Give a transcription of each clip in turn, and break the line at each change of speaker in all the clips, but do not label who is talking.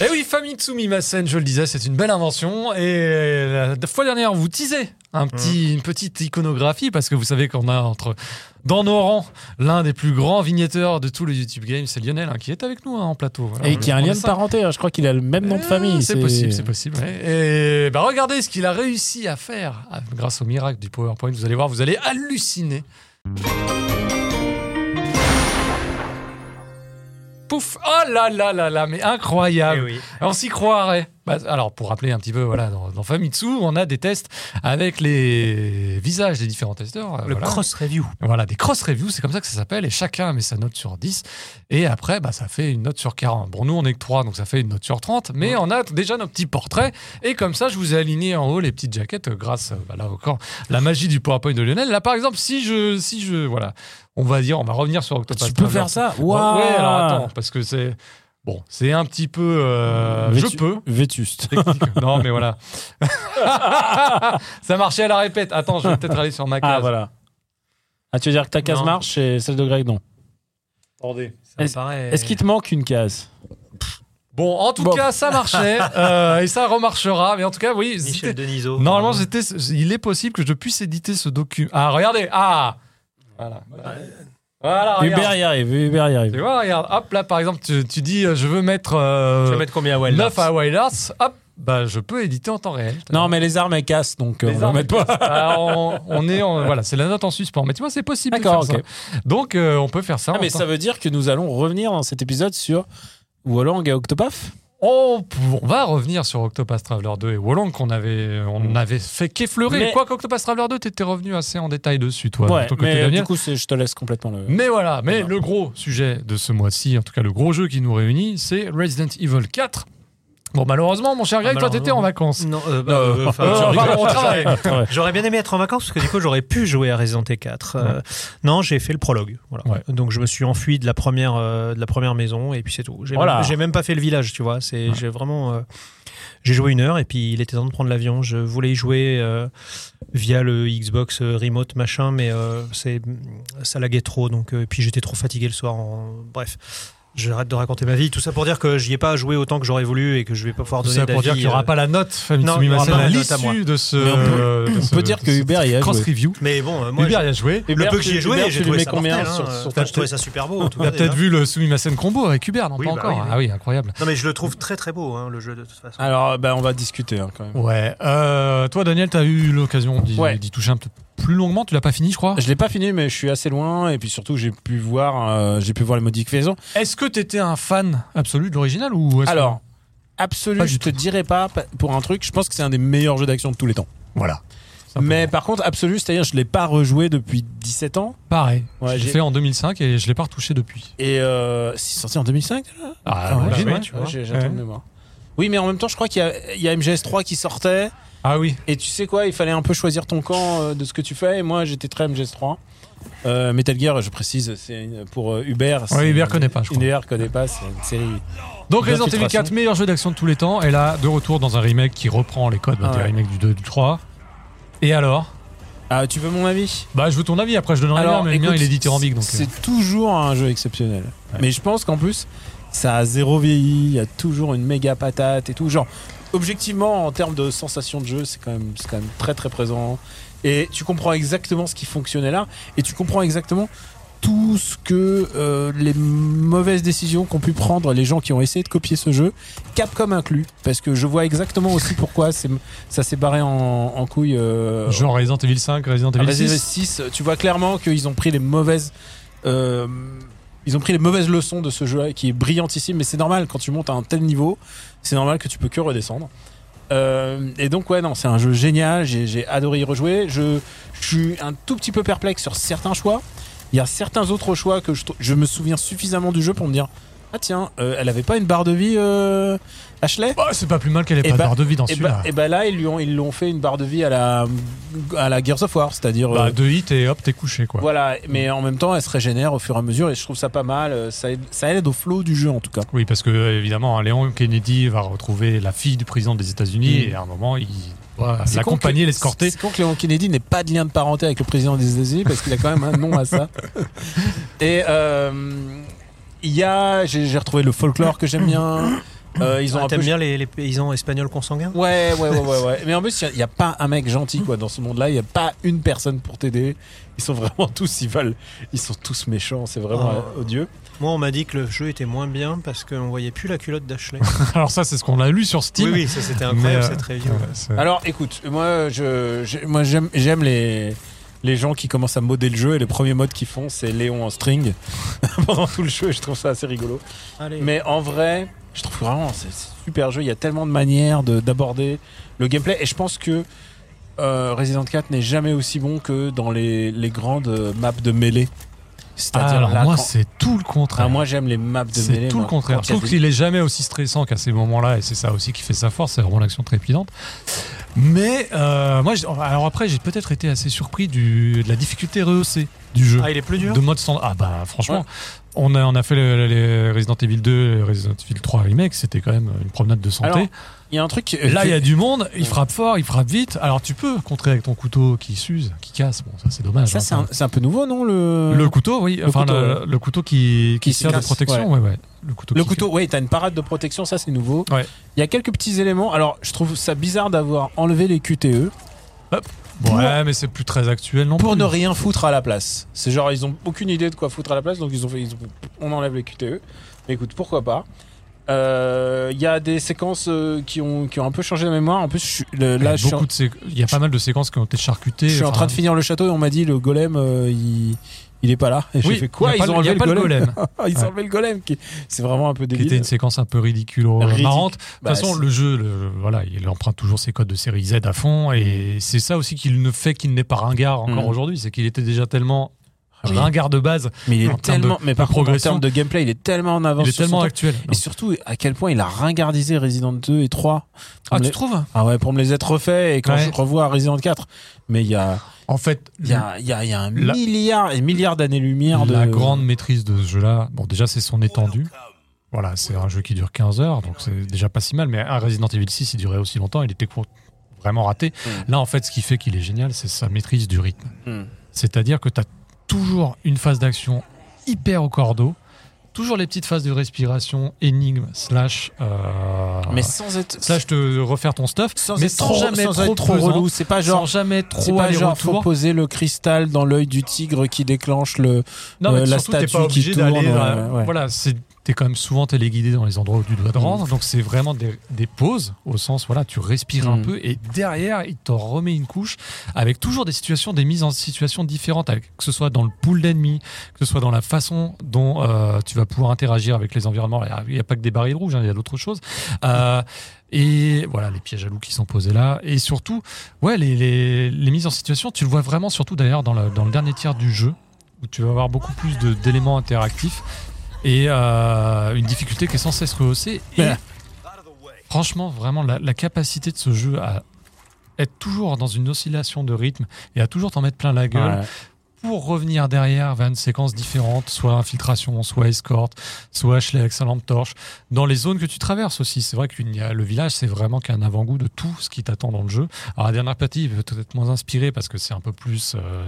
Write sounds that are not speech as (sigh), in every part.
Eh oui, Famitsu Mimasen, je le disais, c'est une belle invention. Et la fois dernière, vous teasez un
Mm.
petit, une petite iconographie parce que vous savez qu'on a entre dans nos rangs l'un des plus grands vignetteurs de tous les YouTube Games, c'est Lionel hein, qui est avec nous hein, en plateau. Voilà,
Et qui a un
on
lien
est
de
cinq.
parenté, hein. je crois qu'il a le même nom de
Euh,
famille.
C'est possible, c'est possible. ouais. Et bah, regardez ce qu'il a réussi à faire ah, grâce au miracle du PowerPoint. Vous allez voir, vous allez halluciner. Pouf Oh là là là là, mais incroyable
Eh oui.
on s'y croirait. Bah, alors, pour rappeler un petit peu, voilà, dans, dans Famitsu, on a des tests avec les visages des différents testeurs. euh,
Le
voilà.
cross-review.
Voilà, des cross-reviews, c'est comme ça que ça s'appelle, et chacun met sa note sur 10, et après, bah, ça fait une note sur 40. Bon, nous, on est que 3, donc ça fait une note sur 30, mais on a déjà nos petits portraits, et comme ça, je vous ai aligné en haut les petites jaquettes, euh, grâce, euh, bah, là encore, la magie du PowerPoint de Lionel. Là, par exemple, si je, si je, voilà, on va dire, on va revenir sur Octopath
Tu peux
Traveler.
faire ça
Ouais,
Waouh
ouais, alors attends, parce que c'est. Bon, c'est un petit peu. euh,
Mais
je
tu-
peux.
Vétuste.
Technique. (laughs) non, mais voilà. ça marchait à la répète. Attends, je vais peut-être aller sur ma case.
Ah voilà. Ah, tu veux dire que ta case
Non.
marche et celle de Greg non
Ça me paraît-
Est-ce qu'il te manque une case
Bon, en tout
Bon.
cas, ça
(laughs)
marchait. euh, et ça remarchera. Mais en tout cas, oui.
Michel
c'était-
Denisot. Euh,
Normalement, j'étais, il est possible que je puisse éditer ce document. Ah, regardez. Ah Voilà. Voilà, Ah, regarde.
Hubert y arrive, Hubert y
Tu
arrive.
vois, regarde. Hop, là, par exemple, tu, tu dis, euh, je veux mettre, euh,
Tu vas mettre combien à Wild
9
Arts
à Wild Arts. Hop, bah, je peux éditer en temps réel.
Non, mais les armes elles cassent donc euh,
Les
on va
armes,
mettre pas.
Alors, on, on est en- voilà, c'est la note en suspens. Mais tu vois, c'est possible. de
D'accord,
faire
ok.
ça. Donc, euh, on peut faire ça.
Ah,
en
mais
temps-
ça veut dire que nous allons revenir dans cet épisode sur Wolong et Octopaf
on, on va revenir sur Octopath Traveler 2 et Wolong qu'on avait, on
Mm.
avait fait qu'effleurer.
Mais-
Quoi qu'Octopath Traveler 2, t'étais revenu assez en détail dessus, toi. de
Ouais,
ton côté,
mais euh,
Daniel.
du coup, c'est- je te laisse complètement le.
Mais voilà, mais le gros sujet de ce mois-ci, en tout cas le gros jeu qui nous réunit, c'est Resident Evil 4. Bon, malheureusement, mon cher Greg,
Ah,
toi,
malheureusement.
t'étais en vacances.
Non, euh, bah, euh, enfin,
Euh,
je rigole.
pardon, on travaille.
J'aurais bien aimé être en vacances parce que du coup j'aurais pu jouer à Resident Evil 4. Euh, Non, j'ai fait le prologue. Voilà.
Ouais.
Donc je me suis enfui de la première euh, de la première maison et puis c'est tout. J'ai
Voilà.
même, j'ai même pas fait le village, tu vois. C'est j'ai vraiment euh, j'ai joué une heure et puis il était temps de prendre l'avion. Je voulais y jouer euh, via le Xbox euh, Remote machin, mais euh, c'est ça laguait trop. Donc euh, et puis j'étais trop fatigué le soir. En... Bref. J'arrête de raconter ma vie. Tout ça pour dire que j'y ai pas joué autant que j'aurais voulu et que je vais pas pouvoir
Tout
donner
ça pour dire
d'avis,
qu'il n'y aura
euh,
pas la note, Famitsu
Non, il y aura
Mimasen,
pas
à
la note à moi.
l'issue de ce.
Mais on peut-
euh, de
On
ce-
peut dire
de
que
ce
Hubert y a
Cross
joué.
review.
Mais bon, euh, moi,
Hubert y a joué.
Le
Hubert,
peu que j'y ai
tu-
joué,
Hubert,
j'ai
tu lui
trouvé
mets
ça
combien
mortel, hein.
sur- sur
Enfin,
ta
je trouvais
tête
ça super beau. en tout
T'as
cas,
peut-être
déjà.
vu le Sumimasen combo avec Hubert, non
Ah, Oui,
Pas
bah
encore.
oui, oui.
Ah oui, incroyable.
Non, mais je le trouve très très beau, hein, le jeu de toute façon.
Alors, bah, on va discuter hein, quand même.
Ouais. Euh, toi, Daniel, t'as eu l'occasion d'y
Ouais.
d'y toucher un peu plus longuement. Tu l'as pas fini, je crois.
Je l'ai pas fini, mais je suis assez loin et puis surtout j'ai pu voir, euh, j'ai pu voir les modifications.
Est-ce que t'étais un fan absolu de l'original ou est-ce que-
Alors,
Pas
absolu,
du
je te dirais pas pa- pour un truc. Je pense que c'est un des meilleurs jeux d'action de tous les temps.
voilà.
Mais par contre, absolu, c'est-à-dire je l'ai pas rejoué depuis 17 ans.
Pareil.
Ouais,
je l'ai
j'ai-
fait en 2005 et je l'ai pas retouché depuis.
Et euh, c'est sorti en 2005 déjà
Ah,
ouais,
l'origine,
bah
ouais,
ouais, ouais, j'ai- j'ai un trou de mémoire. Oui, mais en même temps, je crois qu'il y a- il y, a MGS3 qui sortait.
Ah oui.
Et tu sais quoi, il fallait un peu choisir ton camp euh, de ce que tu fais. Et moi, j'étais très MGS3. Euh, Metal Gear, je précise, c'est une- pour euh, Uber.
Ouais,
c'est-
Hubert connaît pas, je crois.
Hubert connaît pas, c'est une série.
Donc Resident Evil
D'infiltration.
4, meilleur jeu d'action de tous les temps, et là, de retour dans un remake qui reprend les codes bah,
Ah
des
ouais.
remakes du 2 du 3. Et alors
Ah, tu veux mon avis
Bah, je veux ton avis, après je donnerai le mien, mais le mien
écoute,
il est dithyrambique donc. euh,
C'est toujours un jeu exceptionnel. Mais je pense qu'en plus, ça a zéro vieilli, il y a toujours une méga patate et tout. Genre, objectivement, en termes de sensation de jeu, c'est quand, même- c'est quand même très très présent. Et tu comprends exactement ce qui fonctionnait là, et tu comprends exactement tout ce que euh, les mauvaises décisions qu'ont pu prendre les gens qui ont essayé de copier ce jeu, Capcom inclus, parce que je vois exactement aussi pourquoi c'est- ça s'est barré en, en couille. euh,
Genre Resident Evil 5, Resident
ah,
Evil
Resident
6.
Evil 6, tu vois clairement qu'ils ont pris les mauvaises. euh, ils ont pris les mauvaises leçons de ce jeu qui est brillantissime, mais c'est normal quand tu montes à un tel niveau, c'est normal que tu peux que redescendre. Euh, et donc ouais non c'est un jeu génial j'ai j'ai adoré y rejouer je, je suis un tout petit peu perplexe sur certains choix il y a certains autres choix que je, trou- je me souviens suffisamment du jeu pour me dire ah tiens euh, elle avait pas une barre de vie euh, Ashley
Bah, c'est pas plus mal qu'elle ait
Eh
pas de
bah-
barre de vie dans
et bah,
Oh, celui-là.
et bah là ils lui ont ils l'ont fait une barre de vie à la à la Gears of War c'est-à-dire euh,
Bah, deux hits et hop, t'es couché quoi.
voilà, mais en même temps, elle se régénère au fur et à mesure et je trouve ça pas mal. euh, Ça aide, ça aide au flow du jeu en tout cas.
Oui, parce que euh, évidemment, hein, Léon Kennedy va retrouver la fille du président des États-Unis
Mm.
et à un moment, il doit
Ah,
C'est con
l'accompagner,
que-
l'escorter.
C'est con que Léon Kennedy n'ait pas de lien de parenté avec le président des États-Unis parce qu'il a quand même un nom
(laughs)
à ça. Et euh, il y a, j'ai j'ai retrouvé le folklore que j'aime bien. Euh, ils
Ah,
ont un peu
T'aimes bien les, les paysans espagnols consanguins
Ouais, ouais, ouais, ouais, ouais. Mais en plus, il n'y a, pas un mec gentil, quoi, dans ce monde-là. Il n'y a pas une personne pour t'aider. Ils sont vraiment (laughs) tous, ils valent. Ils sont tous méchants. C'est vraiment
Oh.
euh, odieux.
Moi, on m'a dit que le jeu était moins bien parce qu'on voyait plus la culotte
(laughs)
d'Ashley.
Alors ça, c'est ce qu'on a lu sur Steam.
oui, oui, ça c'était incroyable
Mais, euh,
cette review.
Ouais, c'est-
Alors, écoute, moi, je, j'ai- moi, j'aime, j'aime les, les gens qui commencent à modder le jeu. Et les premiers modes qu'ils font, c'est Léon en string (laughs) pendant tout le jeu. et Je trouve ça assez rigolo.
Allez.
Mais en vrai, je trouve vraiment c'est c'est un super jeu. Il y a tellement de manières de- d'aborder le gameplay. Et je pense que euh, Resident 4 n'est jamais aussi bon que dans les, les grandes euh, maps de mêlée.
Ah,
C'est-à-dire
alors
là,
moi,
quand-
c'est tout le contraire.
Ah, moi j'aime les maps de mêlée.
C'est tout
moi.
le contraire.
Quand
Je
il y a
trouve
des-
qu'il est jamais aussi stressant qu'à ces moments-là, et c'est ça aussi qui fait sa force, c'est vraiment l'action trépidante. Mais euh, moi, j'ai- alors après, j'ai peut-être été assez surpris du, de la difficulté rehaussée du jeu.
Ah, il est plus dur
de mode standard. Ah bah franchement, on, a, on a fait le- les Resident Evil 2, Resident Evil 3 remake, c'était quand même une promenade de santé.
Alors, il y a un truc. euh,
Là,
que-
il y a du monde, il
Ouais.
frappe fort, il frappe vite. Alors tu peux contrer avec ton couteau qui s'use, qui casse. Bon, ça c'est dommage.
Ça
hein.
c'est un, c'est un peu nouveau, non le...
Le couteau, oui.
le
enfin,
couteau,
le, le couteau qui, qui
Qui
sert de
casse,
protection. Ouais. ouais, Le couteau.
Le
qui-
couteau, oui, t'as une parade de protection, ça c'est nouveau.
Ouais.
Il y a quelques petits éléments. Alors, je trouve ça bizarre d'avoir enlevé les QTE
Ouais, mais c'est plus très actuel non
pour
plus.
ne rien foutre à la place. C'est genre, ils ont aucune idée de quoi foutre à la place, donc ils ont fait, ils ont- on enlève les QTE. Mais écoute, pourquoi pas. Euh, Il y a des séquences euh, qui ont, qui ont un peu changé la mémoire. En plus, je suis- le-
Il y a
là, je suis, en,
beaucoup de sé- il y a pas mal de séquences qui ont été charcutées.
je suis en train de finir le château et on m'a dit le golem, euh, il, il est pas là. Et j'ai
Oui,
fait quoi
il y a
Ils
pas
ont
le- il y a
enlevé le
pas le
golem. (laughs)
golem.
Ah, ils
Ouais.
ont enlevé le golem. qui- C'est vraiment un peu
qui était
débile.
une séquence un peu ridicule, euh,
Ridicule.
marrante. De
Bah,
toute façon,
c'est-
le jeu, le- le- voilà, il emprunte toujours ses codes de série Z à fond, et c'est ça aussi qu'il ne fait qu'il n'est pas ringard encore
Mm.
aujourd'hui, c'est qu'il était déjà tellement
Ah oui.
ringard de base,
Mais il
en
est
termes
tellement,
de-
mais
de
par contre, en
progression.
termes de gameplay, il est tellement en avance.
il est
sur son
tellement
temps.
actuel.
Et surtout, à quel point il a ringardisé Resident 2 et 3.
ah,
On
tu
les-
trouves
Ah ouais, pour me les être refaits et quand
Ouais.
je revois Resident 4. Mais il y a,
En fait,
il y, a, il y a- il y a un
La-
milliard et milliard d'années-lumière de.
la grande maîtrise de ce jeu-là, bon, déjà, c'est son étendue. Voilà, c'est un jeu qui dure 15 heures, donc c'est déjà pas si mal, mais un Resident Evil 6, il durait aussi longtemps, il était court- vraiment raté.
Mm.
Là, en fait, ce qui fait qu'il est génial, c'est sa maîtrise du rythme.
Hmm.
C'est-à-dire que tu as toujours une phase d'action hyper au cordeau, toujours les petites phases de respiration, énigme, slash. euh,
Mais sans être.
slash te refaire ton stuff,
sans
mais
être
sans
trop,
jamais
sans
trop,
être trop
pesant,
relou. C'est pas
sans
genre.
jamais
C'est
trop
pas genre,
aller-retour.
faut poser le cristal dans l'œil du tigre qui déclenche le.
Non, mais
euh, la
surtout, t'es
statue
pas
qui
obligé
tourne,
d'aller.
euh,
euh,
ouais.
Voilà, c'est t'es quand même souvent téléguidé dans les endroits où tu dois te rendre, donc c'est vraiment des, des pauses au sens voilà tu respires un
Mm.
peu et derrière il te remet une couche avec toujours des situations, des mises en situation différentes, avec, que ce soit dans le pool d'ennemis, que ce soit dans la façon dont euh, tu vas pouvoir interagir avec les environnements. Il n'y a pas que des barils rouges, hein, il y a d'autres choses. Euh, et voilà les pièges à loups qui sont posés là, et surtout ouais les, les, les mises en situation, tu le vois vraiment surtout d'ailleurs dans le, dans le dernier tiers du jeu où tu vas avoir beaucoup plus de- d'éléments interactifs et euh, une difficulté qui est sans cesse rehaussée. Et
Ouais.
franchement, vraiment, la, la capacité de ce jeu à être toujours dans une oscillation de rythme et à toujours t'en mettre plein la gueule
Ouais.
pour revenir derrière vers une séquence différente, soit infiltration, soit escorte, soit Ashley avec sa lampe torche, dans les zones que tu traverses aussi. C'est vrai que le village, c'est vraiment qu'un avant-goût de tout ce qui t'attend dans le jeu. Alors la dernière partie peut être moins inspirée parce que c'est un peu plus euh,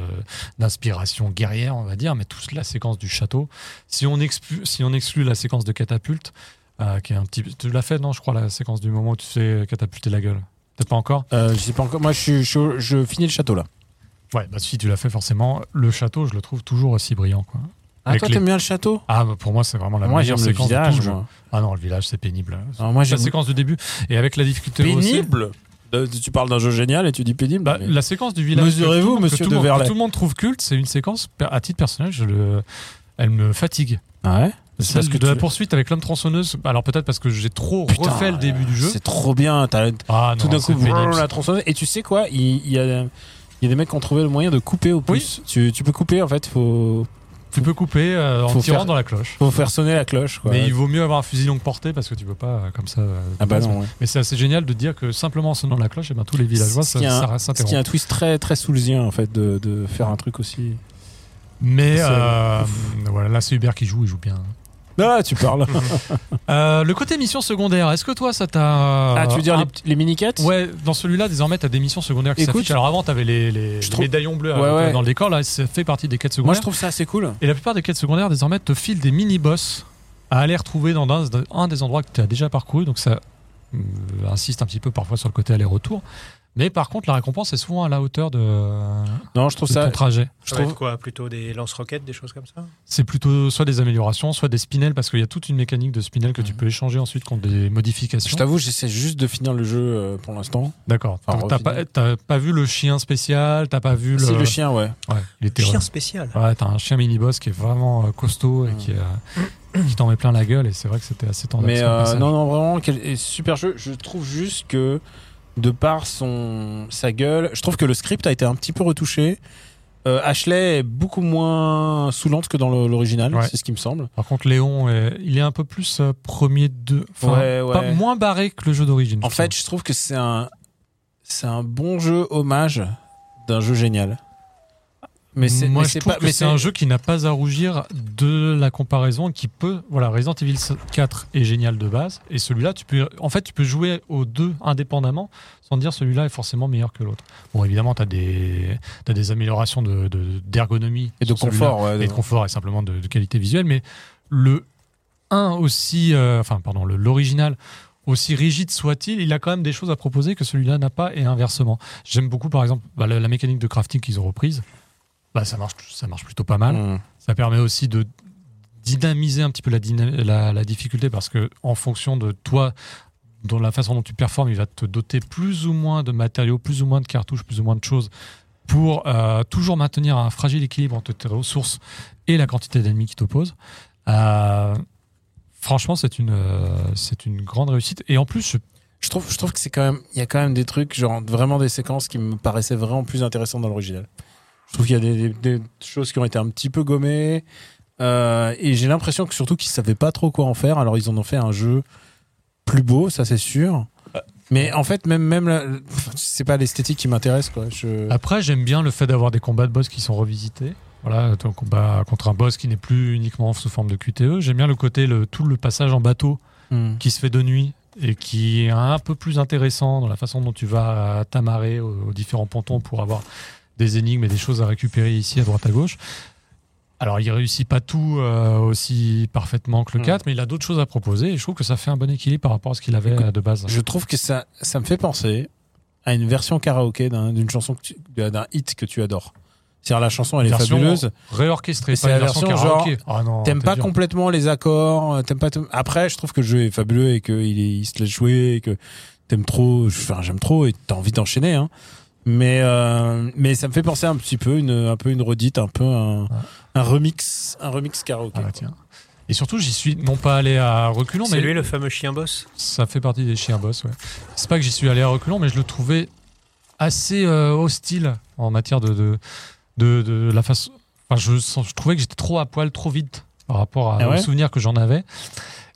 d'inspiration guerrière, on va dire, mais toute la séquence du château, si on, expu- si on exclut la séquence de catapulte, euh, qui est un petit... Tu l'as fait, non, je crois, la séquence du moment où tu fais catapulter la gueule Peut-être pas encore
Euh, je sais pas encore. Moi, je, suis- je, je finis le château là.
Ouais, bah si tu l'as fait forcément, le château, je le trouve toujours aussi brillant. Quoi.
Ah,
Avec
toi,
les-
t'aimes bien le château
Ah, bah, pour moi, c'est vraiment la
Moi,
meilleure
j'aime le
séquence de tout
village.
le jeu.
moi.
Ah non, le village, c'est pénible.
Alors, moi,
La
j'aime
séquence du début et avec la difficulté rehaussée-
pénible. Euh, Tu parles d'un jeu génial et tu dis pénible.
Bah,
mais-
La séquence du village.
Mesurez-vous,
que tout le monde-
monsieur
que tout
de
le monde- que
Verlet.
Tout le monde trouve culte. C'est une séquence, per- à titre personnel, je le- elle me fatigue.
Ah ouais C'est parce
Celle
que
de la
tu-
poursuite avec l'homme tronçonneuse. Alors peut-être parce que j'ai trop
Putain,
refait le début du jeu.
C'est trop bien. T'as
Ah non,
tout d'un
c'est
coup
pénible.
brrr, la tronçonneuse. Et tu sais quoi il, il y a, il y a des mecs qui ont trouvé le moyen de couper au plus. Tu, tu peux couper en fait. Faut
Tu peux couper euh, en
Faut
tirant
faire-
dans la cloche.
faut faire sonner la cloche. Quoi.
Mais il vaut mieux avoir un fusil longue portée parce que tu peux pas euh, comme ça. euh,
ah bah non. ouais.
Mais c'est assez génial de dire que simplement en sonnant la cloche, et ben, tous les villageois
Ce qui est un-
ça- ça
Ce qui est
s'interrompent.
un twist très très soulsien en fait de, de faire un truc aussi.
Mais
C'est-
euh, voilà, là c'est Hubert qui joue, il joue bien.
Ah
(laughs)
tu parles.
Euh, le côté mission secondaire, est-ce que toi ça t'a.
ah tu veux dire
un-
les, les mini quêtes
Ouais, dans celui-là, désormais, t'as des missions secondaires qui
Écoute,
s'affichent. Alors avant, t'avais les, les,
je
les
trouve-
médaillons bleus
Ouais,
euh,
ouais.
dans le décor. Là, ça fait partie des quêtes secondaires.
Moi je trouve ça assez cool.
Et la plupart des quêtes secondaires, désormais, te filent des mini-boss à aller retrouver dans un, un des endroits que tu as déjà parcouru. Donc ça euh, insiste un petit peu parfois sur le côté aller-retour. Mais par contre, la récompense est souvent à la hauteur de,
Non, je trouve
de ton
ça.
trajet.
Je trouve quoi Plutôt des lance-roquettes, des choses comme ça
C'est plutôt soit des améliorations, soit des spinels, parce qu'il y a toute une mécanique de spinel que tu peux échanger ensuite contre des
Je
modifications.
t'avoue, j'essaie juste de finir le jeu euh, pour l'instant.
D'accord.
Enfin,
Donc, t'as pas,
refinir.
t'as pas vu le chien spécial, t'as pas vu le.
C'est le chien, ouais.
Ouais, il était
Chien spécial.
Ouais, t'as un chien mini-boss qui est vraiment euh, costaud et
Mm.
qui, euh, qui t'en met plein la gueule, et c'est vrai que c'était assez tendance.
Mais euh, non, non, vraiment, quel et super jeu. Je trouve juste que, de par son, sa gueule, je trouve que le script a été un petit peu retouché. Euh, Ashley est beaucoup moins saoulante que dans le- l'original,
Ouais.
c'est ce qui me semble.
Par contre, Léon, euh, il est un peu plus euh, premier de. Enfin,
Ouais, ouais.
pas- moins barré que le jeu d'origine.
En
je
fait, je trouve que c'est un, c'est un bon jeu hommage d'un jeu génial. Mais c'est
Moi,
mais
je
c'est
trouve
pas.
que
Mais
c'est un jeu qui n'a pas à rougir de la comparaison, qui peut. Voilà, Resident Evil 4 est génial de base, et celui-là, tu peux. En fait, tu peux jouer aux deux indépendamment, sans dire celui-là est forcément meilleur que l'autre. Bon, évidemment, t'as des t'as des améliorations de de- d'ergonomie
Et de
sur celui-là,
confort, ouais, de-
et de confort, et simplement de, de qualité visuelle, mais le 1 aussi, euh, enfin, pardon, le- l'original. Aussi rigide soit-il, il a quand même des choses à proposer que celui-là n'a pas et inversement. J'aime beaucoup par exemple bah, la, la mécanique de crafting qu'ils ont reprise. Bah, ça, marche, ça marche plutôt pas mal.
Hmm.
Ça permet aussi de dynamiser un petit peu la, dyna- la- la difficulté parce que en fonction de toi, dans la façon dont tu performes, il va te doter plus ou moins de matériaux, plus ou moins de cartouches, plus ou moins de choses pour euh, toujours maintenir un fragile équilibre entre tes ressources et la quantité d'ennemis qui t'opposent. Euh, franchement, c'est une, euh, c'est une grande réussite. Et en plus, je-
Je trouve, je trouve que c'est quand même, il y a quand même des trucs, genre vraiment des séquences qui me paraissaient vraiment plus intéressantes dans l'original. Je trouve qu'il y a des, des- des choses qui ont été un petit peu gommées. euh, et j'ai l'impression que surtout qu'ils savaient pas trop quoi en faire. Alors ils en ont fait un jeu plus beau, ça c'est sûr. Mais en fait, même, même la- enfin, c'est pas l'esthétique qui m'intéresse, quoi. Je...
Après, j'aime bien le fait d'avoir des combats de boss qui sont revisités. Voilà, ton combat contre un boss qui n'est plus uniquement sous forme de QTE. J'aime bien le côté, le, tout le passage en bateau
Hmm.
qui se fait de nuit et qui est un peu plus intéressant dans la façon dont tu vas t'amarrer aux, aux différents pontons pour avoir des énigmes et des choses à récupérer ici à droite à gauche. Alors, il réussit pas tout euh, aussi parfaitement que le
Mm.
4, mais il a d'autres choses à proposer et je trouve que ça fait un bon équilibre par rapport à ce qu'il avait
Écoute,
euh, de base.
Je trouve que ça, ça me fait penser à une version karaoké d'un- d'une chanson, que tu- d'un hit que tu adores. C'est-à-dire la chanson, elle est
Version
fabuleuse.
Réorchestré,
Mm. C'est
pas une
la
version,
version
karaoké. Ah non,
T'aimes
t'es
pas
dur.
complètement les accords, euh, t'aimes pas. tout- Après, je trouve que le jeu est fabuleux et qu'il est- il se laisse jouer, et que t'aimes trop. je- Enfin, j'aime trop et t'as envie d'enchaîner. Hein. Mais euh, mais ça me fait penser un petit peu une un peu une redite, un peu un, un remix, un remix karaoké.
Ah bah tiens. Et surtout, j'y suis non pas allé à reculons,
C'est
mais
lui le fameux chien boss
ça fait partie des chiens boss. Ouais. C'est pas que j'y suis allé à reculons, mais je le trouvais assez euh, hostile en matière de, de, de, de la façon. Enfin, je, sens- je trouvais que j'étais trop à poil, trop vite par rapport à,
Ah
aux
ouais
souvenirs que j'en avais.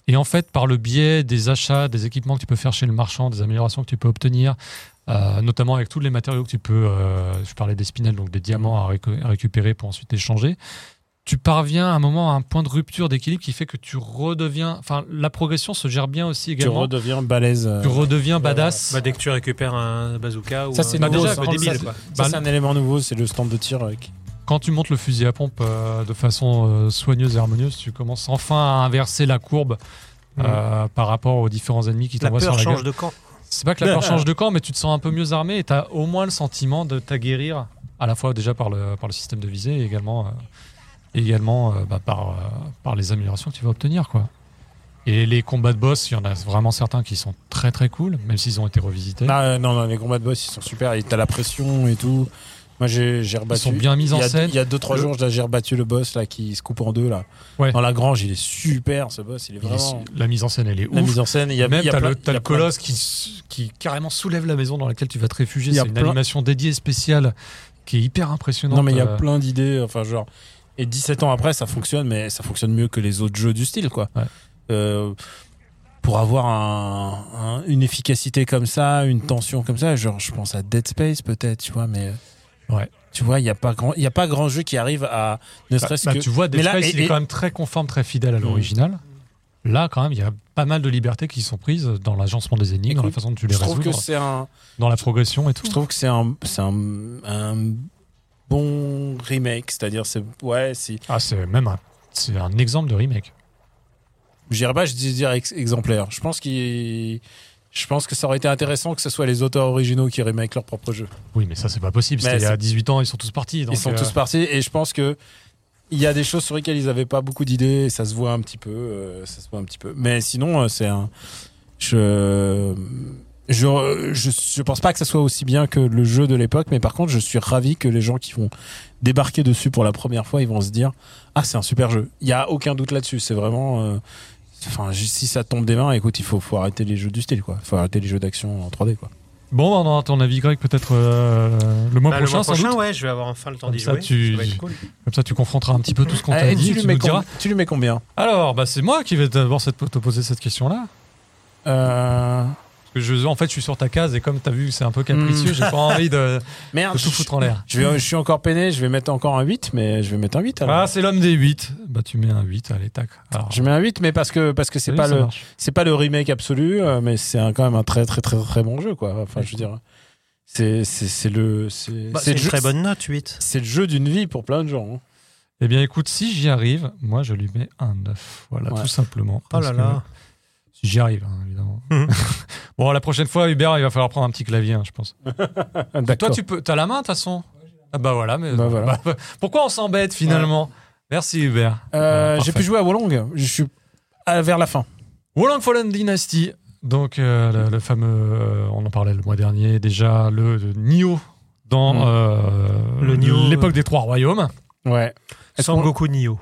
Et en fait, par le biais des achats, des équipements que tu peux faire chez le marchand, des améliorations que tu peux obtenir, euh, notamment avec tous les matériaux que tu peux, euh, je parlais des spinels, donc des diamants à, récu- à récupérer pour ensuite échanger, tu parviens à un moment à un point de rupture d'équilibre qui fait que tu redeviens, enfin la progression se gère bien aussi
Tu
également.
redeviens balèze. euh,
Tu redeviens
voilà.
badass.
Bah, dès que tu récupères un bazooka ou
Ça,
un
c'est
bah,
nouveau,
déjà,
ça.
un peu débile.
Ça,
quoi.
Ça,
Bah,
c'est un élément nouveau, c'est le stand de tir. euh, qui-
Quand tu montes le fusil à pompe euh, de façon euh, soigneuse et harmonieuse, tu commences enfin à inverser la courbe
Mm.
euh, par rapport aux différents ennemis qui
La
t'envoient sur
peur
la gueule.
change de camp.
C'est pas que la peur change de camp, mais tu te sens un peu mieux armé et t'as au moins le sentiment de t'aguerrir, à la fois déjà par le, par le système de visée et également, euh, et également euh, bah, par, euh, par les améliorations que tu vas obtenir. quoi. Et les combats de boss, il y en a vraiment certains qui sont très très cool, même s'ils ont été revisités.
Ah, euh, non, non, les combats de boss, ils sont super. et T'as la pression et tout. Moi, j'ai j'ai
Ils
rebattu.
sont bien mis en
il y a,
scène.
Il y a 2-3
Le-
jours, j'ai rebattu le boss là qui se coupe en deux là.
Ouais.
Dans la grange, il est super ce boss, il est
Il
vraiment.
est- la mise en scène, elle est
La
ouf.
mise en scène, il y a
Même
il y a
t'as
plein-
le,
il y a
t'as le
plein-
colosse qui, s- qui carrément soulève la maison dans laquelle tu vas te réfugier.
Il y a
C'est une
plein-
animation dédiée spéciale qui est hyper impressionnante.
Non mais il y a
Euh,
plein d'idées, enfin genre. Et 17 ans après, ça fonctionne, mais ça fonctionne mieux que les autres jeux du style, quoi.
Ouais.
Euh, pour avoir un- un- une efficacité comme ça, une tension comme ça, genre je pense à Dead Space peut-être, tu vois, mais euh,
Ouais.
Tu vois, il y a pas grand, il y a pas grand jeu qui arrive à ne
bah,
serait-ce
bah,
que
Tu vois, Dead
Mais là,
Space,
et-
il est
et- Mmh.
quand même très conforme, très fidèle à l'original. Là, quand même, il y a pas mal de libertés qui sont prises dans l'agencement des énigmes, dans la
Écoute,
façon dont tu les
je trouve que
résous,
c'est un,
dans la progression et tout.
Je trouve que c'est un, c'est un, un bon remake, c'est-à-dire c'est ouais, c'est
Ah, c'est même un, c'est un exemple de remake.
je dirais pas, je dis dire ex- exemplaire. Je pense qu'il, je pense que ça aurait été intéressant que ce soit les auteurs originaux qui remake leur propre jeu.
Oui, mais ça, c'est pas possible.
Mais
C'était il y
c'est-
a 18 ans, ils sont tous partis. donc,
ils sont
euh,
tous partis et je pense que il y a des choses sur lesquelles ils n'avaient pas beaucoup d'idées et ça se voit un petit peu, euh, ça se voit un petit peu. Mais sinon, euh, c'est un, je, je, je, je pense pas que ça soit aussi bien que le jeu de l'époque, mais par contre, je suis ravi que les gens qui vont débarquer dessus pour la première fois, ils vont se dire, ah, c'est un super jeu. Il y a aucun doute là-dessus. C'est vraiment, euh, enfin, j- si ça tombe des mains, écoute, il faut, faut arrêter les jeux du style, quoi. Faut arrêter les jeux d'action en 3D, quoi.
Bon, bah, on aura ton avis, Greg, peut-être euh, le mois
Bah, le
prochain,
mois
sans
prochain,
doute.
ouais, je vais avoir enfin le temps
Comme
d'y
ça,
jouer.
tu-
Ça va être cool.
Comme ça, tu confronteras un petit peu tout ce qu'on t'a
Eh,
dit.
tu, lui
Tu
mets
nous diras.
com- tu lui mets combien
Alors, bah, c'est moi qui vais d'abord cette- te poser cette question-là.
Euh,
Parce que je, en fait, je suis sur ta case et comme t'as vu, c'est un peu
Hmm.
capricieux, j'ai pas envie
(laughs)
de,
Merde,
de tout foutre en l'air.
Je, vais- je suis encore peiné, je vais mettre encore un 8, mais je vais mettre un 8 alors.
Ah, c'est l'homme des 8. Bah, tu mets un 8, allez, tac. Alors,
Je mets un 8, mais parce que parce que c'est
salut,
pas
ça
le
marche.
c'est pas le remake absolu, euh, mais c'est un- quand même un très très très très bon jeu quoi. Enfin, je veux dire, c'est c'est c'est le c'est
Bah,
c'est
c'est
le
une
jeu-
très bonne note, 8.
C'est le jeu d'une vie pour plein de gens. hein.
Eh bien, écoute, si j'y arrive, moi, je lui mets un 9. Voilà,
Ouais.
tout simplement.
Oh
Parce
là
que-
là.
Si j'y arrive, hein, évidemment.
Mmh.
Mhm.
(laughs) bon, la prochaine fois, Hubert, il va falloir prendre un petit clavier, hein, je pense. Toi,
D'accord.
tu peux. T'as la main, de toute façon Ah, bah voilà, mais.
Bah, voilà.
bah, (laughs) pourquoi on s'embête finalement Merci, Hubert. Ouais,
Euh, J'ai
Ah, parfait.
pu jouer à Wolong. Je suis à- vers la fin.
Wolong Fallen Dynasty, donc euh, le, le fameux, euh, on en parlait le mois dernier déjà, le, le Nioh dans
Mm.
euh,
Le Nioh,
l'époque des Trois Royaumes.
Ouais. Est-ce
Sans
qu'on-
Goku Nio.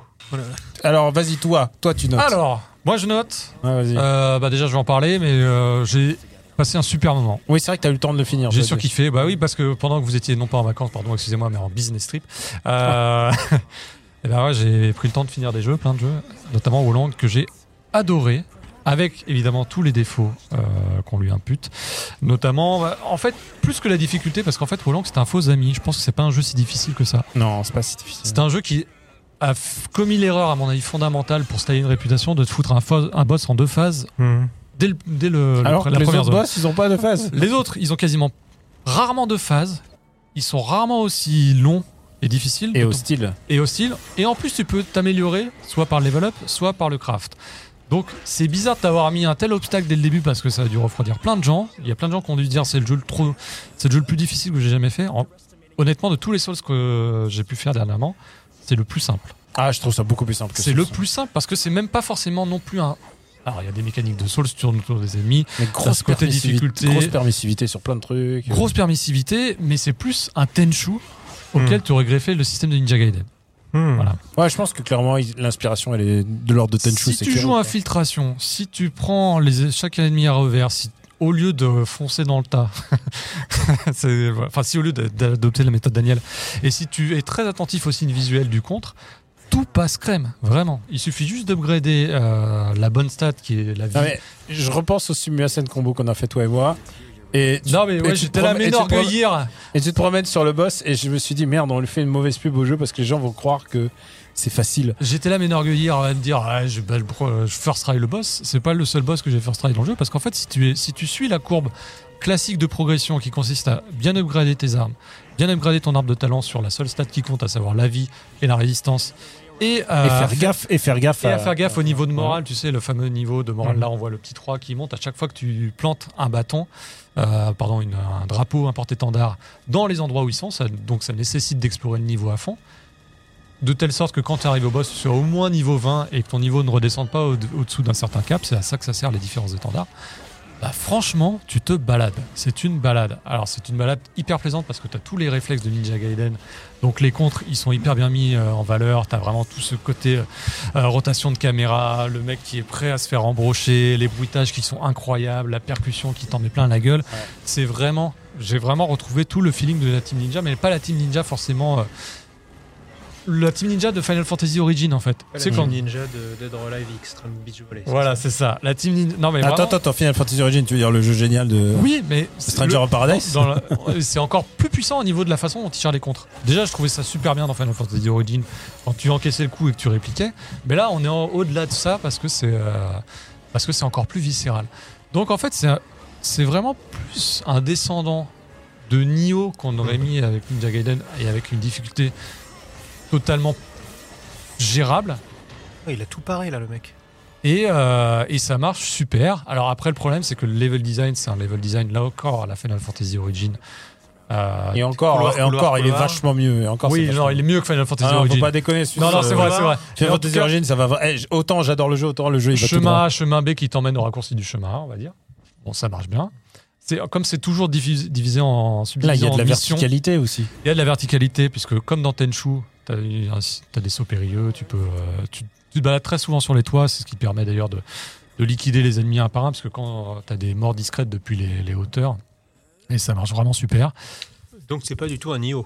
Alors vas-y toi, toi tu notes.
Alors, moi je note,
Ouais, vas-y.
euh, bah déjà je vais en parler, mais euh, j'ai passé un super moment.
oui, c'est vrai que t'as eu le temps de le finir.
J'ai
toi, tu-
surkiffé, bah oui, parce que pendant que vous étiez non pas en vacances, pardon, excusez-moi, mais en business trip, euh, et ben ouais, j'ai pris le temps de finir des jeux, plein de jeux, notamment Hollande que j'ai adoré, avec évidemment tous les défauts euh, qu'on lui impute, notamment, euh, en fait, plus que la difficulté, parce qu'en fait, Hollande c'est un faux ami. Je pense que c'est pas un jeu si difficile que ça.
Non, c'est pas si difficile.
C'est un jeu qui a f- commis l'erreur, à mon avis, fondamentale pour se tailler une réputation de te foutre un, fo- un boss en deux phases
Mmh.
dès, le- dès le, le-
Alors que
la
les
première
autres
zone.
boss, ils ont pas
(laughs)
de phase.
Les autres, ils ont quasiment rarement de phases. Ils sont rarement aussi longs et difficiles
Et
de ton-
hostile.
et hostiles. Et en plus, tu peux t'améliorer soit par le level up, soit par le craft. Donc, c'est bizarre de t'avoir mis un tel obstacle dès le début parce que ça a dû refroidir plein de gens. Il y a plein de gens qui ont dû dire c'est le jeu le trop, c'est le jeu le plus difficile que j'ai jamais fait. En- Honnêtement, de tous les Souls que j'ai pu faire dernièrement, c'est le plus simple.
Ah, je trouve ça beaucoup plus simple. que
C'est
ça.
le plus simple parce que c'est même pas forcément non plus un. Alors, il y a des mécaniques de Souls qui tournent autour des ennemis.
Mais
T'as ce
grosse
côté
permissivité,
difficulté.
grosse permissivité sur plein de trucs.
Grosse permissivité, mais c'est plus un Tenchu auquel tu aurais greffé le système de Ninja Gaiden. Voilà.
Ouais, je pense que clairement il- l'inspiration elle est de l'ordre de Tenchu.
si
c'est
tu
clair.
joues infiltration, si tu prends les, chaque ennemi à revers, si au lieu de foncer dans le tas, (laughs) c'est- voilà. enfin si au lieu d'a- d'adopter la méthode Daniel, et si tu es très attentif au signe visuel du contre, tout passe crème, vraiment. Il suffit juste d'upgrader euh, la bonne stat qui est la vie.
Non, mais je repense au Simulasen combo qu'on a fait toi et moi. Et tu,
Non, mais
et
ouais,
tu
j'étais
te
là,
prom- et
mais
tu te prom-
orgueillir.
et tu te promènes sur le boss et je me suis dit merde, on lui fait une mauvaise pub au jeu parce que les gens vont croire que c'est facile.
J'étais là m'énorgueillir à me dire ah, je, bah, le pro- euh, je first try le boss. C'est pas le seul boss que j'ai first try dans le jeu parce qu'en fait si tu es, si tu suis la courbe classique de progression qui consiste à bien upgrader tes armes, bien upgrader ton arbre de talent sur la seule stat qui compte à savoir la vie et la résistance et, euh,
et faire gaffe, et faire gaffe.
et à faire gaffe au niveau de morale, tu sais, le fameux niveau de morale, là on voit le petit 3 qui monte à chaque fois que tu plantes un bâton, euh, pardon, une- un drapeau, un porte-étendard, dans les endroits où ils sont, ça- donc ça nécessite d'explorer le niveau à fond, de telle sorte que quand tu arrives au boss, tu sois au moins niveau 20 et que ton niveau ne redescende pas au- au-dessous d'un certain cap, c'est à ça que ça sert les différences d'étendards. Bah franchement, tu te balades. C'est une balade. Alors, c'est une balade hyper plaisante parce que tu as tous les réflexes de Ninja Gaiden. Donc, les contres, ils sont hyper bien mis euh, en valeur. Tu as vraiment tout ce côté euh, euh, rotation de caméra, le mec qui est prêt à se faire embrocher, les bruitages qui sont incroyables, la percussion qui t'en met plein la gueule. C'est vraiment, j'ai vraiment retrouvé tout le feeling de la Team Ninja, mais pas la Team Ninja forcément. euh, la Team Ninja de Final Fantasy Origin en fait. C'est quand.
Ninja de Dead or Alive Extreme Beach Volley. c'est
Voilà,
ça.
c'est ça. La Team Ninja. Non mais
Attends,
vraiment-
attends, attends, Final Fantasy Origin, tu veux dire le jeu génial de
Oui, mais c'est
Stranger
le-
of Paradise
dans la- c'est encore plus puissant au niveau de la façon dont il tire les contres. Déjà, je trouvais ça super bien dans Final Fantasy Origin quand tu encaissais le coup et que tu répliquais. Mais là, on est en- au-delà de ça parce que c'est euh, parce que c'est encore plus viscéral. Donc en fait, c'est un- c'est vraiment plus un descendant de Nioh qu'on aurait mis avec Ninja Gaiden et avec une difficulté totalement gérable.
Oh, il a tout paré là, le mec.
Et, euh, et ça marche super. Alors après, le problème, c'est que le level design, c'est un level design là encore à la Final Fantasy Origin. Euh,
Et encore,
Couloir,
et encore
couloir,
il est
couloir.
vachement mieux. Et encore,
oui,
c'est
genre,
vachement
il est mieux que Final
mieux.
Fantasy
Ah non, faut
Origin.
pas déconner. celui-là,
Non, non, c'est
euh,
vrai, c'est vrai.
Final
Mais en
Fantasy
tout cas,
Origin, ça va. eh, j- autant j'adore le jeu, autant le jeu il va tout
chemin
droit.
A, chemin B qui t'emmène au raccourci du chemin A, on va dire. Bon, ça marche bien. C'est comme c'est toujours diffusé- divisé en
Là, il y
subdivision
a de la
en missions.
verticalité aussi.
Il y a de la verticalité puisque comme dans Tenchu, t'as as des sauts périlleux, tu peux, euh, tu, tu te balades très souvent sur les toits, c'est ce qui te permet d'ailleurs de, de liquider les ennemis un par un parce que quand t'as des morts discrètes depuis les, les hauteurs. Et ça marche vraiment super.
Donc c'est pas du tout un IO.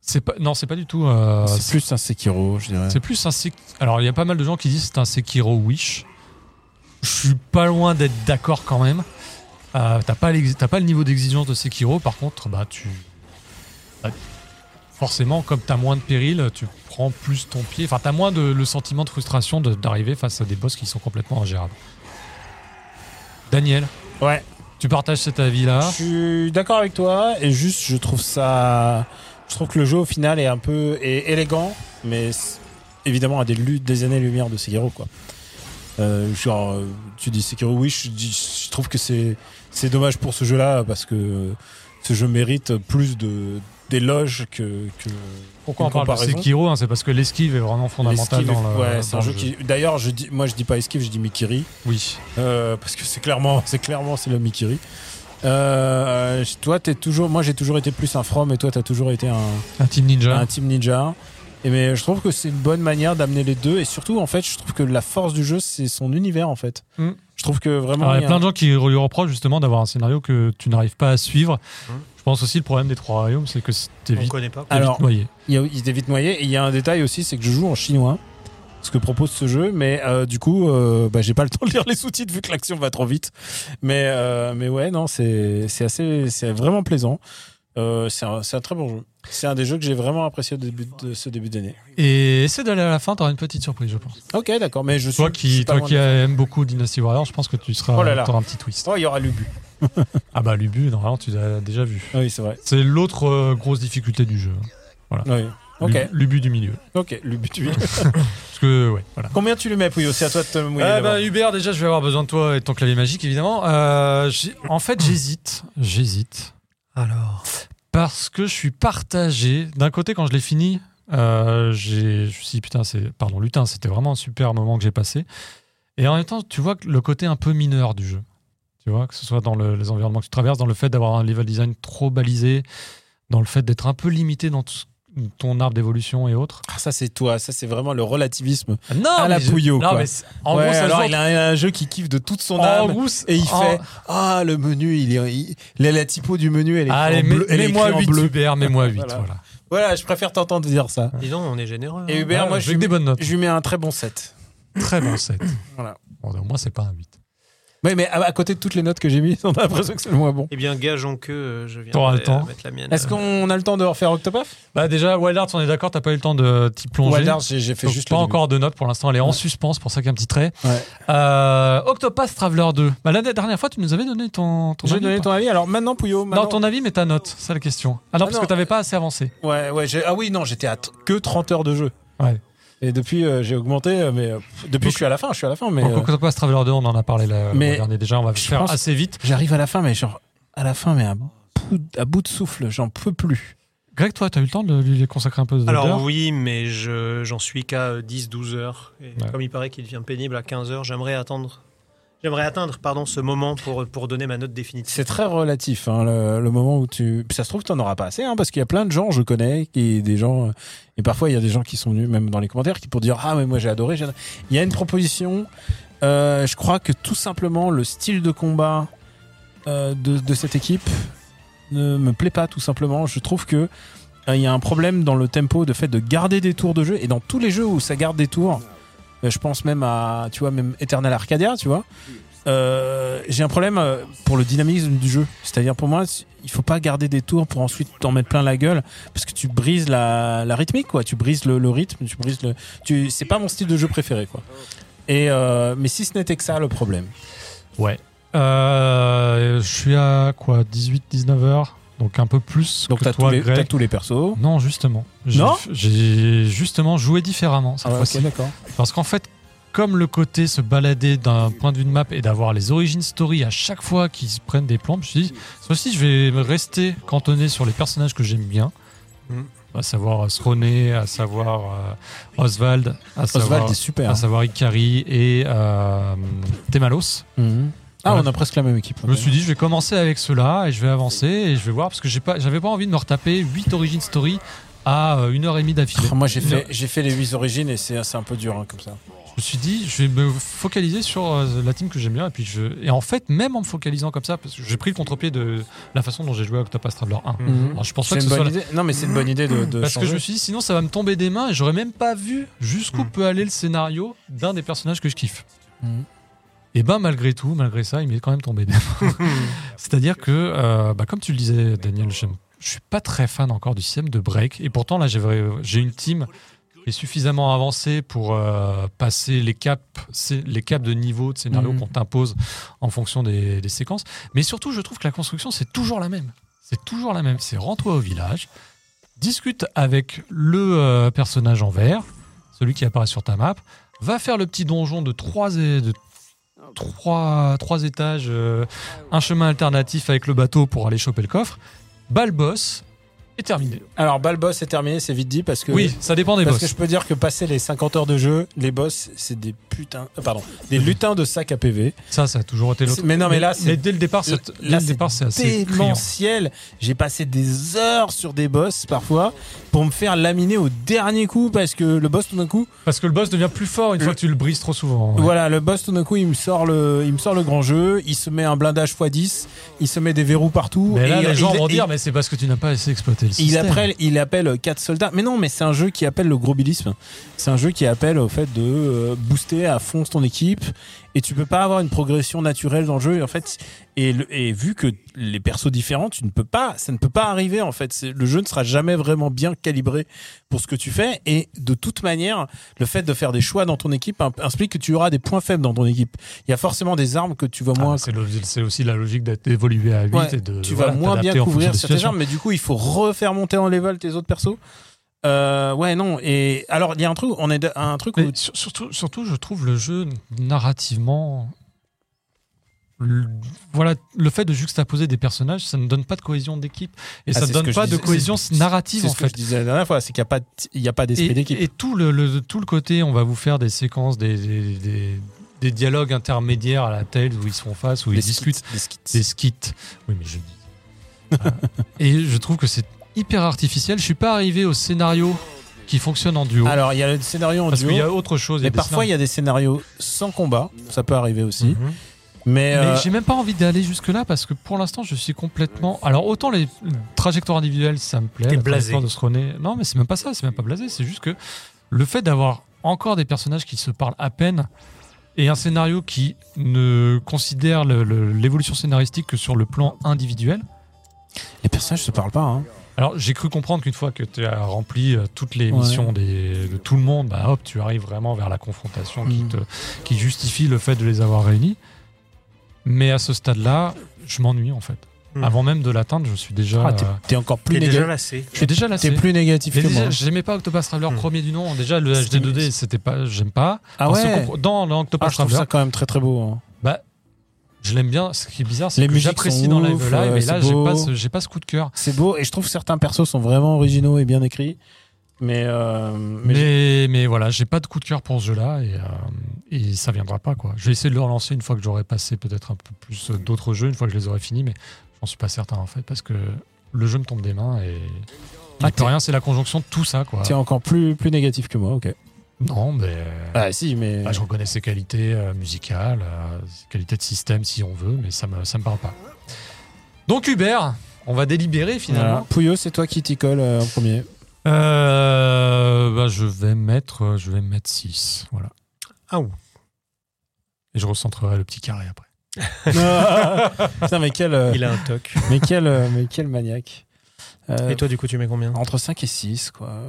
C'est pas, non, c'est pas du tout. euh,
c'est plus un Sekiro, je dirais.
C'est plus un Sek- Alors, il y a pas mal de gens qui disent que c'est un Sekiro Wish. Je suis pas loin d'être d'accord quand même. Euh, t'as pas l'exi- t'as pas le niveau d'exigence de Sekiro, par contre, bah tu. bah, forcément, comme t'as moins de péril, tu prends plus ton pied. Enfin, t'as moins de, le sentiment de frustration de- d'arriver face à des boss qui sont complètement ingérables. Daniel,
Ouais.
tu partages cet avis-là.
Je suis d'accord avec toi et juste je trouve ça je trouve que le jeu au final est un peu est élégant mais c'est- évidemment à des lu- des années lumière de Sekiro quoi. Euh, genre euh, tu dis Sekiro oui je, dis- je trouve que c'est c'est dommage pour ce jeu là parce que ce jeu mérite plus de d'éloges que, que
Pourquoi on
une
parle de
comparaison.
Sekiro hein, C'est parce que l'esquive est vraiment fondamentale
l'esquive.
dans le.
ouais, c'est
dans
un
le jeu.
jeu qui d'ailleurs je dis moi je dis pas esquive je dis Mikiri
Oui.
euh, parce que c'est clairement, (laughs) c'est clairement, c'est le Mikiri. Euh, je- toi, t'es toujours, moi j'ai toujours été plus un From et toi t'as toujours été un,
Un Team Ninja.
un Team Ninja. Et mais je trouve que c'est une bonne manière d'amener les deux et surtout en fait, je trouve que la force du jeu c'est son univers en fait.
Mm.
Je trouve que vraiment.
Alors, Ah, il y a plein
un-
de gens qui lui reprochent justement d'avoir un scénario que tu n'arrives pas à suivre.
Mhm.
Je pense aussi le problème des trois royaumes, c'est que t'es
On
vite,
connaît pas.
t'es
Alors,
vite noyé.
il, y a- il était vite noyé. Et il y a un détail aussi, c'est que je joue en chinois, ce que propose ce jeu, mais euh, du coup, euh, bah, j'ai pas le (laughs) temps de lire les sous-titres vu que l'action va trop vite. Mais, euh, mais ouais, non, c'est c'est assez, c'est vraiment plaisant. Euh, c'est un, c'est un très bon jeu. C'est un des jeux que j'ai vraiment apprécié au début de ce début d'année.
Et essaie d'aller à la fin, t'auras une petite surprise, je pense.
Ok, d'accord, mais je suis.
Toi
je
qui,
suis pas
toi
loin
qui
de-
aimes beaucoup Dynasty Warrior, je pense que tu seras,
Oh là là.
t'auras un petit twist.
Oh, il y aura l'ubu.
Ah bah Lubu, normalement, tu l'as déjà vu.
Ah Oui, c'est vrai.
C'est l'autre euh, grosse difficulté du jeu.
Oui. Ok,
Lubu, Lubu du milieu.
ok, l'ubu tu
Parce que, ouais, voilà.
Combien tu lui mets, Pouillot C'est à toi de te mouiller.
Ah
d'abord.
bah, Hubert, déjà, je vais avoir besoin de toi et de ton clavier magique, évidemment. Euh, j'ai- en fait, j'hésite. J'hésite.
Alors.
Parce que je suis partagé. D'un côté, quand je l'ai fini, euh, j'ai- je me suis dit, putain, c'est, pardon, lutin, c'était vraiment un super moment que j'ai passé. Et en même temps, tu vois que le côté un peu mineur du jeu. Tu vois, que ce soit dans le- les environnements que tu traverses, dans le fait d'avoir un level design trop balisé, dans le fait d'être un peu limité dans t- ton arbre d'évolution et autres.
Ah, ça c'est toi, ça c'est vraiment le relativisme.
Ah, Non,
À la
mais je-
Pouillot,
non,
quoi.
mais c'est- en
Ouais,
gros, ça se
alors
voit-
il a, un, il a un jeu qui kiffe de toute son
en
âme.
gros, c'est-
Et il
en-
fait Ah, le menu, il est, il- la- la typo du menu, elle est écrite
Allez,
en bleu. elle est
mets, moi
écrite en
8,
bleu.
Hubert, mets-moi 8.
Voilà.
voilà.
Voilà, je préfère t'entendre dire ça.
Disons, on est généreux.
Et
hein.
Hubert,
Ah,
moi,
je
je
veux que des
lui,
bonnes
(laughs)
notes.
je lui mets un très bon 7.
Très bon 7.
Voilà.
au moins, c'est pas un 8.
Oui, mais à, à côté de toutes les notes que j'ai mises, on a l'impression que c'est le moins bon.
Eh bien, gageons que euh, je viens
T'auras le temps.
mettre la mienne. euh.
Est-ce qu'on a le temps de refaire Octopath
Bah déjà, Wild Arts, on est d'accord, t'as pas eu le temps de t'y plonger.
Wild Arts, j'ai j'ai fait
Donc,
juste
pas
le début.
encore de note pour l'instant, elle est en
Ouais.
suspens, c'est pour ça qu'il y a un petit trait.
Ouais.
Euh, Octopath Traveler 2. Bah, la dernière fois, tu nous avais donné ton, ton
J'ai
avis. ou
donné
pas
ton avis. Alors maintenant, Pouillot,
Non, ton avis, mais ta note, c'est la question. Ah non,
Ah
parce
non.
que t'avais pas assez avancé.
Ouais, ouais, j'ai- ah oui, non, j'étais à t- que 30 heures de jeu.
Ouais.
Et depuis, euh, j'ai augmenté, euh, mais euh, pff, depuis, je suis à la fin, je suis à la fin, mais
Donc,
euh,
Octopath Traveler 2, on en a parlé la
Mais
le dernier déjà, on va
je
faire
pense-
assez vite.
j'arrive à la fin, mais genre, à la fin, mais à bout, à bout de souffle, j'en peux plus.
Greg, toi, t'as eu le temps de lui consacrer un peu de
Alors
d'heures
oui, mais je- j'en suis qu'à 10-12 heures. Et
Ouais.
Comme il paraît qu'il devient pénible à 15 heures, j'aimerais attendre. J'aimerais atteindre pardon, ce moment pour, pour donner ma note définitive.
C'est très relatif, hein, le, le moment où tu. Ça se trouve, t'en auras pas assez, hein, parce qu'il y a plein de gens, je connais, qui des gens. euh, Et parfois, il y a des gens qui sont venus, même dans les commentaires, qui pour dire Ah, mais moi j'ai adoré, j'ai adoré. Il y a une proposition. euh, je crois que tout simplement, le style de combat euh, de, de cette équipe ne me plaît pas, tout simplement. Je trouve que. euh, Il y a un problème dans le tempo, de fait de garder des tours de jeu et dans tous les jeux où ça garde des tours, euh, je pense même à, tu vois, même Eternal Arcadia, tu vois, euh, j'ai un problème euh, pour le dynamisme du jeu. C'est-à-dire pour moi, c- il faut pas garder des tours pour ensuite t'en mettre plein la gueule parce que tu brises la, la rythmique, quoi. Tu brises le, le rythme, tu brises le. Tu, c'est pas mon style de jeu préféré, quoi. Et euh, mais si ce n'était que ça le problème.
Ouais. Euh, je suis à quoi 18-19 heures, donc un peu plus
Donc
que
t'as
toi,
tous, les-
Greg.
t'as tous les persos.
Non, justement. J'ai-
Non
J'ai justement joué différemment cette
Ah ouais,
fois-ci.
ok, d'accord.
Parce qu'en fait, comme le côté se balader d'un point de vue de map et d'avoir les origines story à chaque fois qu'ils prennent des plans, je me suis dit, ça aussi, je vais me rester cantonné sur les personnages que j'aime bien.
Mm.
À savoir euh, Sroné, à savoir euh, Oswald, à savoir,
Oswald est super. hein.
à savoir Ikari et euh, Temalos.
Mhm. Ah, on a presque la même équipe.
Je me suis dit, je vais commencer avec cela et je vais avancer et je vais voir parce que j'ai pas, j'avais pas envie de me retaper 8 origines story à euh, une heure et demie d'affilée.
Moi, j'ai
fait-
fait, j'ai fait les 8 origines et c'est un peu dur hein, comme ça.
Je me suis dit, je vais me focaliser sur euh, la team que j'aime bien. Et, puis je... et en fait, même en me focalisant comme ça, parce que j'ai pris le contre-pied de la façon dont j'ai joué à Octopath Traveler 1.
Mmh.
Mhm. Alors, je pense pas
C'est
que
une
ce soit
bonne
la-
idée. Non, mais c'est une bonne idée de, de
Parce que je
changer.
me suis dit, sinon ça va me tomber des mains et j'aurais même pas vu jusqu'où peut aller le scénario d'un des personnages que je kiffe.
Mhm.
Et ben malgré tout, malgré ça, il m'est quand même tombé des mains. C'est-à-dire que, euh, bah, comme tu le disais, Daniel, je je suis pas très fan encore du système de break. Et pourtant, là, j'ai vrai- j'ai une team qui est suffisamment avancée pour euh, passer les caps, c'est- les caps de niveau de scénario
Mhm.
qu'on t'impose en fonction des- des séquences. Mais surtout, je trouve que la construction, c'est toujours la même. C'est toujours la même. C'est rends-toi au village, discute avec le euh, personnage en vert, celui qui apparaît sur ta map, va faire le petit donjon de trois, é- de trois, trois étages, euh, un chemin alternatif avec le bateau pour aller choper le coffre, bat le boss et terminé.
Alors, bas le boss est terminé, c'est vite dit parce que.
Oui, ça dépend des
Parce
boss.
que je peux dire que passer les 50 heures de jeu, les boss, c'est des putains. euh, Pardon, des
Mmh.
lutins de sacs à PV.
Ça, ça a toujours été l'autre.
Mais non, mais là, c'est-
dès le départ, c'est dès
Là,
le départ, c'est assez criant.
démentiel. J'ai passé des heures sur des boss parfois pour me faire laminer au dernier coup parce que le boss tout d'un coup,
Parce que le boss devient plus fort une fois que tu le brises trop souvent. ouais.
voilà, le boss tout d'un coup, il me sort le, il me sort le grand jeu, il se met un blindage x10, il se met des verrous partout.
Mais là,
et-
les gens
il-
vont
et-
dire, mais c'est parce que tu n'as pas assez exploité le
Il
système.
appelle, il appelle euh, quatre soldats. Mais non, mais c'est un jeu qui appelle le grobilisme. C'est un jeu qui appelle au fait de euh, booster à fond ton équipe. Et tu peux pas avoir une progression naturelle dans le jeu. Et en fait, et, le- et vu que les persos différents, tu ne peux pas, ça ne peut pas arriver en fait. C'est- Le jeu ne sera jamais vraiment bien calibré pour ce que tu fais. Et de toute manière, le fait de faire des choix dans ton équipe imp- implique que tu auras des points faibles dans ton équipe. Il y a forcément des armes que tu vas
Ah,
moins
c'est le- c'est aussi la logique d'être évolué à 8
Ouais,
et de
tu
voilà,
vas moins bien
t'adapter en fonction
couvrir
des
certaines
situations.
armes, mais du coup, il faut refaire monter en level tes autres persos. Euh, ouais, non. Et alors, il y a un truc, on est d- un truc
Mais
où
sur- surtout, surtout, je trouve le jeu narrativement. le- voilà, le fait de juxtaposer des personnages, ça ne donne pas de cohésion d'équipe et
Ah,
ça ne
c'est ce
donne
que
pas
je
de
disais.
cohésion
C'est-
narrative
c'est
en
ce que je
fait.
disais la dernière fois, c'est qu'il n'y a pas, de- il y a pas d'esprit d'équipe.
Et, et tout le, le- tout le côté, on va vous faire des séquences, des, des, des- des dialogues intermédiaires à la telle où ils se font face, où
Des
ils discutent.
skits, des skits.
des skits. Oui, mais je dis. Voilà. et je trouve que c'est hyper artificiel. Je suis pas arrivé au scénario qui fonctionne en duo.
Alors, il y a le scénario Ah, en
parce qu'il y
duo.
a autre chose. il y a
Mais
des
parfois, il y a des scénarios sans combat. Ça peut arriver aussi.
Mhm.
Mais
Mais, euh,
j'ai même pas envie d'aller jusque-là parce que pour l'instant, je suis complètement. Alors, autant les trajectoires individuelles, ça me plaît.
T'es
la
blasé.
trajectoire De se rené- Non, mais c'est même pas ça, c'est même pas blasé. C'est juste que le fait d'avoir encore des personnages qui se parlent à peine et un scénario qui ne considère le- le- l'évolution scénaristique que sur le plan individuel.
les personnages se parlent pas. hein.
Alors, j'ai cru comprendre qu'une fois que tu as rempli euh, toutes les
Ouais.
missions des- de tout le monde, bah, hop, tu arrives vraiment vers la confrontation qui,
Mhm.
te, qui justifie le fait de les avoir réunis. Mais à ce stade-là, je m'ennuie en fait.
Mhm.
Avant même de l'atteindre, je suis déjà.
Ah, t'es-
euh,
t'es encore plus
T'es déjà
négatif.
lassé.
je suis déjà là.
T'es plus négatif que moi.
J'aimais pas Octopus Traveler
Mhm.
premier du nom. Déjà, le
C'était-
HD2D, c'était pas. J'aime pas.
Ah
Parce que
ouais.
compre- Dans dans Octopus
Ah, je trouve
Traveler,
ça quand même très très beau. hein.
je l'aime bien. Ce qui est bizarre, c'est
Les
que
musiques
j'apprécie
sont
dans
ouf,
Live Live,
euh,
et
c'est
là, j'ai
beau.
pas, ce- j'ai pas ce coup de cœur.
C'est beau et je trouve que certains persos sont vraiment originaux et bien écrits. Mais, euh, mais,
Mais, mais voilà, j'ai pas de coup de cœur pour ce jeu-là et, euh, et ça viendra pas. quoi. Je vais essayer de le relancer une fois que j'aurai passé peut-être un peu plus euh, d'autres jeux, une fois que je les aurai finis, mais j'en suis pas certain en fait parce que le jeu me tombe des mains et.
Ah,
Ah,
t'es-
rien, c'est la conjonction de tout ça quoi.
Ah. t'es encore plus, plus négatif que moi, ok.
Non, mais. euh,
Ah si, mais...
bah, je reconnais ses qualités euh, musicales, euh, ses qualités de système si on veut, mais ça me, ça me parle pas. Donc Hubert, on va délibérer finalement.
Voilà. Pouillot, c'est toi qui t'y colle euh, en
(laughs)
premier. (laughs)
Euh, bah, je vais mettre euh, je vais mettre 6. Voilà.
Ah ouh.
Et je recentrerai le petit carré après.
Putain, mais quel, euh,
Il a un toc.
mais quel, euh, mais quel maniaque. Euh,
Et toi, du coup, tu mets combien
entre 5 et 6, quoi.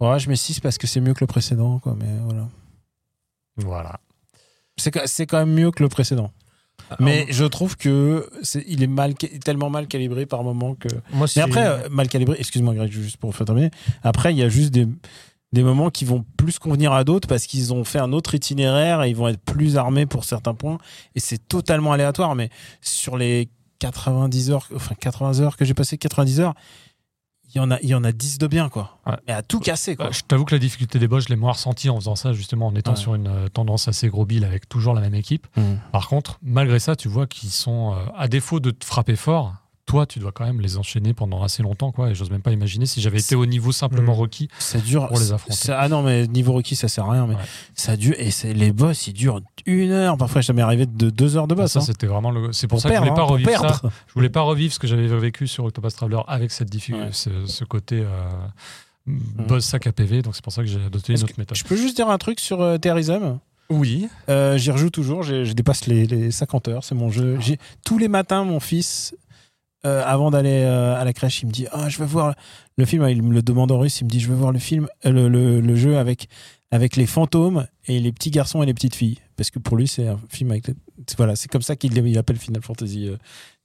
Ouais, je mets 6 parce que c'est mieux que le précédent, quoi, mais voilà.
Voilà.
C'est que- C'est quand même mieux que le précédent.
Ah,
Mais je trouve que c'est il est mal, ca- tellement mal calibré par moment que...
moi, c'est-
Mais après, euh, mal calibré, excuse-moi Greg, juste pour faire terminer, après, il y a juste des, des moments qui vont plus convenir à d'autres parce qu'ils ont fait un autre itinéraire et ils vont être plus armés pour certains points. Et c'est totalement aléatoire, mais sur les 90 heures, enfin 80 heures que j'ai passé, 90 heures, il y en a, il y en a 10 de bien, quoi.
Ouais.
Mais à tout casser, quoi.
Bah, je t'avoue que la difficulté des boss, je l'ai moins ressentie en faisant ça, justement, en étant
Ouais.
sur une euh, tendance assez gros bill avec toujours la même équipe.
Mm.
Par contre, malgré ça, tu vois qu'ils sont, euh, à défaut de te frapper fort, toi, tu dois quand même les enchaîner pendant assez longtemps, quoi. Et j'ose même pas imaginer si j'avais été au niveau simplement
Mm.
requis.
C'est dur.
Pour les
c'est-
affronter.
c'est- ah non, mais niveau requis, ça sert à rien. Mais
Ouais.
ça dure. Et c'est- les boss, ils durent une heure. Parfois, ça m'est arrivé de deux heures de boss.
Ah, ça,
hein.
c'était vraiment le. C'est pour,
Pour
ça que je
perdre,
voulais pas
hein, pour
revivre ça.
perdre.
Je voulais pas revivre ce que j'avais vécu sur Octopus Traveler avec cette difficulté,
Ouais. Mmh.
ce, ce côté euh, boss sac à PV. Donc c'est pour ça que j'ai adopté une
Est-ce
autre
que-
méthode.
je peux juste dire un truc sur euh, Terrorism
Oui.
Euh, J'y rejoue toujours, j'ai- je dépasse les, les 50 heures, c'est mon jeu. J'ai- Tous les matins, mon fils, euh, avant d'aller euh, à la crèche, il me dit Ah, Je veux voir le film. Il me le demande en russe, il me dit Je veux voir le film, euh, le, le- le jeu avec, avec les fantômes et les petits garçons et les petites filles. Parce que pour lui, c'est un film avec. les- c'est- Voilà, c'est comme ça qu'il il appelle Final Fantasy euh,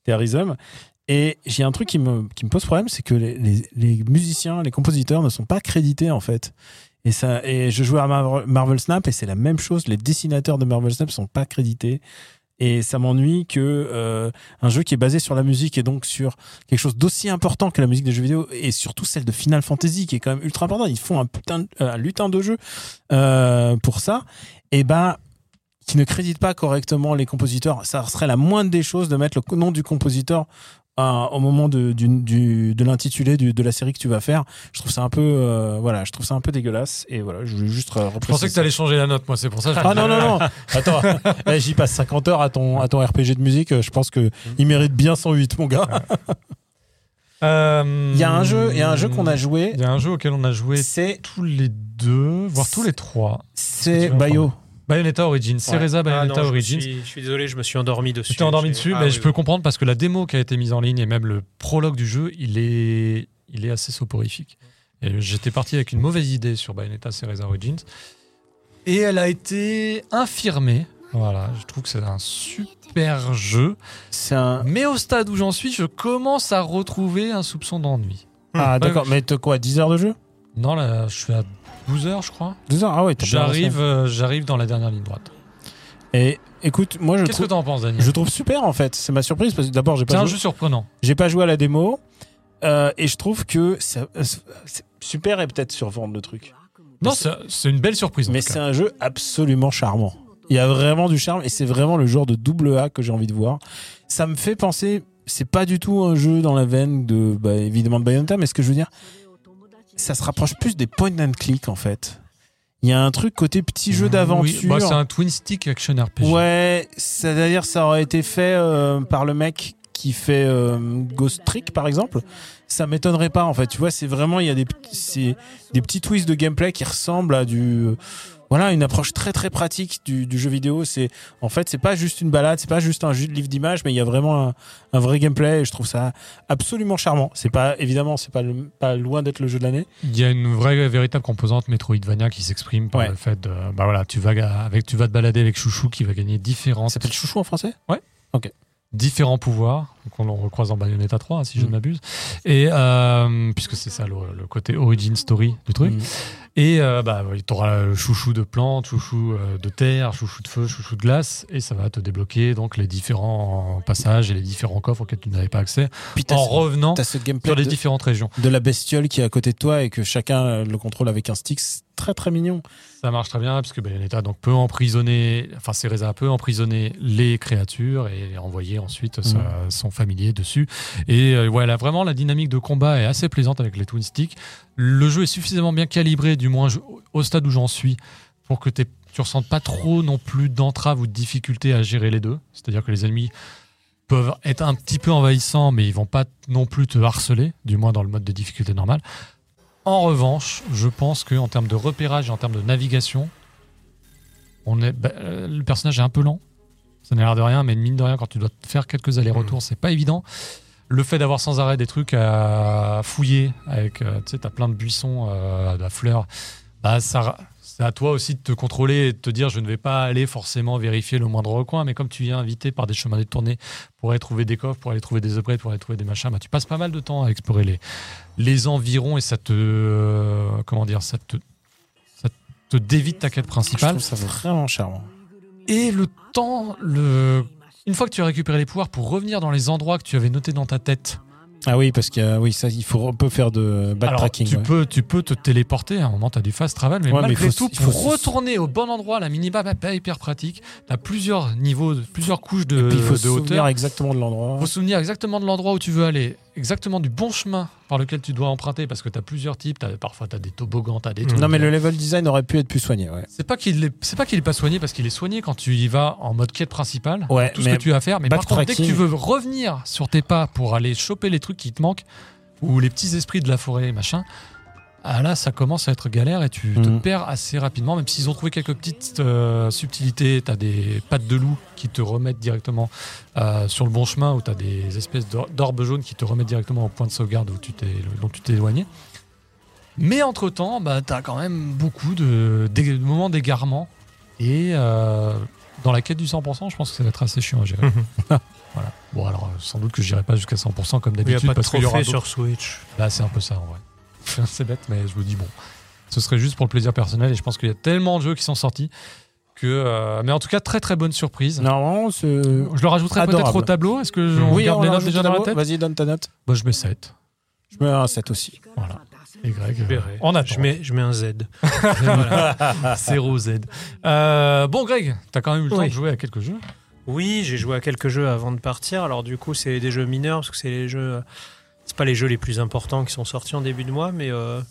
Terrorism. Et j'ai un truc qui me, qui me pose problème, c'est que les, les- les musiciens, les compositeurs ne sont pas crédités en fait. Et, ça, et je jouais à Mar- Marvel Snap et c'est la même chose. Les dessinateurs de Marvel Snap sont pas crédités. Et ça m'ennuie que euh, un jeu qui est basé sur la musique et donc sur quelque chose d'aussi important que la musique des jeux vidéo et surtout celle de Final Fantasy qui est quand même ultra importante. Ils font un putain, de- euh, un lutin de jeu euh, pour ça. Et ben qui ne crédite pas correctement les compositeurs, ça serait la moindre des choses de mettre le nom du compositeur euh, au moment de, du- du- de l'intitulé du- de la série que tu vas faire je trouve ça un peu euh, voilà je trouve ça un peu dégueulasse et voilà je voulais juste euh,
Je pensais que
repréciser
tu allais changer la note, moi, c'est pour ça. que je
ah
me
non
disais,
non non (laughs) attends eh, j'y passe 50 heures à ton à ton RPG de musique euh, je pense que il mérite bien 108 mon
Mm.
gars
Euh, hmm.
il y a un jeu il y a un jeu qu'on a joué
Mm. Il y a un jeu auquel on a joué
c'est
tous les deux, voire tous les trois.
c'est Bayo
Bayonetta Origin, Cereza
Ah non,
Bayonetta
je me
Origin.
suis- Je suis désolé, je me suis endormi dessus.
Je t'ai endormi
J'ai-
dessus,
Ah
mais
oui,
je
oui.
peux comprendre parce que la démo qui a été mise en ligne et même le prologue du jeu, il est, il est assez soporifique. Et j'étais parti avec une mauvaise idée sur Bayonetta Cereza Origins. Et elle a été infirmée. Voilà, je trouve que c'est un super jeu.
c'est un
Mais au stade où j'en suis, je commence à retrouver un soupçon d'ennui.
ah d'accord mais t'as quoi 10 heures de jeu
Non, là, je suis à 12 heures, je crois.
12 heures ah ouais t'as bien
J'arrive euh, j'arrive dans la dernière ligne droite.
lancé. et écoute moi je
Qu'est-ce que
trouve
t'en penses, Daniel
je trouve super en fait c'est ma surprise parce que d'abord j'ai
C'est
pas
un
joué-
jeu surprenant.
J'ai pas joué à la démo. euh, et je trouve que ça- c'est super et peut-être survendre le truc.
Non, c'est c'est une belle surprise. en
Mais
tout cas.
c'est un jeu absolument charmant. Il y a vraiment du charme et c'est vraiment le genre de double A que j'ai envie de voir. Ça me fait penser, c'est pas du tout un jeu dans la veine de, bah, évidemment de Bayonetta, mais ce que je veux dire, ça se rapproche plus des point and click en fait. Il y a un truc côté petit jeu
Oui,
d'aventure.
bah, c'est un twin stick action RPG.
Ouais, c'est-à-dire ça aurait été fait euh, par le mec qui fait euh, Ghost Trick par exemple. Ça m'étonnerait pas en fait. Tu vois, c'est vraiment il y a des petits- c'est des petits twists de gameplay qui ressemblent à du voilà une approche très très pratique du, du jeu vidéo. C'est en fait c'est pas juste une balade, c'est pas juste un jeu de livre d'images, mais il y a vraiment un, un vrai gameplay. Et je trouve ça absolument charmant. C'est pas évidemment c'est pas le- pas loin d'être le jeu de l'année.
Il y a une vraie véritable composante Metroidvania qui s'exprime par
Ouais.
le fait de bah voilà, tu vas ga- avec tu vas te balader avec Chouchou qui va gagner différents
Ça s'appelle Chouchou en français.
différents pouvoirs qu'on en recroise en Bayonetta 3 hein, si je
Mm.
ne m'abuse et euh, puisque c'est ça le, le côté origin story du truc
Mm.
et euh, bah tu auras chouchou de plantes, chouchou euh, de terre, chouchou de feu, chouchou de glace et ça va te débloquer donc les différents passages et les différents coffres auxquels tu n'avais pas accès
Puis t'as
en
ce-
revenant
t'as ce gameplay
sur les
de-
différentes régions.
de la bestiole qui est à côté de toi et que chacun euh, le contrôle avec un stick, c'est très très mignon.
Ça marche très bien, puisque Bayonetta donc, peut emprisonner, enfin Cereza peut emprisonner les créatures et les envoyer ensuite euh, sa- son familier dessus. Et euh, voilà, vraiment la dynamique de combat est assez plaisante avec les Twin Sticks. Le jeu est suffisamment bien calibré, du moins je- au stade où j'en suis, pour que t'aies- tu ressentes pas trop non plus d'entrave ou de difficulté à gérer les deux. C'est-à-dire que les ennemis peuvent être un petit peu envahissants, mais ils vont pas non plus te harceler, du moins dans le mode de difficulté normal. En revanche, je pense que en termes de repérage et en termes de navigation, on est, bah, euh, le personnage est un peu lent. Ça n'a l'air de rien, mais mine de rien, quand tu dois faire quelques allers-retours, c'est pas évident. Le fait d'avoir sans arrêt des trucs à fouiller, avec, euh, tu sais, t'as plein de buissons, euh, de la fleur, bah, ça, ra- c'est à toi aussi de te contrôler et de te dire je ne vais pas aller forcément vérifier le moindre recoin, mais comme tu es invité par des chemins détournés pour aller trouver des coffres, pour aller trouver des objets, pour aller trouver des machins, bah, tu passes pas mal de temps à explorer les, les environs et ça te. euh, comment dire ça te, te dévite ta quête
Je
principale.
trouve ça vraiment charmant.
Et le temps, le... une fois que tu as récupéré les pouvoirs, pour revenir dans les endroits que tu avais notés dans ta tête,
Ah oui, parce que euh, oui, ça, il faut, on peut faire de
alors
backtracking.
tu,
ouais.
peux, tu peux te téléporter, à un moment tu as du fast travel, mais
Ouais, mais
malgré
il faut-
tout,
il faut
pour
se-
retourner au bon endroit, la minimap n'est pas hyper pratique, tu as plusieurs niveaux, plusieurs couches de,
Et puis, il faut
euh, de
se
hauteur.
souvenir exactement de l'endroit.
faut se souvenir exactement de l'endroit où tu veux aller, exactement du bon chemin par lequel tu dois emprunter, parce que tu as plusieurs types, t'as- parfois tu as des toboggans, tu as des trucs.
Non, mais le level design aurait pu être plus soigné. Ouais,
C'est pas qu'il est, c'est pas qu'il est pas soigné parce qu'il est soigné quand tu y vas en mode quête principale.
ouais
Tout ce que tu as à faire, mais par contre, dès que tu
backtracking.
veux revenir sur tes pas pour aller choper les trucs qui te manquent ou les petits esprits de la forêt, machin, ah là, ça commence à être galère et tu te
Mhm.
perds assez rapidement. Même s'ils ont trouvé quelques petites euh, subtilités, t'as des pattes de loup qui te remettent directement euh, sur le bon chemin ou t'as des espèces d'or- d'orbes jaunes qui te remettent directement au point de sauvegarde où tu t'es, dont tu t'es éloigné. Mais entre-temps, bah, tu as quand même beaucoup de, d'é- de moments d'égarement. Et euh, dans la quête du 100%, je pense que ça va être assez chiant à
(laughs)
gérer. voilà. Bon, alors, euh, sans doute que je n'irai pas jusqu'à 100% comme
Il n'y a
d'habitude.
pas de
parce qu'il y aura
trophée
d'autres-
sur Switch.
Bah, c'est un peu ça, en vrai. (laughs) c'est bête, mais je vous dis, bon, ce serait juste pour le plaisir personnel. Et je pense qu'il y a tellement de jeux qui sont sortis que. euh, mais en tout cas, très très bonne surprise.
Non, ce...
Je le rajouterai peut-être
Adorable.
au tableau. Est-ce que je
Oui,
regarde
on
les
l'a
notes déjà dans ma
rajouté
tête
Vas-y, donne ta note.
Bah, Je mets 7.
Je mets un 7 aussi.
Voilà. Et Greg,
Je
euh,
verrai.
en attend.
Je mets, je mets un (laughs) Z.
Ah.
(laughs) Voilà. 0Z. Euh, bon, Greg, t'as quand même eu le temps
Oui.
de jouer à quelques jeux.
Oui, j'ai joué à quelques jeux avant de partir. Alors du coup, c'est des jeux mineurs parce que c'est les jeux, c'est pas les jeux les plus importants qui sont sortis en début de mois, mais euh,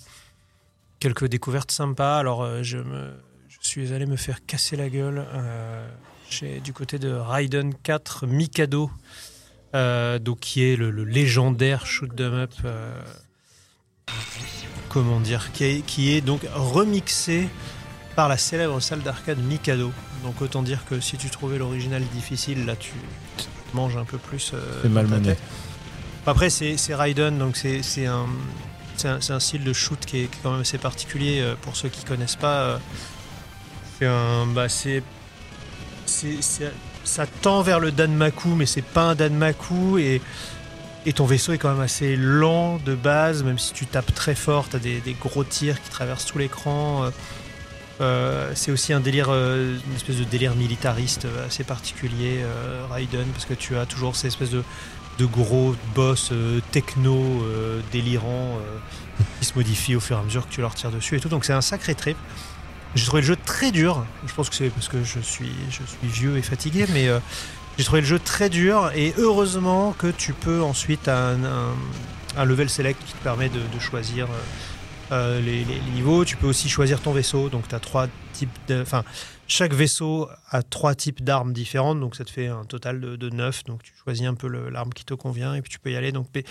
quelques découvertes sympas. Alors euh, je me, je suis allé me faire casser la gueule euh, chez du côté de Raiden 4 Mikado, euh, donc qui est le, le légendaire shoot 'em up. euh, comment dire, qui est, qui est donc remixé par la célèbre salle d'arcade Mikado. Donc autant dire que si tu trouvais l'original difficile, là tu te manges un peu plus. euh,
C'est
dans ta
malmené.
tête. Bah, Après c'est c'est Raiden, donc c'est c'est un, c'est un, c'est un style de shoot qui est, qui est quand même assez particulier euh, pour ceux qui connaissent pas. euh, C'est un, bah c'est c'est- c'est- ça tend vers le Danmaku, mais c'est pas un Danmaku et et ton vaisseau est quand même assez lent de base, même si tu tapes très fort, t'as des, des gros tirs qui traversent tout l'écran. Euh, euh, c'est aussi un délire, euh, une espèce de délire militariste euh, assez particulier, euh, Raiden, parce que tu as toujours ces espèces de, de gros boss euh, techno euh, délirants euh, qui se modifient au fur et à mesure que tu leur tires dessus et tout. Donc c'est un sacré trip. J'ai trouvé le jeu très dur. Je pense que c'est parce que je suis, je suis vieux et fatigué, mais euh, j'ai trouvé le jeu très dur et heureusement que tu peux ensuite à un, un- un level select qui te permet de, de choisir euh, euh, les, les- les niveaux. Tu peux aussi choisir ton vaisseau, donc tu as trois types de. Enfin, chaque vaisseau a trois types d'armes différentes, donc ça te fait un total de, de neuf. Donc tu choisis un peu le- l'arme qui te convient et puis tu peux y aller. Donc, mais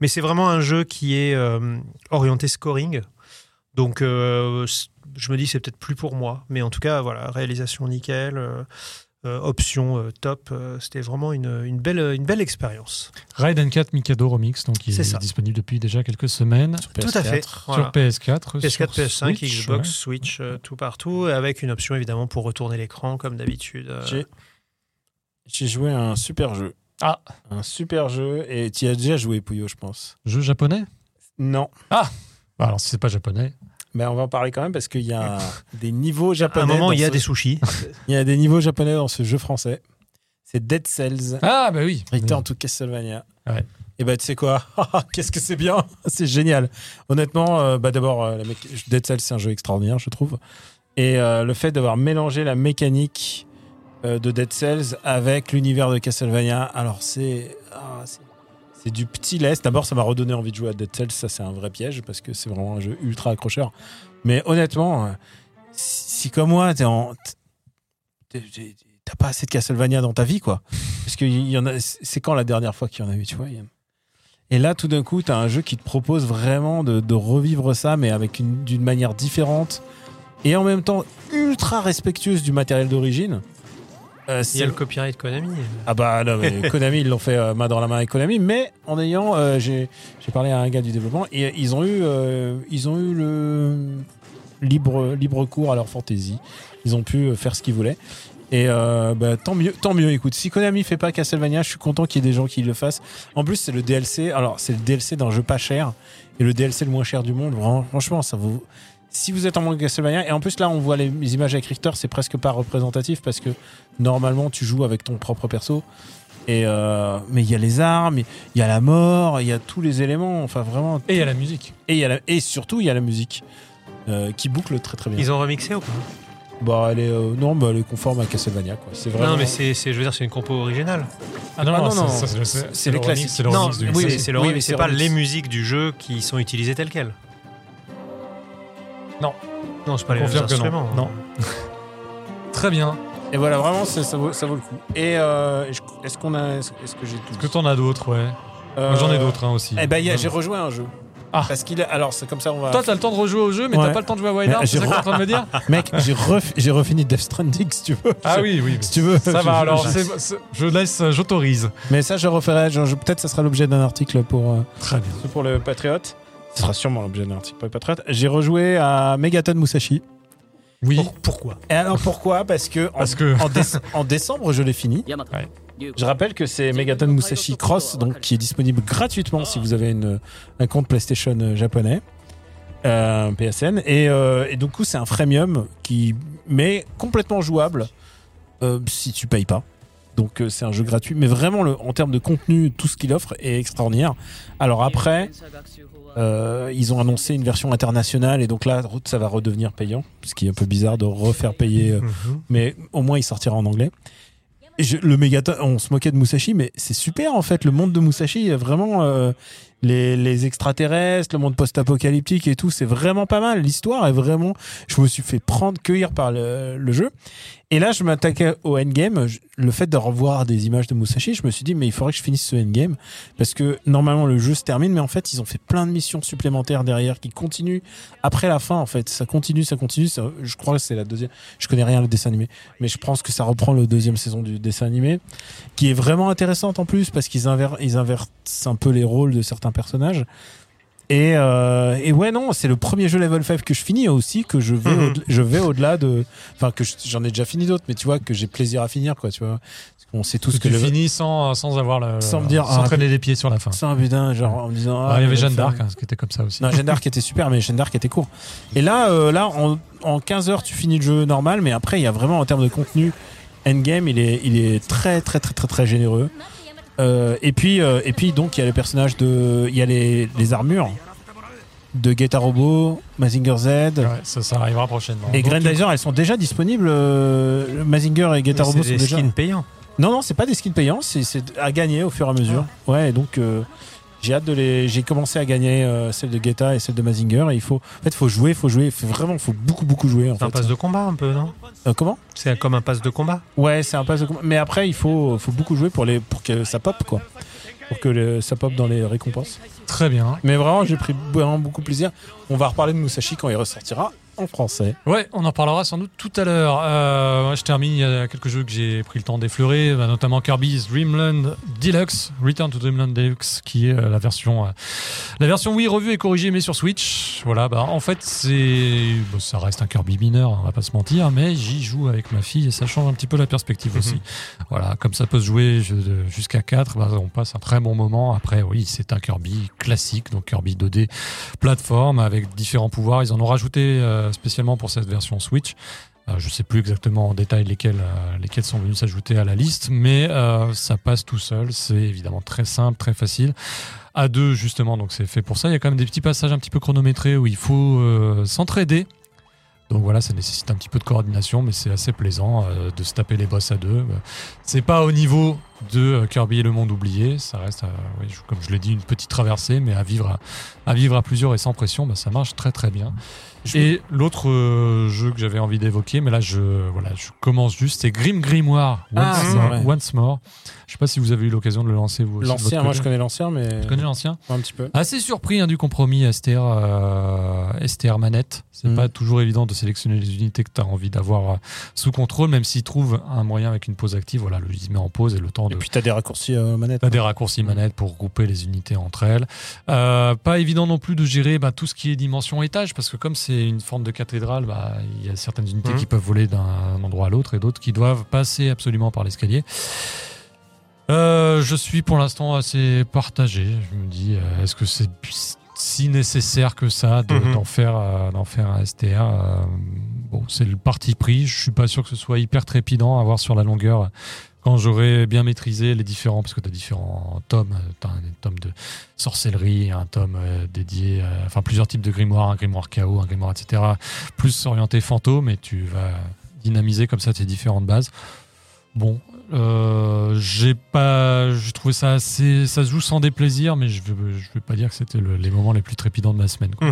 mais c'est vraiment un jeu qui est euh, orienté scoring. Donc euh, c- je me dis c'est peut-être plus pour moi, mais en tout cas voilà réalisation nickel. euh, euh, option euh, top. euh, C'était vraiment une, une belle, une belle expérience.
Raiden 4 Mikado Remix, donc il
C'est
est,
ça.
disponible depuis déjà quelques semaines
Tout à fait.
sur
Voilà.
PS4.
PS4,
sur
PS5,
Switch,
Xbox,
ouais.
Switch, euh, tout partout, et avec une option évidemment pour retourner l'écran comme d'habitude. euh,
J'ai- J'ai joué à un super jeu.
Ah.
Un super jeu. Et tu y as déjà joué, Pouillot, je pense.
Jeu japonais
Non.
Bah, Alors, si c'est pas japonais,
Mais on va en parler quand même parce qu'il y a des niveaux
À
japonais.
un moment,
dans
il y a
ce-
des sushis.
il y a des niveaux japonais dans ce jeu français. C'est Dead Cells.
Ah bah oui.
Il était en tout Castlevania.
Ouais.
Et bah tu sais quoi (laughs) Qu'est-ce que c'est bien (laughs) C'est génial. Honnêtement, euh, bah d'abord, euh, la mé- Dead Cells c'est un jeu extraordinaire, je trouve. Et euh, le fait d'avoir mélangé la mécanique euh, de Dead Cells avec l'univers de Castlevania, alors c'est ah, c'est- c'est du petit lest. D'abord, ça m'a redonné envie de jouer à Dead Cells. Ça, c'est un vrai piège parce que c'est vraiment un jeu ultra accrocheur. Mais honnêtement, euh, si si comme moi, t'es en t'es- t'es- t'as pas assez de Castlevania dans ta vie, quoi. Parce que il y en a, c'est quand la dernière fois qu'il y en a eu, tu vois Yann Et là, tout d'un coup, tu as un jeu qui te propose vraiment de, de revivre ça, mais avec une, d'une manière différente et en même temps ultra respectueuse du matériel d'origine. Euh,
Il y
c'est-
a le copyright Konami.
ah bah non, mais Konami, ils l'ont fait euh, main dans la main avec Konami, mais en ayant, euh, j'ai j'ai parlé à un gars du développement, et ils ont eu, euh, ils ont eu le libre, libre cours à leur fantaisie. Ils ont pu euh, faire ce qu'ils voulaient. Et euh, bah, tant mieux, tant mieux. Écoute, si Konami fait pas Castlevania, je suis content qu'il y ait des gens qui le fassent. En plus, c'est le DLC. Alors, c'est le DLC d'un jeu pas cher et le DLC le moins cher du monde. Vraiment, Franchement, ça vaut. c'est- si vous êtes en mode Castlevania, et en plus là on voit les, les images avec Richter, c'est presque pas représentatif parce que normalement tu joues avec ton propre perso. Et euh, mais il y a les armes, il y a la mort, il y a tous les éléments, enfin vraiment.
Et il y a la musique.
Et, il y a la- et surtout il y a la musique euh, qui boucle très très bien.
Ils ont remixé ou pas
Bah, elle est, euh, non, bah, elle est conforme à Castlevania quoi. C'est vraiment.
Non, mais c'est, c'est- je veux dire, c'est une compo originale.
Ah non,
Ah non,
non,
non,
ça, ça,
c'est-
c'est
c'est
le
les
remix,
classiques.
C'est le
non,
remix du
oui,
jeu.
mais c'est, le
oui,
remix,
mais
c'est
c'est
pas
remix.
les musiques du jeu qui sont utilisées telles quelles.
Non.
Non, c'est pas les mêmes
Confirme que non.
instruments. hein.
Non. Très bien.
Et voilà, vraiment, ça, ça vaut, ça vaut le coup. Et euh, je- est-ce qu'on a, est-ce est-ce que j'ai tout
Est-ce que t'en as d'autres, ouais Moi, J'en ai
Euh,
d'autres hein, aussi.
Eh ben, il y a-
Non.
j'ai rejoué un jeu.
Ah.
Parce qu'il, a- alors c'est comme ça, on va.
Toi, t'as le temps de rejouer au jeu, mais
Ouais.
t'as pas le temps de jouer à Wild
Mais
Arms, c'est
j'ai
ça que t'es en train de me dire
(laughs) Mec, j'ai, ref- j'ai refini Death Stranding si tu veux.
Ah oui, oui.
Si tu veux.
Ça
Je-
va, alors,
je-
c'est- c'est- je laisse, euh, j'autorise.
Mais ça, je referai. je- je- peut-être ça sera l'objet d'un article pour, euh,
Très bien.
pour le Patriote. Ce sera sûrement l'objet d'un article pour le Patriote. J'ai rejoué à Megaton Musashi.
Oui.
Pour- pourquoi
Et alors pourquoi Parce que, en,
Parce que-
en, déce- en décembre, je l'ai fini.
Ouais.
Je rappelle que c'est Megaton Musashi Cross, donc qui est disponible gratuitement si vous avez une, un compte PlayStation euh, japonais, euh, PSN. Et, euh, et du coup, c'est un freemium qui mais complètement jouable euh, si tu payes pas. Donc euh, c'est un jeu gratuit, mais vraiment le, en termes de contenu, tout ce qu'il offre est extraordinaire. Alors après, euh, ils ont annoncé une version internationale et donc là, ça va redevenir payant, ce qui est un peu bizarre de refaire payer.
(laughs) Mhm.
euh, mais au moins il sortira en anglais. Et je- le Megaton, on se moquait de Musashi, mais c'est super en fait. Le monde de Musashi, euh, vraiment, euh, les, les extraterrestres, le monde post-apocalyptique et tout, c'est vraiment pas mal. L'histoire est vraiment. Je me suis fait prendre, cueillir par le, le jeu. Et là, je m'attaquais au endgame. Je- Le fait de revoir des images de Musashi, je me suis dit, mais il faudrait que je finisse ce endgame. Parce que normalement, le jeu se termine, mais en fait, ils ont fait plein de missions supplémentaires derrière qui continuent après la fin en fait. Ça continue, ça continue. ça- je crois que c'est la deuxième. Je connais rien le dessin animé mais je pense que ça reprend le deuxième saison du dessin animé, qui est vraiment intéressante en plus parce qu'ils inver- ils inversent un peu les rôles de certains personnages. Et, euh, et ouais non, c'est le premier jeu level 5 que je finis aussi que je vais
Mhm.
au- je vais au-delà de enfin que je- j'en ai déjà fini d'autres mais tu vois que j'ai plaisir à finir quoi, tu vois. Parce qu'on sait tous
Parce
que
que tu
le
finis sans, euh, sans avoir le.
Sans me dire,
Sans
ah,
traîner les pieds sur la fin.
ça putain genre en me disant
Ah, il y avait
level
Jeanne
5.
d'Arc, hein, ce qui était comme ça aussi.
Non, Jeanne d'Arc était super, mais Jeanne d'Arc était court. Et là, euh, là en, en 15 heures, tu finis le jeu normal, mais après, il y a vraiment en termes de contenu, Endgame, il est, il est très, très, très, très, très généreux. Euh, et puis, euh, et puis, donc, il y a les personnages de, il y a les, les armures de Guetta Robo, Mazinger Z.
Ouais, ça, ça arrivera prochainement.
Et
Donc,
Grandizer, elles sont déjà disponibles. euh, Mazinger et Guetta Robo
C'est
sont
des
déjà.
skins payants.
Non, non, c'est pas des skins payants, c'est- c'est à gagner au fur et à mesure. Ouais, et donc euh, j'ai hâte de les. J'ai commencé à gagner euh, celle de Guetta et celle de Mazinger. Et il faut, en fait, faut jouer, faut jouer, faut vraiment, faut beaucoup, beaucoup jouer. En
C'est un
fait.
pass de combat un peu, non
Euh, comment
C'est comme un pass de combat.
Ouais, c'est un pass de. com- Mais après, il faut, faut beaucoup jouer pour les, pour que ça pop quoi, pour que le- ça pop dans les récompenses.
Très bien.
Mais vraiment, j'ai pris vraiment beaucoup plaisir. On va reparler de Musashi quand il ressortira en français.
Ouais, on en parlera sans doute tout à l'heure. Euh, moi, je termine, il y a quelques jeux que j'ai pris le temps d'effleurer, bah, notamment Kirby's Dreamland Deluxe, Return to Dreamland Deluxe, qui est euh, la version, euh, la version oui revue et corrigée mais sur Switch. Voilà, bah en fait c'est, bon, ça reste un Kirby mineur, hein, on va pas se mentir, mais j'y joue avec ma fille et ça change un petit peu la perspective aussi. Voilà, comme ça peut se jouer je- de- jusqu'à 4, bah, on passe un très bon moment. Après, oui, c'est un Kirby classique, donc Kirby 2D plateforme avec différents pouvoirs. Ils en ont rajouté euh, spécialement pour cette version Switch. Euh, je ne sais plus exactement en détail lesquels, euh, lesquels sont venus s'ajouter à la liste, mais euh, ça passe tout seul. C'est évidemment très simple, très facile. À deux, justement, donc c'est fait pour ça. Il y a quand même des petits passages un petit peu chronométrés où il faut euh, s'entraider. Donc voilà, ça nécessite un petit peu de coordination, mais c'est assez plaisant euh, de se taper les boss à deux. Euh, C'est pas au niveau de euh, Kirby et le monde oublié, ça reste, euh, oui, je- comme je l'ai dit, une petite traversée, mais à vivre à, à vivre à plusieurs et sans pression, bah, ça marche très très bien.
Je-
Et l'autre euh, jeu que j'avais envie d'évoquer, mais là je, voilà, je commence juste, c'est Grim Grimoire Once,
Ah,
more,
ouais.
Once More. Je sais pas si vous avez eu l'occasion de le lancer vous aussi. de votre
L'ancien, moi
côté.
je connais l'ancien, mais
Tu connais l'ancien
un petit peu.
Assez surpris hein, du compromis STR, euh, STR manette. C'est
Mm.
pas toujours évident de sélectionner les unités que tu as envie d'avoir euh, sous contrôle, même s'il trouve un moyen avec une pause active. Voilà, le, il met en pause et le temps
Et
de.
puis t'as des raccourcis euh, manettes.
T'as des raccourcis
Mm.
manettes pour grouper les unités entre elles. Euh, pas évident non plus de gérer bah, tout ce qui est dimension étage, parce que comme c'est une forme de cathédrale, bah, il y a certaines unités
Mm.
qui peuvent voler d'un endroit à l'autre et d'autres qui doivent passer absolument par l'escalier. Euh, je suis pour l'instant assez partagé. Je me dis, euh, est-ce que c'est si nécessaire que ça de-
Mhm.
d'en faire, euh, d'en faire un ST1. euh, bon, c'est le parti pris. Je suis pas sûr que ce soit hyper trépidant à voir sur la longueur quand j'aurai bien maîtrisé les différents, parce que tu as différents tomes. Tu as un tome de sorcellerie, un tome euh, dédié, euh, enfin plusieurs types de grimoire, un grimoire chaos, un grimoire, etc. Plus orienté fantôme et tu vas dynamiser comme ça tes différentes bases. Bon, euh, j'ai pas, je trouvais ça assez, ça se joue sans déplaisir, mais je veux, je veux pas dire que c'était le- les moments les plus trépidants de ma semaine. quoi.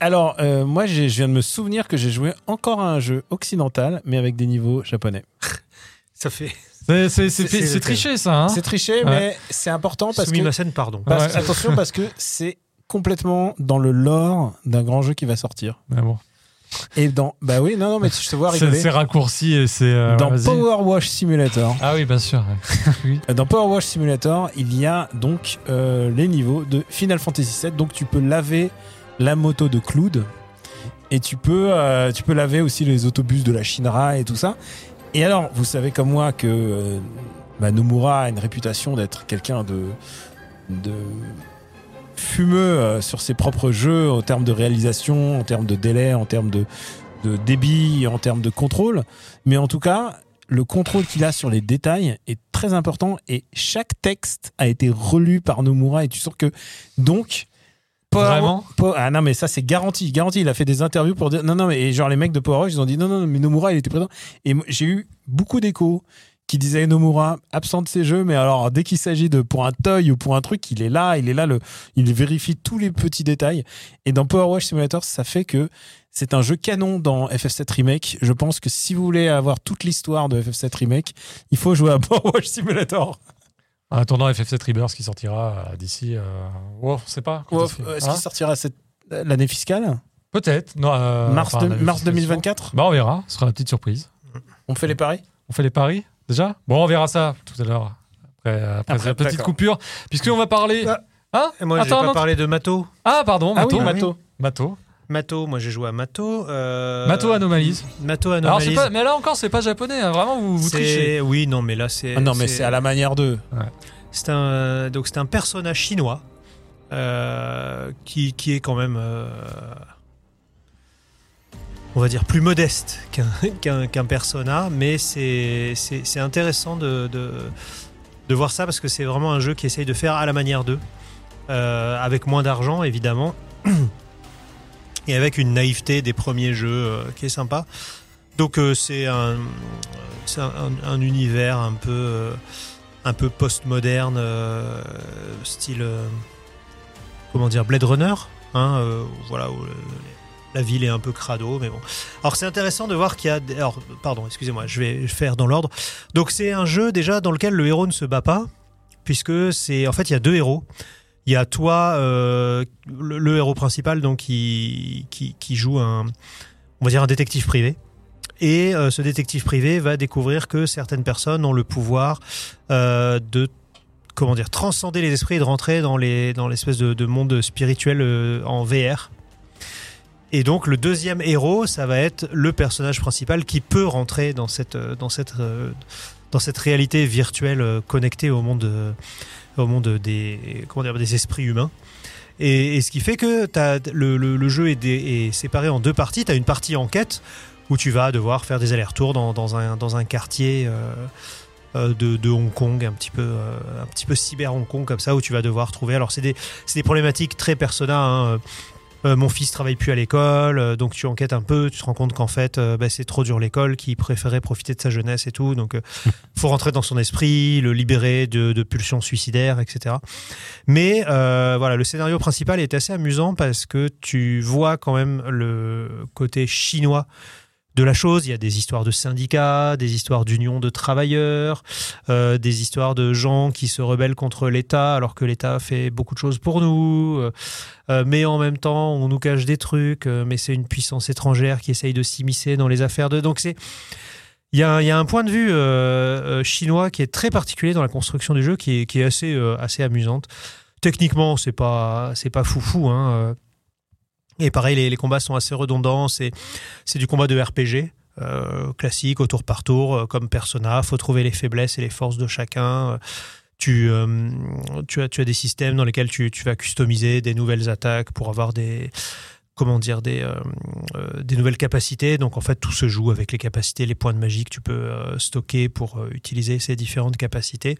Alors, euh, moi, j'ai- je viens de me souvenir que j'ai joué encore à un jeu occidental, mais avec des niveaux japonais.
Ça (laughs) fait.
C'est- C'est c'est-
C'est-
c'est triché ça. Hein
c'est triché,
Ouais.
mais c'est important parce que. Bah,
scène, pardon.
Ah.
parce-
Ouais.
Attention, parce que c'est complètement dans le lore d'un grand jeu qui va sortir.
Ah bon.
Et dans. Bah oui, non, non, mais je te vois
(laughs) C'est
rigoler.
c'est raccourci et c'est. euh,
Dans
vas-y.
Power Wash Simulator. euh,
Ah oui, bien sûr.
Dans Power Wash Simulator, il y a donc euh, les niveaux de Final Fantasy VII. Donc tu peux laver la moto de Cloud et tu peux, euh, tu peux laver aussi les autobus de la Shinra et tout ça. Et alors, vous savez comme moi que euh, bah, Nomura a une réputation d'être quelqu'un de, de fumeux euh, sur ses propres jeux en termes de réalisation, en termes de délai, en termes de, de débit, en termes de contrôle. Mais en tout cas, le contrôle qu'il a sur les détails est très important et chaque texte a été relu par Nomura et tu sens que donc Power-
Vraiment
Po- ah non mais ça c'est garanti garanti il a fait des interviews pour dire non non mais et genre les mecs de Power Rangers, ils ont dit non non non, mais Nomura il était présent et moi, j'ai eu beaucoup d'échos qui disaient Nomura absent de ses jeux mais alors dès qu'il s'agit de pour un toy ou pour un truc il est là il est là le il vérifie tous les petits détails et dans Power Wash Simulator ça fait que c'est un jeu canon dans FF7 Remake. Je pense que si vous voulez avoir toute l'histoire de FF7 Remake, il faut jouer à (laughs) Power Wash Simulator.
En attendant FF7 Rebirth qui sortira euh, d'ici. Euh... wow, on sait pas. quand
Ou
est-ce qu'il-
euh, Est-ce
hein
qu'il sortira cette- euh, l'année fiscale
Peut-être. Non, euh,
mars,
enfin,
de-
la
mars
notification.
2024
Bah on verra. Ce sera la petite surprise.
On fait les paris
On fait les paris déjà Bon, on verra ça tout à l'heure. Après, euh, après
Après,
la petite
d'accord. Bah,
coupure. Puisqu'on va parler.
Ah.
Hein
Moi, j'ai
Attends, un
pas
autre-
parlé de Mato.
Ah, pardon, Mato.
oui,
Mato. Mato.
Mato, moi, j'ai joué à Mato. euh,
Mato Anomalise.
Mato
Alors, c'est
Anomalise.
pas- mais là encore, c'est pas japonais. hein. Vraiment, vous, vous
C'est-
trichez.
Oui, non, mais là, c'est.
Ah Non, mais c'est à la manière de.
C'est un euh, donc c'est un personnage chinois euh, qui, qui est quand même euh, on va dire plus modeste qu'un (laughs) qu'un qu'un persona, mais c'est c'est c'est intéressant de, de de voir ça parce que c'est vraiment un jeu qui essaye de faire à la manière d'eux, euh, avec moins d'argent évidemment (clears throat) et avec une naïveté des premiers jeux euh, qui est sympa. Donc euh, c'est un c'est un, un- un univers un peu euh, un peu post-moderne, euh, style euh, comment dire Blade Runner, hein, euh, voilà où le- le- la ville est un peu crado, mais bon. Alors c'est intéressant de voir qu'il y a, des- alors pardon, excusez-moi, je vais faire dans l'ordre. Donc c'est un jeu déjà dans lequel le héros ne se bat pas, puisque c'est en fait il y a deux héros. Il y a toi, euh, le, le héros principal, donc qui, qui, qui joue un, on va dire un détective privé. Et euh, ce détective privé va découvrir que certaines personnes ont le pouvoir euh, de comment dire transcender les esprits et de rentrer dans les dans l'espèce de, de monde spirituel euh, en VR. Et donc le deuxième héros, ça va être le personnage principal qui peut rentrer dans cette euh, dans cette euh, dans cette réalité virtuelle euh, connectée au monde euh, au monde des comment dire des esprits humains. Et, et ce qui fait que t'as- le, le- le jeu est, dé- est séparé en deux parties. Tu as une partie enquête où tu vas devoir faire des allers-retours dans, dans un, dans un quartier euh, euh, de, de Hong Kong, un petit peu, euh, un petit peu cyber Hong Kong comme ça, où tu vas devoir trouver. Alors c'est des, c'est des problématiques très persona. hein. Euh, mon fils travaille plus à l'école, euh, donc tu enquêtes un peu, tu te rends compte qu'en fait euh, bah, c'est trop dur l'école, qu'il préférait profiter de sa jeunesse et tout, donc euh, faut rentrer dans son esprit, le libérer de, de pulsions suicidaires, etc. Mais euh, voilà, le scénario principal est assez amusant parce que tu vois quand même le côté chinois de la chose. Il y a des histoires de syndicats, des histoires d'unions de travailleurs, euh, des histoires de gens qui se rebellent contre l'État alors que l'État fait beaucoup de choses pour nous. Euh, euh, mais en même temps, on nous cache des trucs. euh, mais c'est une puissance étrangère qui essaye de s'immiscer dans les affaires de. Donc c'est. Il y, a, un- il y a un point de vue euh, euh, chinois qui est très particulier dans la construction du jeu, qui est, qui est assez, euh, assez amusante. Techniquement, c'est pas, c'est pas foufou. Hein. euh. Et pareil, les, les combats sont assez redondants. C'est c'est du combat de RPG euh, classique, au tour par tour, euh, comme Persona. faut trouver les faiblesses et les forces de chacun. Euh, tu, euh, tu, as, tu as des systèmes dans lesquels tu, tu vas customiser des nouvelles attaques pour avoir des comment dire des, euh, euh, des nouvelles capacités. Donc en fait tout se joue avec les capacités, les points de magie que tu peux euh, stocker pour euh, utiliser ces différentes capacités.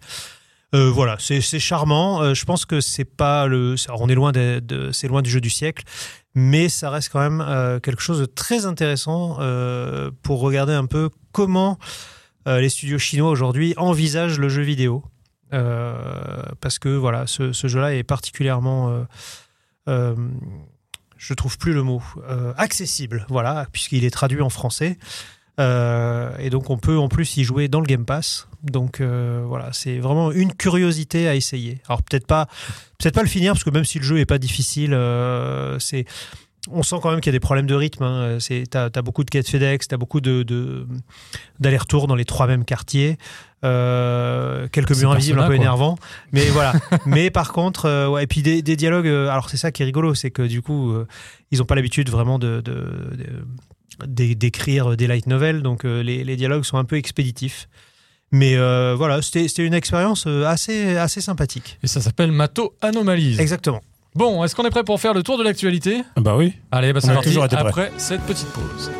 Euh, voilà, c'est c'est charmant. Euh, je pense que c'est pas le, ça- on est loin des- de, c'est loin du jeu du siècle, mais ça reste quand même euh, quelque chose de très intéressant euh, pour regarder un peu comment euh, les studios chinois aujourd'hui envisagent le jeu vidéo, Euh, parce que voilà, ce, ce jeu-là est particulièrement euh, euh, je trouve plus le mot euh, accessible, voilà, puisqu'il est traduit en français. Euh, et donc on peut en plus y jouer dans le Game Pass. Donc euh, voilà, c'est vraiment une curiosité à essayer. Alors peut-être pas, peut-être pas le finir parce que même si le jeu est pas difficile, euh, c'est, on sent quand même qu'il y a des problèmes de rythme. Hein. C'est, t'as, t'as beaucoup de quêtes FedEx, t'as beaucoup de, de d'aller-retour dans les trois mêmes quartiers, euh, quelques
C'est
murs invisibles un peu
Persona, quoi.
énervants. Mais
(laughs)
voilà. mais par contre, euh, ouais, et puis des, des dialogues. euh, alors c'est ça qui est rigolo, c'est que du coup, euh, ils n'ont pas l'habitude vraiment de- de- de d'é- d'écrire des light novels, donc euh, les, les dialogues sont un peu expéditifs. Mais euh, voilà, c'était c'était une expérience euh, assez, assez sympathique.
Et ça s'appelle Mato Anomalies.
Exactement.
Bon, est-ce qu'on est prêt pour faire le tour de l'actualité
Bah oui.
Allez, bah,
On
c'est
a
parti
toujours été prêts.
après cette petite pause.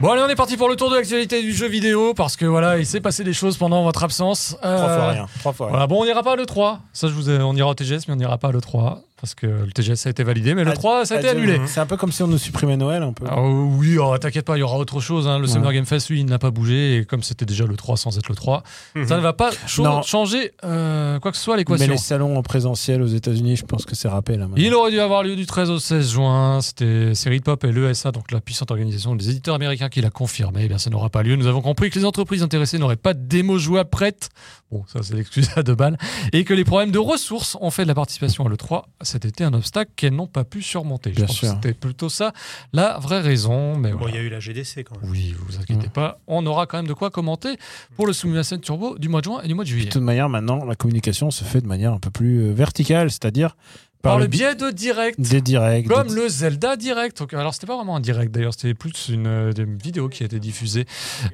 Bon allez, on est parti pour le tour de l'actualité du jeu vidéo parce que voilà, il s'est passé des choses pendant votre absence. Euh,
Trois fois rien. Trois fois rien.
Voilà, bon, on n'ira pas à l'E3. Ça, je vous ai- on ira au TGS, mais on n'ira pas à l'E3 parce que le TGS a été validé, mais
Ah,
l'E3 ça a été
Ah, Dieu,
annulé.
C'est un peu comme si on nous supprimait Noël un peu.
Ah, oui, oh, t'inquiète pas, il y aura autre chose. hein. Le
Ouais.
Summer Game Fest, lui, il n'a pas bougé. Et comme c'était déjà le 3 sans être le 3, ça ne va pas cho-
Mhm. Non.
changer euh, quoi que ce soit
Mais
l'équation.
les salons en présentiel aux États-Unis, je pense que c'est râpé là. maintenant.
Il aurait dû avoir lieu du 13 au 16 juin. C'était Série Pop et l'ESA, donc la puissante organisation des éditeurs américains, qui l'a confirmé. Eh bien, ça n'aura pas lieu. Nous avons compris que les entreprises intéressées n'auraient pas de démo jouable prête. Bon, ça, c'est l'excuse à deux balles. Et que les problèmes de ressources ont fait de la participation à l'E3 cet été un obstacle qu'elles n'ont pas pu surmonter.
Bien
je pense
sûr.
que c'était plutôt ça la vraie raison. Mais
Bon,
voilà.
il y a eu la GDC quand même.
Oui, vous vous inquiétez
Ouais.
pas. On aura quand même de quoi commenter pour le Simulation Turbo du mois de juin et du mois de
Puis
juillet.
de toute manière, maintenant, la communication se fait de manière un peu plus euh, verticale, c'est-à-dire
Par le
bi-
biais de direct.
des directs.
Comme
des-
le Zelda direct. Donc, Alors, c'était pas vraiment un direct d'ailleurs, c'était plus une, euh, des vidéo qui a été diffusée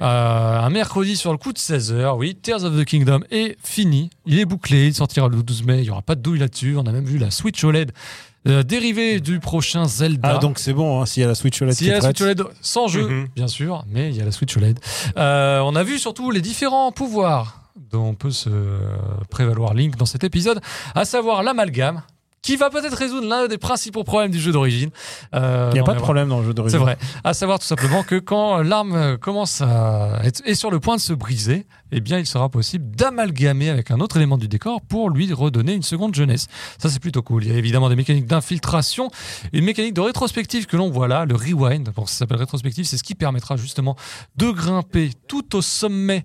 euh, un mercredi sur le coup de 16h. Oui, Tears of the Kingdom est fini. Il est bouclé, il sortira le 12 mai. Il n'y aura pas de douille là-dessus. On a même vu la Switch OLED euh, dérivée du prochain Zelda.
Ah, donc c'est bon, hein, s'il y a la Switch OLED
S'il
qui
y a
est
la
prête.
Switch OLED sans jeu,
Mhm.
bien sûr, mais il y a la Switch OLED. Euh, on a vu surtout les différents pouvoirs dont peut se euh, prévaloir Link dans cet épisode, à savoir l'amalgame, qui va peut-être résoudre l'un des principaux problèmes du jeu d'origine. Euh,
il n'y a
non,
pas
mais voilà.
de problème dans le jeu d'origine.
C'est vrai. À savoir tout simplement que quand l'arme euh, commence à être est sur le point de se briser, eh bien, il sera possible d'amalgamer avec un autre élément du décor pour lui redonner une seconde jeunesse. Ça, c'est plutôt cool. Il y a évidemment des mécaniques d'infiltration, une mécanique de rétrospective que l'on voit là, le rewind. Bon, ça s'appelle rétrospective. C'est ce qui permettra justement de grimper tout au sommet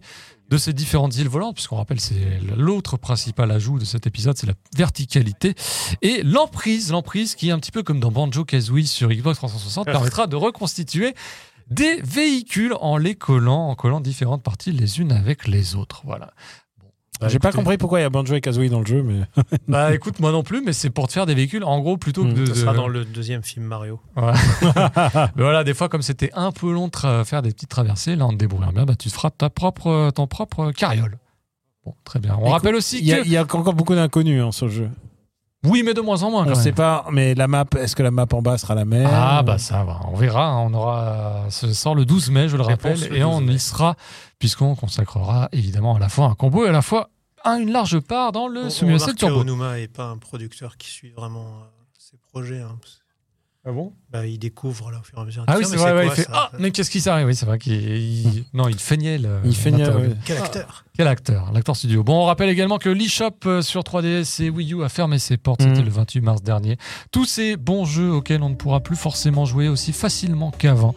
de ces différentes îles volantes, puisqu'on rappelle, c'est l'autre principal ajout de cet épisode, c'est la verticalité. Et l'emprise, l'emprise qui est un petit peu comme dans Banjo-Kazooie sur Xbox 360, permettra de reconstituer des véhicules en les collant, en collant différentes parties les unes avec les autres. Voilà. Bon. Bah,
J'ai pas
écoutez,
compris pourquoi il y a Banjo et Kazooie dans le jeu, mais
Bah écoute, moi non plus, mais c'est pour te faire des véhicules, en gros, plutôt que
Hmm,
de...
Ça sera
de-
dans le deuxième film Mario.
Mais voilà, des fois, comme c'était un peu long de tra- faire des petites traversées, là, en te débrouillant bien, bah, tu te feras ta propre, euh, ton propre carriole. Bon, très bien. On
Écoute,
rappelle aussi
il y, a-
que...
il y a encore beaucoup d'inconnus hein, sur le jeu.
Oui, mais de moins en moins,
On
quand
sait
même.
pas, mais la map, est-ce que la map en bas sera la même
Ah, bah ça va, on verra. hein, On aura... Ce sort le 12 mai, je le
Réponse
rappelle,
le
et on
12 mai.
y sera, puisqu'on consacrera, évidemment, à la fois un combo et à la fois un- une large part dans le Simulation Turbo.
Onuma n'est pas un producteur qui suit vraiment euh, ses projets. hein, parce que,
Ah bon
bah, il découvre là au fur et à mesure.
Ah oui,
Tiens,
c'est
mais
vrai, ouais, il
quoi,
fait
ça
Ah, mais qu'est-ce qui s'arrive Oui, c'est vrai qu'il. il- Non, il feignait le.
Hmm. Il fait nia-
l'interrogation.
ouais.
Quel acteur
Quel acteur L'acteur studio. Bon, on rappelle également que l'eShop euh, sur 3DS et Wii U a fermé ses portes. C'était
Mhm.
le 28 mars dernier. Tous ces bons jeux auxquels on ne pourra plus forcément jouer aussi facilement qu'avant.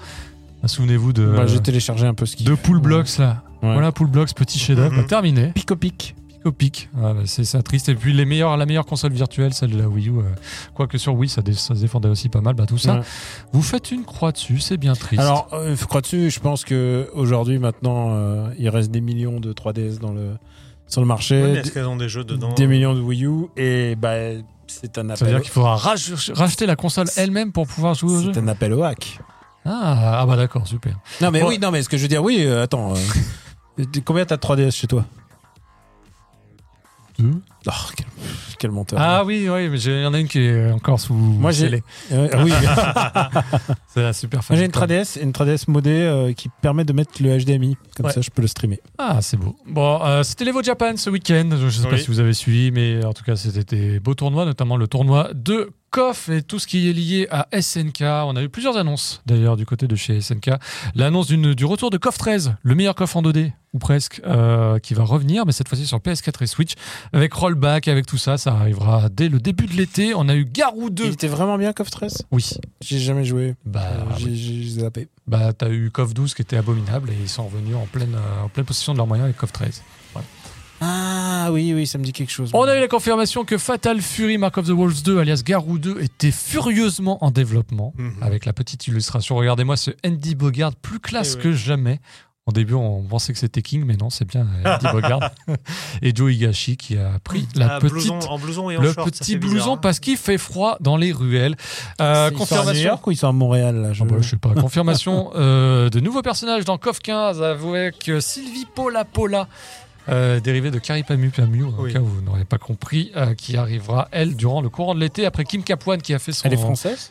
Ah, Souvenez-vous de.
Bah, J'ai téléchargé un peu ce qui.
de Pool Blocks, là.
Ouais. Mm.
Voilà, Pool Blocks, petit chef-d'œuvre. Bah,
Mhm.
Terminé.
Picopic.
Pic au pic. Ah, bah, c'est ça, triste. Et puis, les meilleurs, la meilleure console virtuelle, celle de la Wii U. euh, Quoique sur Wii, ça, dé- ça se défendait aussi pas mal. Bah, tout ça.
Ouais.
Vous faites une croix dessus, c'est bien triste.
Alors, euh, crois dessus, je pense que aujourd'hui, maintenant, euh, il reste des millions de 3DS dans le sur le marché. euh,
Est-ce qu'ils ont des jeux dedans
des millions de Wii U et bah, C'est un
Ça veut
appel.
dire qu'il faudra rach- racheter la console elle-même pour pouvoir jouer au jeu.
C'est un appel au hack.
Ah, ah bah d'accord, super.
Non mais
Bon.
oui, non mais ce que je veux dire, oui, euh, attends. euh, combien t'as de 3DS chez toi
Deux.
Oh, quel, quel menteur.
Hmm Ah oui, oui, mais j'ai- il y en a une qui est encore sous.
Moi, j'ai-
scellé.
Euh,
(laughs)
oui. Moi,
C'est la super
j'ai une
Famicom.
3DS, une 3DS modée euh, qui permet de mettre le HDMI. Comme
Ouais.
ça, je peux le streamer.
Ah, c'est beau. Bon, euh, c'était l'Evo Japan ce week-end. Je ne sais pas
Oui.
si vous avez suivi, mais en tout cas, c'était des beaux tournois, notamment le tournoi de KOF et tout ce qui est lié à SNK. On a eu plusieurs annonces, d'ailleurs, du côté de chez SNK. L'annonce d'une- du retour de KOF 13, le meilleur KOF en 2D, ou presque, euh, qui va revenir, mais cette fois-ci sur PS4 et Switch, avec rollback, avec tout ça. Ça arrivera dès le début de l'été. On a eu Garou
Il
2.
était vraiment bien, KOF 13
Oui.
J'ai jamais joué.
Bah,
Euh,
oui.
j'ai- j'ai j'ai zappé.
bah t'as eu KOF 12 qui était abominable et ils sont revenus en pleine, euh, en pleine possession de leurs moyens avec KOF 13.
Ah oui, oui, ça me dit quelque chose.
On a eu la confirmation que Fatal Fury Mark of the Wolves 2, alias Garou 2, était furieusement en développement.
Mhm.
Avec la petite illustration, regardez-moi ce Andy Bogard plus classe
Eh oui.
que jamais. Au début, on pensait que c'était King, mais non, c'est bien euh,
(laughs)
Andy Bogard. Et Joe Higashi qui a pris la
Ah,
petite,
blouson- en blouson et en
le
short, ça
petit
fait bizarre,
blouson
hein.
parce qu'il fait froid dans les ruelles. Euh,
Ils sont à New
confirmation.
York ou ils sont à Montréal là,
Ah bah, je sais pas.
(laughs)
Confirmation euh, de nouveaux personnages dans KOF 15 avec euh, Sylvie Paula Paula, euh, dérivée de Carrie Pamu Pamu, au
Oui.
cas où vous n'aurez pas compris, euh, qui arrivera, elle, durant le courant de l'été, après Kim Kapwan qui a fait son...
Elle est française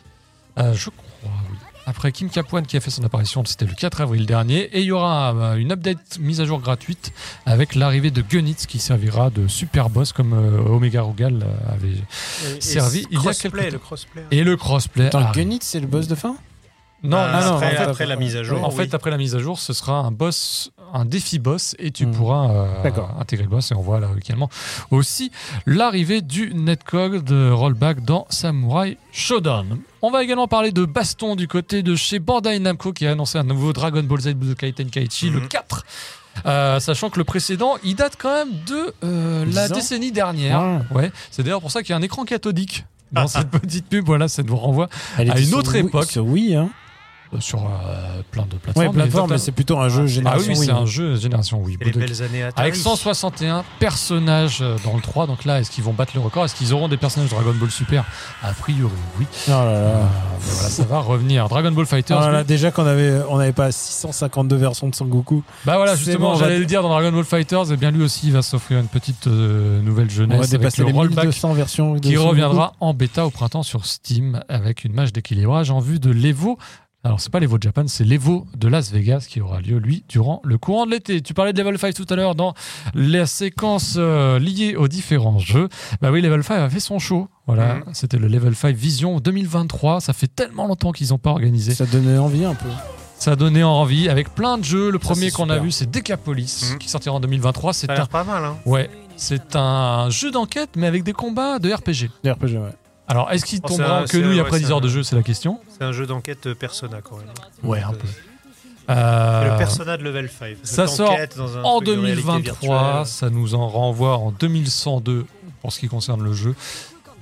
Euh, je crois, oui. Après Kim Kapwan qui a fait son apparition, c'était le 4 avril dernier, et il y aura euh, une update mise à jour gratuite avec l'arrivée de Gunitz qui servira de super boss comme euh, Omega Rugal euh, avait.
Et- et
servi
ce
il y a
crossplay,
quelque temps.
le crossplay. hein.
Et le crossplay.
Attends, euh,
arrive.
Gunit, c'est le boss de fin
non,
Ah,
non,
non,
après,
en fait,
après la mise à jour.
En
oui.
fait, après la mise à jour, ce sera un boss, un défi boss, et tu
Hmm.
pourras euh,
D'accord.
intégrer le boss. Et on voit là également aussi l'arrivée du netcode de rollback dans Samurai Shodown. On va également parler de baston du côté de chez Bandai Namco qui a annoncé un nouveau Dragon Ball Z Budokai Tenkaichi le
Mhm.
4. Euh, sachant que le précédent, il date quand même de euh, la
Dix ans
décennie dernière. Ouais, c'est d'ailleurs pour ça qu'il y a un écran cathodique dans cette petite pub. Voilà, ça nous renvoie
Elle
À
était
une
sur
autre
Wii-
époque.
Sur Wii, hein.
euh, sur euh, plein de plateformes.
Ouais, plateforme, mais c'est plutôt un jeu
Ah oui,
génération
c'est
Wii.
un jeu génération oui.
Et les belles années Atari.
Avec 161 personnages euh, dans le 3, donc là, est-ce qu'ils vont battre le record Est-ce qu'ils auront des personnages Dragon Ball Super A priori, oui.
Oh là là.
Euh, mais voilà, ça va revenir. Dragon Ball Fighter.
Oh là là, déjà qu'on avait, on avait pas 652 versions de Son Goku.
Bah voilà,
C'est
justement,
bon, on va-
j'allais le dire dans Dragon Ball Fighters, et bien lui aussi il va s'offrir une petite euh, nouvelle
On va
jeunesse avec
dépasser
le
les
rollback
1200 versions. De
qui
Son Goku.
reviendra en bêta au printemps sur Steam avec une match d'équilibrage en vue de l'Evo. Alors, c'est pas l'Evo de Japan, c'est l'Evo de Las Vegas qui aura lieu, lui, durant le courant de l'été. Tu parlais de Level 5 tout à l'heure dans la séquence euh, liée aux différents jeux. Bah oui, Level 5 a fait son show. Voilà,
Mm.
Mhm.
c'était le Level 5 Vision 2023. Ça fait tellement longtemps qu'ils n'ont pas organisé.
Ça donnait envie un peu.
Ça donnait envie avec plein de jeux. Le premier
c'est
qu'on a
super. Mm.
vu, c'est Decapolis
Mhm.
qui sortira en 2023. C'est
Ça a
un,
l'air pas mal. Hein.
ouais, c'est un jeu d'enquête, mais avec des combats de RPG.
Les RPG, ouais.
Alors, est-ce qu'il
Oh,
tombera
c'est
que
un-
nous
c'est-
après
ouais,
10
c'est
heures de
un-
jeu C'est la question.
C'est un jeu d'enquête euh, Persona quand même.
Ouais, hein. un peu.
Et
Euh,
Le Persona de level 5.
ça
Cette
sort
enquête dans un
en
truc de réalité
2023,
virtuelle.
ça nous en renvoie en 2102 pour ce qui concerne le jeu.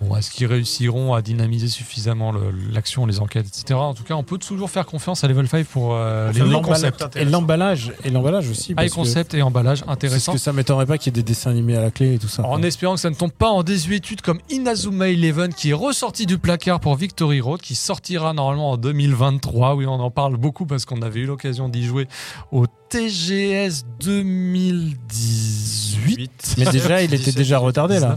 Bon, est-ce qu'ils réussiront à dynamiser suffisamment le- l'action, les enquêtes, etc. En tout cas, on peut toujours faire confiance à Level 5 pour euh, les
Enfin,
nouveaux
l'emballage-
concepts.
Et l'emballage, et l'emballage aussi.
High
Parce que,
concept et emballage
parce
intéressant.
que ça m'étonnerait pas qu'il y ait des dessins animés à la clé et tout ça.
En espérant que ça ne tombe pas en désuétude comme Inazuma Eleven qui est ressorti du placard pour Victory Road qui sortira normalement en 2023. Oui, on en parle beaucoup parce qu'on avait eu l'occasion d'y jouer au TGS 2018.
Huit.
Mais
(laughs)
déjà, il était déjà retardé là.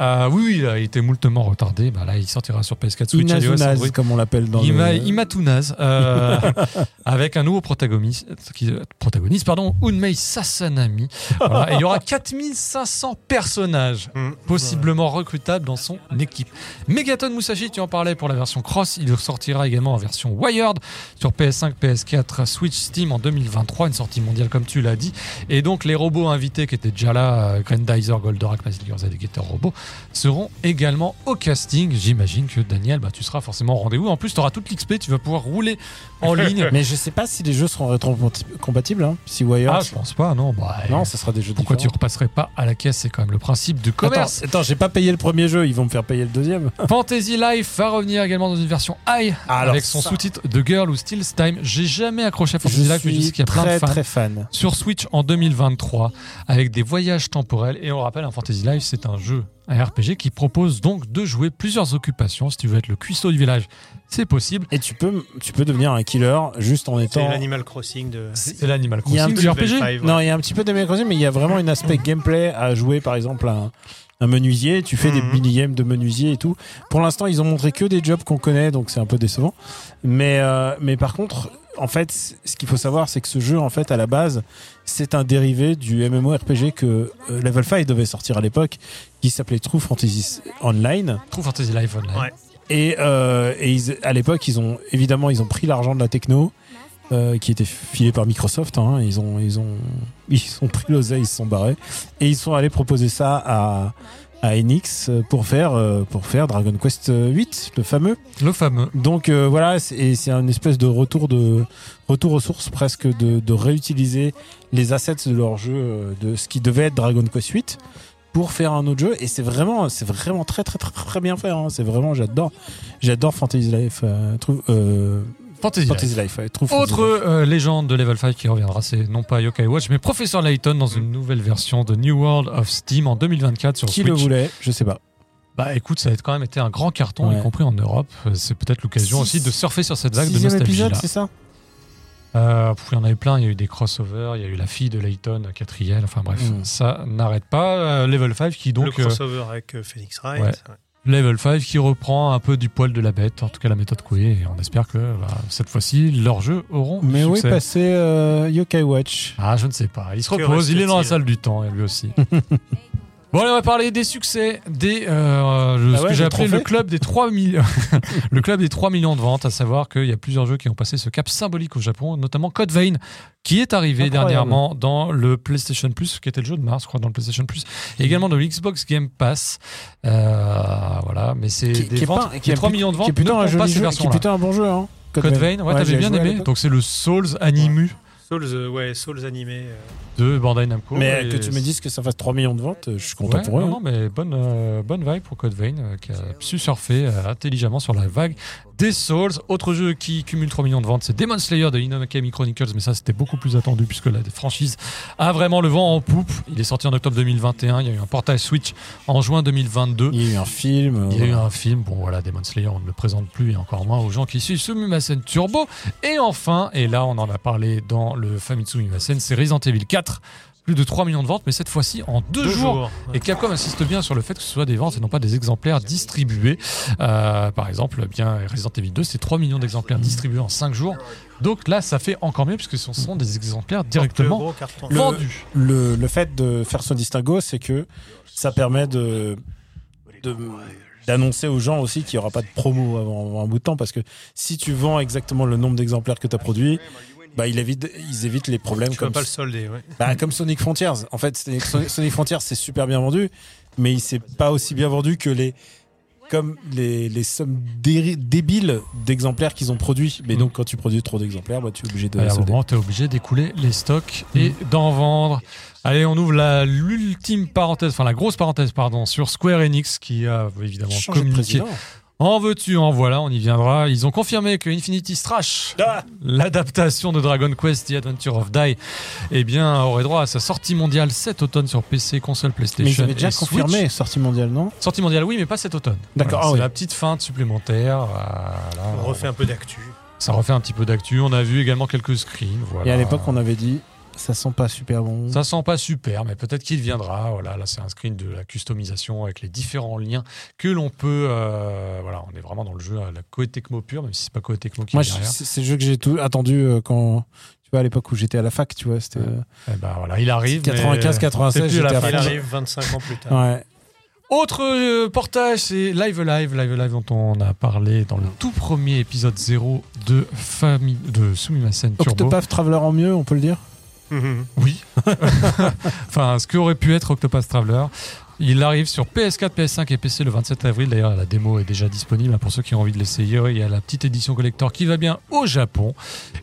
Euh, oui, oui, là, il était moultement retardé. Bah, là, il sortira sur PS4 Switch. iOS,
Inazunaz,
Android.
comme on l'appelle dans
Ima,
le.
Imatunaz, euh, (laughs) avec un nouveau protagoniste, qui- euh, protagoniste pardon, Unmei Sasanami. Voilà, et il y
(laughs)
aura 4500 personnages
Mm.
possiblement recrutables dans son équipe. Megaton Musashi, tu en parlais pour la version Cross, il sortira également en version Wired sur PS5, PS4, Switch, Steam en 2023, une sortie mondiale comme tu l'as dit. Et donc les robots invités qui étaient déjà là, euh, Grandizer, Goldorak, Mazinger Z et Gator Robot, seront également au casting. J'imagine que Daniel, bah, tu seras forcément au rendez-vous. En plus, tu auras toute l'XP, tu vas pouvoir rouler en ligne.
(laughs) Mais je sais pas si les jeux seront rétro-compatibles. hein. Si Wire.
ah, je pense pas, non. Bah, euh,
non, ça sera des jeux
pourquoi tu
différents.
repasserais pas à la caisse C'est quand même le principe du
Attends,
commerce.
attends, j'ai pas payé le premier jeu, ils vont me faire payer le deuxième.
Fantasy Life va revenir également dans une version high
Alors,
avec son
ça-
sous-titre The Girl ou Steel's Time. J'ai jamais accroché à
Je
Fantasy Life, mais je
suis
sais qu'il y a plein
très
de fans.
très fan.
sur Switch en 2023 avec des voyages temporels. Et on rappelle, un Fantasy Life, c'est un jeu, un RPG qui propose donc de jouer plusieurs occupations. Si tu veux être le cuistot du village, c'est possible.
Et tu peux, tu peux devenir un killer juste en
C'est
étant.
l'Animal Crossing de.
C'est l'Animal
Il y a un
Crossing du
Level
RPG.
five, ouais.
Non, il y a un petit peu d'Animal Crossing, mais il y a vraiment un aspect gameplay à jouer, par exemple, un, un menuisier. Tu fais des
Mhm.
mini-games de menuisier et tout. Pour l'instant, ils ont montré que des jobs qu'on connaît, donc c'est un peu décevant. Mais, euh, mais par contre, en fait, c- ce qu'il faut savoir, c'est que ce jeu, en fait, à la base, c'est un dérivé du MMORPG que euh, Level 5 devait sortir à l'époque, qui s'appelait True Fantasy Online.
True Fantasy Life Online.
Ouais.
Et, euh, et ils- à l'époque, ils ont évidemment ils ont pris l'argent de la techno euh, qui était filé par Microsoft. hein. ils ont ils ont (laughs) ils ont pris l'oseille, ils se sont barrés et ils sont allés proposer ça à à Enix euh, pour faire euh, pour faire Dragon Quest 8 le fameux.
Le fameux.
Donc euh, voilà, c'est et c'est un espèce de retour de retour aux sources presque de, de réutiliser les assets de leur jeu euh, de ce qui devait être Dragon Quest 8 pour faire un autre jeu et c'est vraiment c'est vraiment très très très très bien fait hein. c'est vraiment j'adore j'adore Fantasy Life euh, True- euh,
Fantasy, Life.
Fantasy Life ouais, True Fantasy
Autre
Life.
euh, légende de Level 5 qui reviendra, c'est non pas Yokai Watch, mais Professeur Layton dans une nouvelle version de New World of Steam en 2024 sur
qui le
Switch.
voulait je sais pas
Bah écoute, ça a quand même été un grand carton, y
Ouais.
compris en Europe. Euh, C'est peut-être l'occasion
Six-
aussi de surfer sur cette vague de
sixième
nostalgie.
épisode c'est ça
Euh, pff, il y en avait plein, il y a eu des crossovers, il y a eu la fille de Layton, Catriel, enfin bref,
Mm.
ça n'arrête pas. Euh, level 5 qui
le
donc... euh,
crossover avec euh, Phoenix Wright.
ouais.
Ouais.
level 5 qui reprend un peu du poil de la bête, en tout cas la méthode Koei, et on espère que bah, cette fois-ci, leurs jeux auront
mais oui
succès.
passé euh, Yokai Watch
Ah, je ne sais pas. Il se
Que
repose, il est dans la
reste-t-il
salle du temps, et lui aussi. (laughs) bon, allez, on va parler des succès, des, euh, le-
Ah
ce
ouais,
que
des
j'ai appelé le
trophées
club, des 3 millions, (laughs) le club des 3 millions de ventes, à savoir qu'il y a plusieurs jeux qui ont passé ce cap symbolique au Japon, notamment Code Vein, qui est arrivé
Incroyable.
dernièrement dans le PlayStation Plus, qui était le jeu de mars, je crois, dans le PlayStation Plus, et également dans le Xbox Game Pass. Euh, voilà, mais c'est
qui,
des
qui est
ventes,
pas- qui
les
est
3
plut-
millions de ventes
qui est plutôt
ne
un
font pas
joli
ces
jeu qui est
versions-là.
plutôt un bon jeu hein
Code Vein, ouais,
j'ai
t'avais bien
joué à
aimé.
l'époque.
Donc c'est le Souls Animu
Souls, euh, ouais, Souls animé. euh,
de Bandai Namco.
Mais
et
que tu me dises que ça fasse 3 millions de ventes, je suis content
Ouais,
pour eux.
non,
hein.
non, mais bonne, euh, bonne vague pour Code Vein euh, qui a su surfer euh, intelligemment sur la vague des Souls. Autre jeu qui cumule 3 millions de ventes, c'est Demon Slayer de Inokami Chronicles, mais ça c'était beaucoup plus attendu puisque la franchise a vraiment le vent en poupe. Il est sorti en octobre 2021, il y a eu un portail Switch en juin 2022.
Il y a eu un film. euh,
Il y a eu
voilà.
un film, bon voilà, Demon Slayer, on ne le présente plus et encore moins aux gens qui suivent ce Mumasen Turbo. Et enfin, et là on en a parlé dans le Famitsu Mumasen, c'est Resident Evil 4, plus de 3 millions de ventes, mais cette fois-ci en deux,
deux
jours.
jours.
Et Capcom insiste bien sur le fait que ce soit des ventes et non pas des exemplaires distribués. Euh, par exemple, eh bien Resident Evil 2, c'est 3 millions d'exemplaires distribués en 5 jours. Donc là, ça fait encore mieux puisque ce sont des exemplaires directement
Gros carton.
vendus.
Le, le fait de faire ce distinguo, c'est que ça permet de de- d'annoncer aux gens aussi qu'il n'y aura pas de promo avant, avant un bout de temps parce que si tu vends exactement le nombre d'exemplaires que tu as produit, bah, il évite, ils évitent les problèmes
Tu peux
comme,
pas le solder. Ouais.
bah, comme Sonic Frontiers. En fait, Sonic, Sonic- Sonic Frontiers, c'est super bien vendu, mais il s'est pas aussi bien vendu que les comme les, les sommes dé- débiles d'exemplaires qu'ils ont produits.
Mm.
Mais donc, quand tu produis trop d'exemplaires, bah, tu es obligé de.
Et à un
solder.
moment, tu es obligé d'écouler les stocks et d'en vendre. Allez, on ouvre la- l'ultime parenthèse, enfin la grosse parenthèse, pardon, sur Square Enix qui a évidemment
Changer de
communiqué.
président.
En veux-tu, en voilà, on y viendra. Ils ont confirmé que Infinity Strash
Ah.
L'adaptation de Dragon Quest The Adventure of Die eh bien, aurait droit à sa sortie mondiale cet automne sur PC, console
Mais
PlayStation.
j'avais déjà
et Switch.
confirmé, sortie mondiale, non
Sortie mondiale, oui, mais pas cet automne. Voilà,
D'accord, ah
c'est
oui.
la petite feinte supplémentaire. voilà.
On refait un peu d'actu.
Ça refait un petit peu d'actu. On a vu également quelques screens. Voilà.
Et à l'époque, on avait dit, ça sent pas super bon.
Ça sent pas super, mais peut-être qu'il viendra. Voilà, là c'est un screen de la customisation avec les différents liens que l'on peut. euh, voilà, on est vraiment dans le jeu à la Koei Tecmo pure, même si c'est pas Koei Tecmo qui
Moi,
est
je-
derrière.
c'est c'est le jeu que j'ai tout attendu euh, quand. Tu vois, à l'époque où j'étais à la fac, tu vois, c'était. euh,
Eh ben, voilà, il arrive. mais-
95, 96,
c'est plus la
j'étais à
fin.
Il
fond.
arrive 25 ans plus
Ah.
tard.
euh, Ouais.
Autre euh, portage, c'est Live Alive, Live Alive dont on a parlé dans le tout premier épisode 0 de, Fami de Sumimasen Turbo.
Octopath Traveler en mieux, on peut le dire
Mhm.
Oui. (laughs) enfin, ce qu'aurait pu être Octopath Traveler. Il arrive sur PS4, PS5 et PC le 27 avril. D'ailleurs, la démo est déjà disponible hein, pour ceux qui ont envie de l'essayer. Il y a la petite édition collector qui va bien au Japon.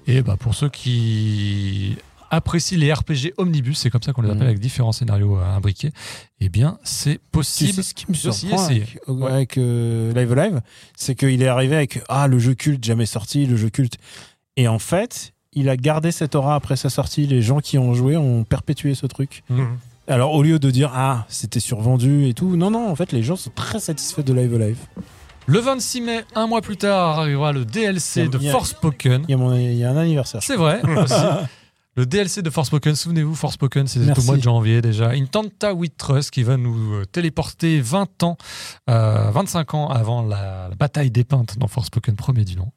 Et bah, pour ceux qui apprécient les RPG omnibus, c'est comme ça qu'on les appelle
Mhm.
avec différents scénarios euh, imbriqués, eh bien, c'est
Tu
possible.
sais ce qui me
aussi
surprend
essayer.
avec, avec, euh, Live Alive, c'est qu'il est arrivé avec Ah, le jeu culte jamais sorti, le jeu culte. Et en fait, il a gardé cette aura après sa sortie. Les gens qui ont joué ont perpétué ce truc.
mmh,
Mhm.
Alors au lieu de dire ah c'était survendu et tout, non non en fait les gens sont très satisfaits de Live Alive.
Le 26 mai, un mois plus tard, arrivera le DLC de
Il y a-
Forspoken.
Il y a, mon- il y a un anniversaire.
C'est (laughs) vrai. aussi. Le DLC de Forspoken, souvenez-vous, Forspoken, c'était au
Merci.
mois de janvier déjà. Intenta with Trust qui va nous euh, téléporter 20 ans, euh, 25 ans avant la, la bataille des peintes dans Forspoken premier du nom.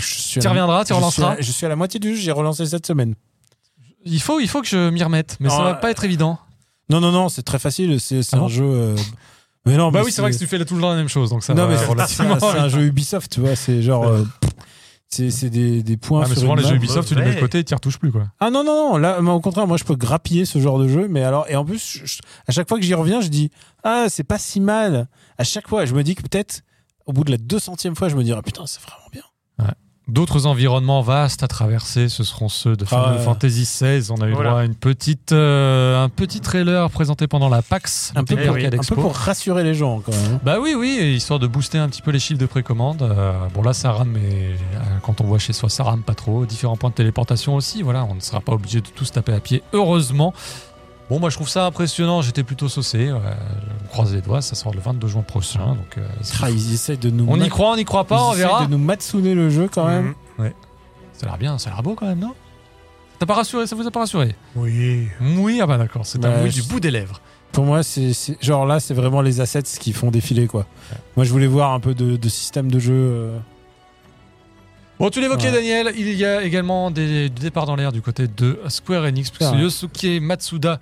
Je suis à
Tu y
la-
reviendras, tu
je suis,
relanceras.
à, je suis à la moitié du jeu, j'ai relancé cette semaine.
Il faut, il faut que je m'y remette, mais ça
Non,
va
euh,
pas être évident.
Non non non c'est très facile, c'est c'est
Ah
un
bon
jeu. euh, Mais non
Bah
mais
oui, c'est vrai que Ah, tu fais tout le temps la même chose, donc ça
non
va
mais c'est-
relativement.
c'est un- c'est un jeu Ubisoft tu vois c'est genre euh, pff, c'est c'est des, des points
Ah, mais
sur
souvent
une
les jeux
map.
Ubisoft, tu les mets de
Ouais.
côté et tu y retouches plus quoi.
Ah non, non, non, là, moi, au contraire, moi je peux grappiller ce genre de jeu, mais alors, et en plus, je- je- à chaque fois que j'y reviens, je dis, ah, c'est pas si mal. À chaque fois, je me dis que peut-être, au bout de la 200e fois, je me dis, ah putain, c'est vraiment bien.
D'autres environnements vastes à traverser, ce seront ceux de Final
Ah.
Fantasy XVI. On a eu
Voilà.
droit à une petite, euh, un petit trailer présenté pendant la PAX,
Un peu,
Tokyo
pour,
Arcade
un peu
eh Expo.
pour rassurer les gens, quand même.
Bah oui, oui, et histoire de booster un petit peu les chiffres de précommande. Euh, bon là, ça rame, mais euh, quand on voit chez soi, ça rame pas trop. Différents points de téléportation aussi, voilà, on ne sera pas obligé de tous taper à pied, heureusement. Bon, moi je trouve ça impressionnant, j'étais plutôt saucé. Euh, on croise les doigts, ça sort le 22 juin prochain. Donc, euh, c'est-
Ah, ils essayent de nous.
on y
mat-
croit, on n'y croit
ils
pas, on
essayent
verra.
de nous matsouner le jeu, quand même.
Mhm.
Ça a l'air bien, ça a l'air beau quand même, non T'as pas rassuré, ça vous a pas rassuré
Oui.
Oui, ah bah d'accord, c'est un
Bah,
oui
je-
du bout des lèvres.
Pour moi, c'est c'est- genre là, c'est vraiment les assets qui font défiler, quoi. Moi, je voulais voir un peu de, de système de jeu. euh.
Bon, tu l'évoquais,
Ouais.
Daniel, il y a également des, du départ dans l'air du côté de Square Enix, puisque
Ouais.
Yosuke Matsuda,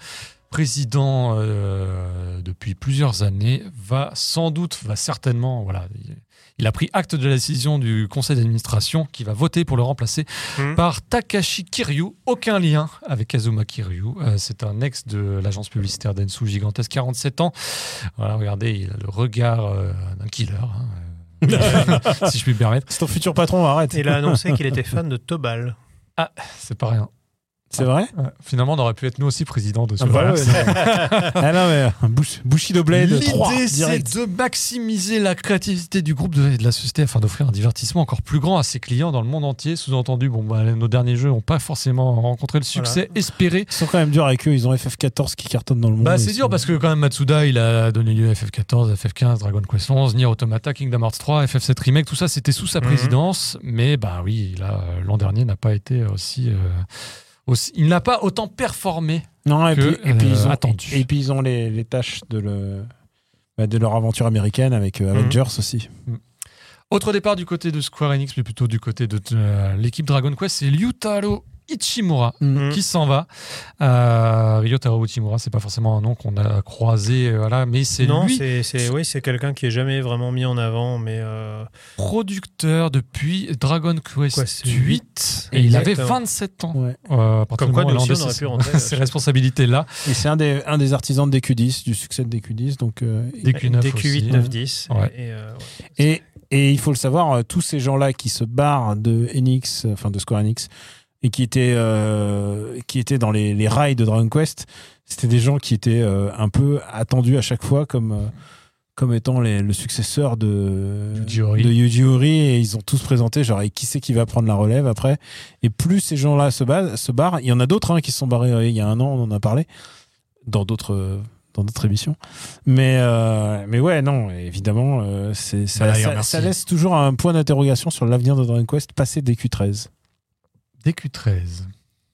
président euh, depuis plusieurs années, va sans doute, va certainement, voilà, il- il a pris acte de la décision du conseil d'administration qui va voter pour le remplacer
Mhm.
par Takashi Kiryu. Aucun lien avec Kazuma Kiryu. Euh, c'est un ex de l'agence publicitaire Densu Gigantesque, 47 ans. Voilà, regardez, il a le regard euh, d'un killer, hein, euh, si je puis me permettre.
C'est ton futur patron, arrête.
Il a annoncé qu'il était fan de Tobal.
C'est pas rien.
C'est vrai
Ouais. Finalement, on aurait pu être nous aussi président de ce
Ah, bah
voilà.
ouais, non. (laughs) Ah non, mais euh, Bush- Bushido Blade 3,
L'idée, c'est
direct.
de maximiser la créativité du groupe de, de la société afin d'offrir un divertissement encore plus grand à ses clients dans le monde entier. Sous-entendu, bon, bah, nos derniers jeux n'ont pas forcément rencontré le succès espéré.
Ils sont quand même durs avec eux, ils ont FF14 qui cartonne dans le monde.
Bah, c'est dur parce que quand même Matsuda il a donné lieu à FF14, FF15, Dragon Quest 11, Nier Automata, Kingdom Hearts 3, FF7 Remake, tout ça c'était sous sa
Mhm.
présidence, mais bah oui, là euh, l'an dernier n'a pas été aussi, euh, aussi- il n'a pas autant performé.
Non, et,
que,
puis, et puis ils
euh,
ont,
attendu.
et puis ils ont les, les tâches de, le, bah, de leur aventure américaine avec euh, Avengers aussi.
Autre départ du côté de Square Enix, mais plutôt du côté de euh, l'équipe Dragon Quest, c'est Ryutaro Ichimura
Mhm.
qui s'en va. Euh, Ryutaro Ichimura, c'est pas forcément un nom qu'on a croisé, euh, voilà, mais c'est
non,
lui
c'est c'est- oui, c'est quelqu'un qui est jamais vraiment mis en avant, mais euh,
producteur depuis Dragon Quest,
Quest
8 et il avait
Exactement.
27 ans.
Ouais.
Euh, à partir
Comme
du
quoi,
moment où
nous
elle
aussi,
endosse
on aurait
ses- (laughs)
pu rentrer.
ses responsabilités-là.
Et c'est un des, un des artisans de DQ10, du succès de DQ10. Donc, euh,
DQ9 aussi. hein.
8 9, 10.
Ouais.
Et, euh, ouais.
et, et il faut le savoir, euh, tous ces gens-là qui se barrent de Enix, euh, enfin de Square Enix, et qui étaient, euh, qui étaient dans les, les rails de Dragon Quest, c'était des gens qui étaient euh, un peu attendus à chaque fois comme, euh, comme étant les- le successeur de
Yuji Horii.
de Yuji Horii, et ils ont tous présenté genre et qui c'est qui va prendre la relève après et plus ces gens-là se, ba- se barrent il y en a d'autres hein, qui se sont barrés euh, il y a un an on en a parlé dans d'autres euh, dans d'autres émissions mais euh, mais ouais non évidemment euh, c'est ça,
Bah, d'ailleurs,
ça,
merci.
ça laisse toujours un point d'interrogation sur l'avenir de Dragon Quest passé DQ13
DQ13.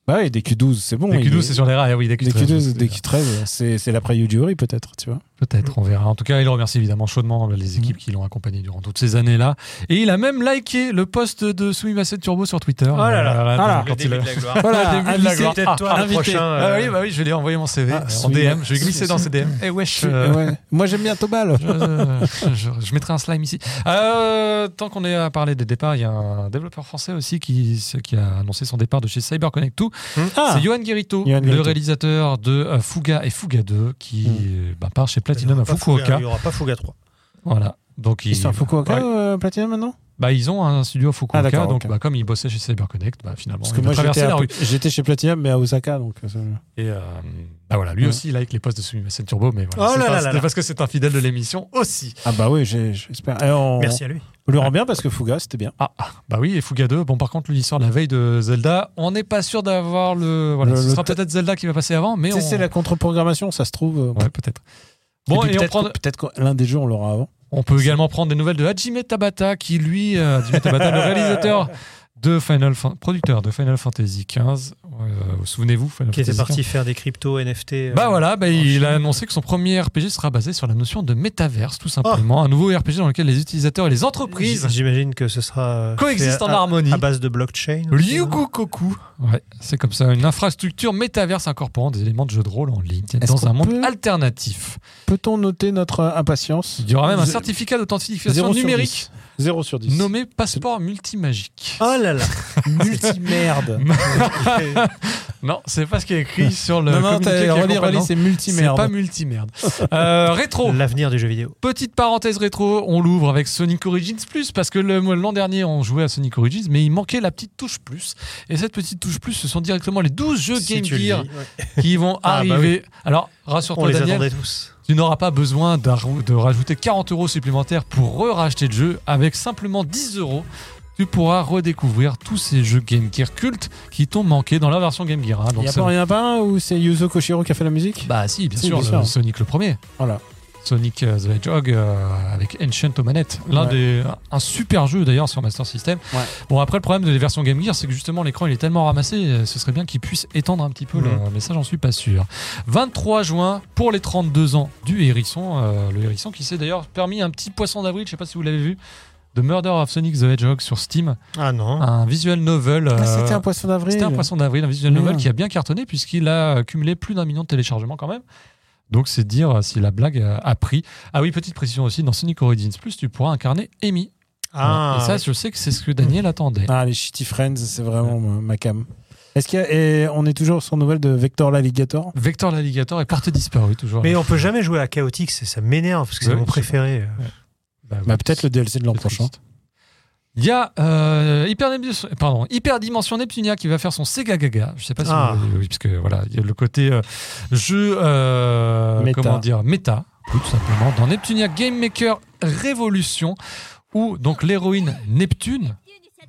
bah ouais DQ12 c'est bon il
DQ12,
est-
c'est sur les rails. Ah oui, DQ13.
DQ12
c'est-
DQ13 c'est c'est l'après Yuji Horii peut-être
(laughs)
tu vois
Mm.
Peut-être, on verra. En tout cas, il remercie évidemment chaudement euh, les équipes qui l'ont accompagné durant toutes ces années-là. Et il a même liké le post de Sumimasen Turbo sur Twitter.
Oh là là.
Voilà,
Ah là.
quand
Le
il
début
a- (laughs)
de la gloire.
Le début de la gloire.
Peut-être toi, Ah, le
invité.
prochain,
Ah
euh,
oui, bah oui, je lui ai envoyé mon CV
Ah,
en
Sumi-
DM. Je vais glisser dans ses DM. Eh wesh. euh,
Ouais. moi j'aime bien Tobal
je, je- je mettrai un slime ici. Euh, tant qu'on est à parler des départs, il y a un développeur français aussi qui, ce- qui a annoncé son départ de chez CyberConnect 2.
Ah.
C'est Johan Guerrito,
Johan
le
Guerrito.
réalisateur de euh, Fuga et Fuga 2, qui euh, bah, part chez Platinum à
Mm. Ah Pas hein, Fuga,
Fukuoka.
Il n'y aura pas Fuga 3.
Voilà. Donc il,
Ils sont à Fukuoka
Ouais.
euh, Platinum maintenant
Bah, ils ont un studio à
Ah,
Fukuoka,
d'accord,
donc
ok.
bah, comme ils bossaient chez CyberConnect, bah, finalement,
Parce
ils
que
ont
moi,
traversé
j'étais
la
à-
rue.
j'étais chez Platinum, mais à Osaka. Donc, ça-
Et euh, bah voilà, lui
Ouais.
aussi, il like les posts de Sumimasen Turbo, mais voilà,
Oh
c'est
là
pas-
là
c'est
là là.
parce que c'est un fidèle de l'émission aussi.
Ah, bah oui, j'ai- j'espère. Et on,
Merci à lui.
on lui rend bien parce que Fuga, c'était bien.
Ah, ah, bah oui, et Fuga 2, bon par contre, lui, il sort la veille de Zelda, on n'est pas sûr d'avoir le... Voilà,
Le-
ce
le
sera
t-
peut-être Zelda qui va passer avant, mais
Tu
on...
sais, c'est la contre-programmation, ça se trouve. euh,
Ouais, peut-être.
et
Bon,
puis
et, on,
peut-être
prend-
que- peut-être que l'un des jeux, on l'aura avant.
on peut également prendre des nouvelles de Hajime Tabata, qui lui, euh, Hajime Tabata, le
(laughs)
réalisateur de Final Fan- producteur de Final Fantasy XV, euh, souvenez-vous, Final
Qui était
Fantasy
parti faire des cryptos, NFT. euh,
Bah voilà, bah,
en
il
Chine.
a annoncé que son premier RPG sera basé sur la notion de métaverse, tout simplement.
Ah.
Un nouveau RPG dans lequel les utilisateurs et les entreprises
J- J'imagine que ce sera. euh,
coexistent
fait
en
à-
harmonie.
À base de blockchain. aussi, non
Ryugu Koku. Ouais, c'est comme ça, une infrastructure métaverse incorporant des éléments de jeu de rôle en ligne dans
qu'on
un monde
peut-
alternatif.
Peut-on noter notre euh, impatience
Il y aura même un
Zé-
certificat d'authentification
zéro sur
numérique
0
(laughs)
sur 10.
nommé passeport multimagique.
Ah.
Oh là là
Multimerde.
Non, c'est pas ce qui est écrit sur le
non, non,
communiqué
t'as
qui
relis,
accompagne-
relis, c'est
C'est pas
multimerde.
multimerde. Euh, rétro.
L'avenir du jeu vidéo.
Petite parenthèse rétro, on l'ouvre avec Sonic Origins Plus parce que le- l'an dernier on jouait à Sonic Origins mais il manquait la petite touche plus et cette petite touche plus ce sont directement les 12 jeux
Si
Game
tu le dis,
Gear
ouais.
qui vont
(laughs) Ah, bah
arriver. Alors
On
rassure-toi
les
Daniel,
attendait tous.
tu n'auras pas besoin d'un- de rajouter 40 euros supplémentaires pour re-racheter le jeu avec simplement 10 euros. Tu pourras redécouvrir tous ces jeux Game Gear cultes qui t'ont manqué dans la version Game Gear. hein.
Il
Donc
n'y a
ça-
pas rien pas un où c'est Yuzo Koshiro qui a fait la musique
Bah si, bien
Si,
sûr,
bien
le
sûr.
Sonic le premier.
Voilà.
Sonic euh, the Hedgehog euh, avec Ancient aux manettes. L'un
Ouais.
des, un super jeu d'ailleurs sur Master System.
Ouais.
Bon, après, le problème des versions Game Gear, c'est que justement l'écran il est tellement ramassé, euh, ce serait bien qu'il puisse étendre un petit peu
Mm.
le message, j'en suis pas sûr. 23 juin pour les 32 ans du Hérisson. euh, le Hérisson qui s'est d'ailleurs permis un petit poisson d'avril, je sais pas si vous l'avez vu. The Murder of Sonic the Hedgehog sur Steam,
Ah non.
un visual novel.
Ah, C'était
euh,
un poisson d'avril.
c'était un poisson d'avril, un visual novel
Merde.
qui a bien cartonné puisqu'il a cumulé plus d'un million de téléchargements quand même. Donc c'est dire euh, si la blague euh, a pris. Ah oui, petite précision aussi, dans Sonic Origins Plus, tu pourras incarner Amy.
Ah,
Et ça, je sais que c'est ce que Daniel attendait.
Ah, les Shitty Friends, c'est vraiment ma- ma cam. Est-ce qu'il y a- et on est toujours sans nouvelles de Vector l'Alligator
Vector l'alligator est porté disparu toujours.
Mais on peut jamais jouer à Chaotix, et ça m'énerve parce que c'est
Ouais,
mon
je sais
préféré.
Bah, oui,
bah, Peut-être le DLC de l'an
c'est
prochain.
triste. Il y a euh, Hyper, pardon, Hyperdimension Neptunia qui va faire son Sega Gaga. Je sais pas si
Ah.
vous- oui, parce que voilà, il y a le côté euh, jeu euh,
Méta.
comment dire méta, oui, tout simplement dans Neptunia Game Maker Révolution où donc l'héroïne Neptune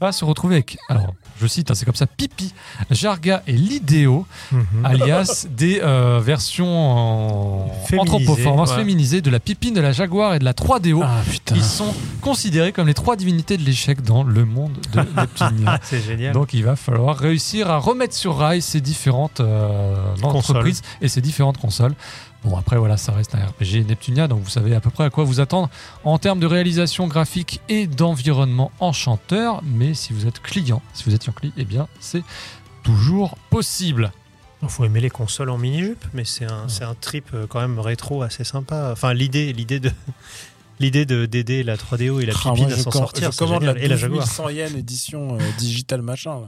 va se retrouver avec alors je cite hein, c'est comme ça Pipi, Jarga et
(laughs)
Lidéo Ah.
Mhm.
alias des euh, versions en
Féminisées,
anthropomorphes
ouais.
féminisées de la Pipine, de la Jaguar et de la 3DO.
Ah putain.
Ils sont considérés comme les trois divinités de l'échec dans le monde de
Ah,
Neptunia.
c'est génial.
Donc il va falloir réussir à remettre sur rail ces différentes euh, entreprises et ces différentes consoles. Bon après voilà, ça reste un RPG Neptunia, donc vous savez à peu près à quoi vous attendre en termes de réalisation graphique et d'environnement enchanteur. Mais si vous êtes client, si vous êtes sur Cli, eh bien c'est toujours possible.
Il faut aimer les consoles en mini-jupe, mais c'est un, c'est un trip euh, quand même rétro assez sympa. Enfin, l'idée, l'idée de. (laughs) L'idée de d'aider la 3DO et la
Ah,
pipine
moi,
à
je
s'en
com-
sortir,
je
c'est
commande la
génial. et la
12
Jaguar.
100 yens édition euh, digital machin. là.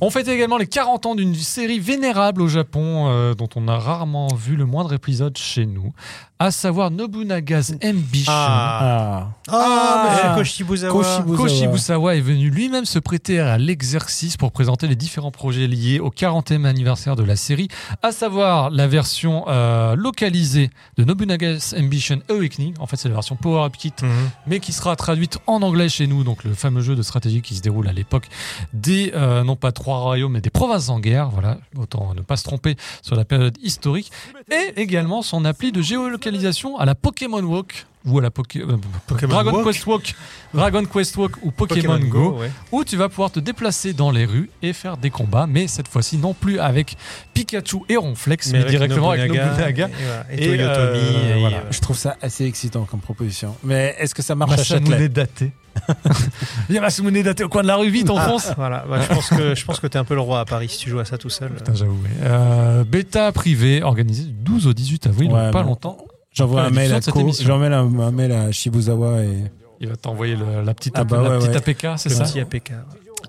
On fête également les 40 ans d'une série vénérable au Japon euh, dont on a rarement vu le moindre épisode chez nous, à savoir Nobunaga's Ambition.
Ah,
Ah.
ah,
Ah.
mais Koshibuzawa.
Koshibuzawa.
Koshibusawa est venu lui-même se prêter à l'exercice pour présenter les différents projets liés au 40e anniversaire de la série, à savoir la version euh, localisée de Nobunaga's Ambition Awakening. En fait, c'est la version Power Up Kit
Mhm.
mais qui sera traduite en anglais chez nous, donc le fameux jeu de stratégie qui se déroule à l'époque des, euh, non pas trois royaumes, mais des provinces en guerre, voilà, autant ne pas se tromper sur la période historique, et également son appli de géolocalisation à la Pokémon Walk, ou à la Poké- euh,
Pokémon
Dragon
Walk.
Quest Walk, Dragon Quest Walk ou Pokémon, Go,
ouais.
où tu vas pouvoir te déplacer dans les rues et faire des combats, mais cette fois-ci non plus avec Pikachu et Ronflex, mais,
avec
directement avec
Nobunaga.
Nobunaga.
Et, voilà. et,
Et,
Toyotomi.
euh,
et,
voilà.
euh,
Je trouve ça assez excitant comme proposition. Mais est-ce que ça marche à Châtelet
Masamune daté. (laughs) Il y a Masamune daté au coin de la rue, vite, on fonce
Voilà, bah, je pense que je pense que t'es un peu le roi à Paris si tu joues à ça tout seul.
Putain, Ah, j'avoue. ouais. Euh, bêta privée organisée du 12 au 18 avril,
Ouais,
donc pas
non.
longtemps.
J'envoie
Ah,
un mail
diffusion
à
de cette
Ko-
émission.
j'envoie un, un mail à Shibuzawa et
Il va t'envoyer le- la petite,
Ah bah
la
ouais,
petite
ouais.
APK, c'est
C'est
ça
petit APK.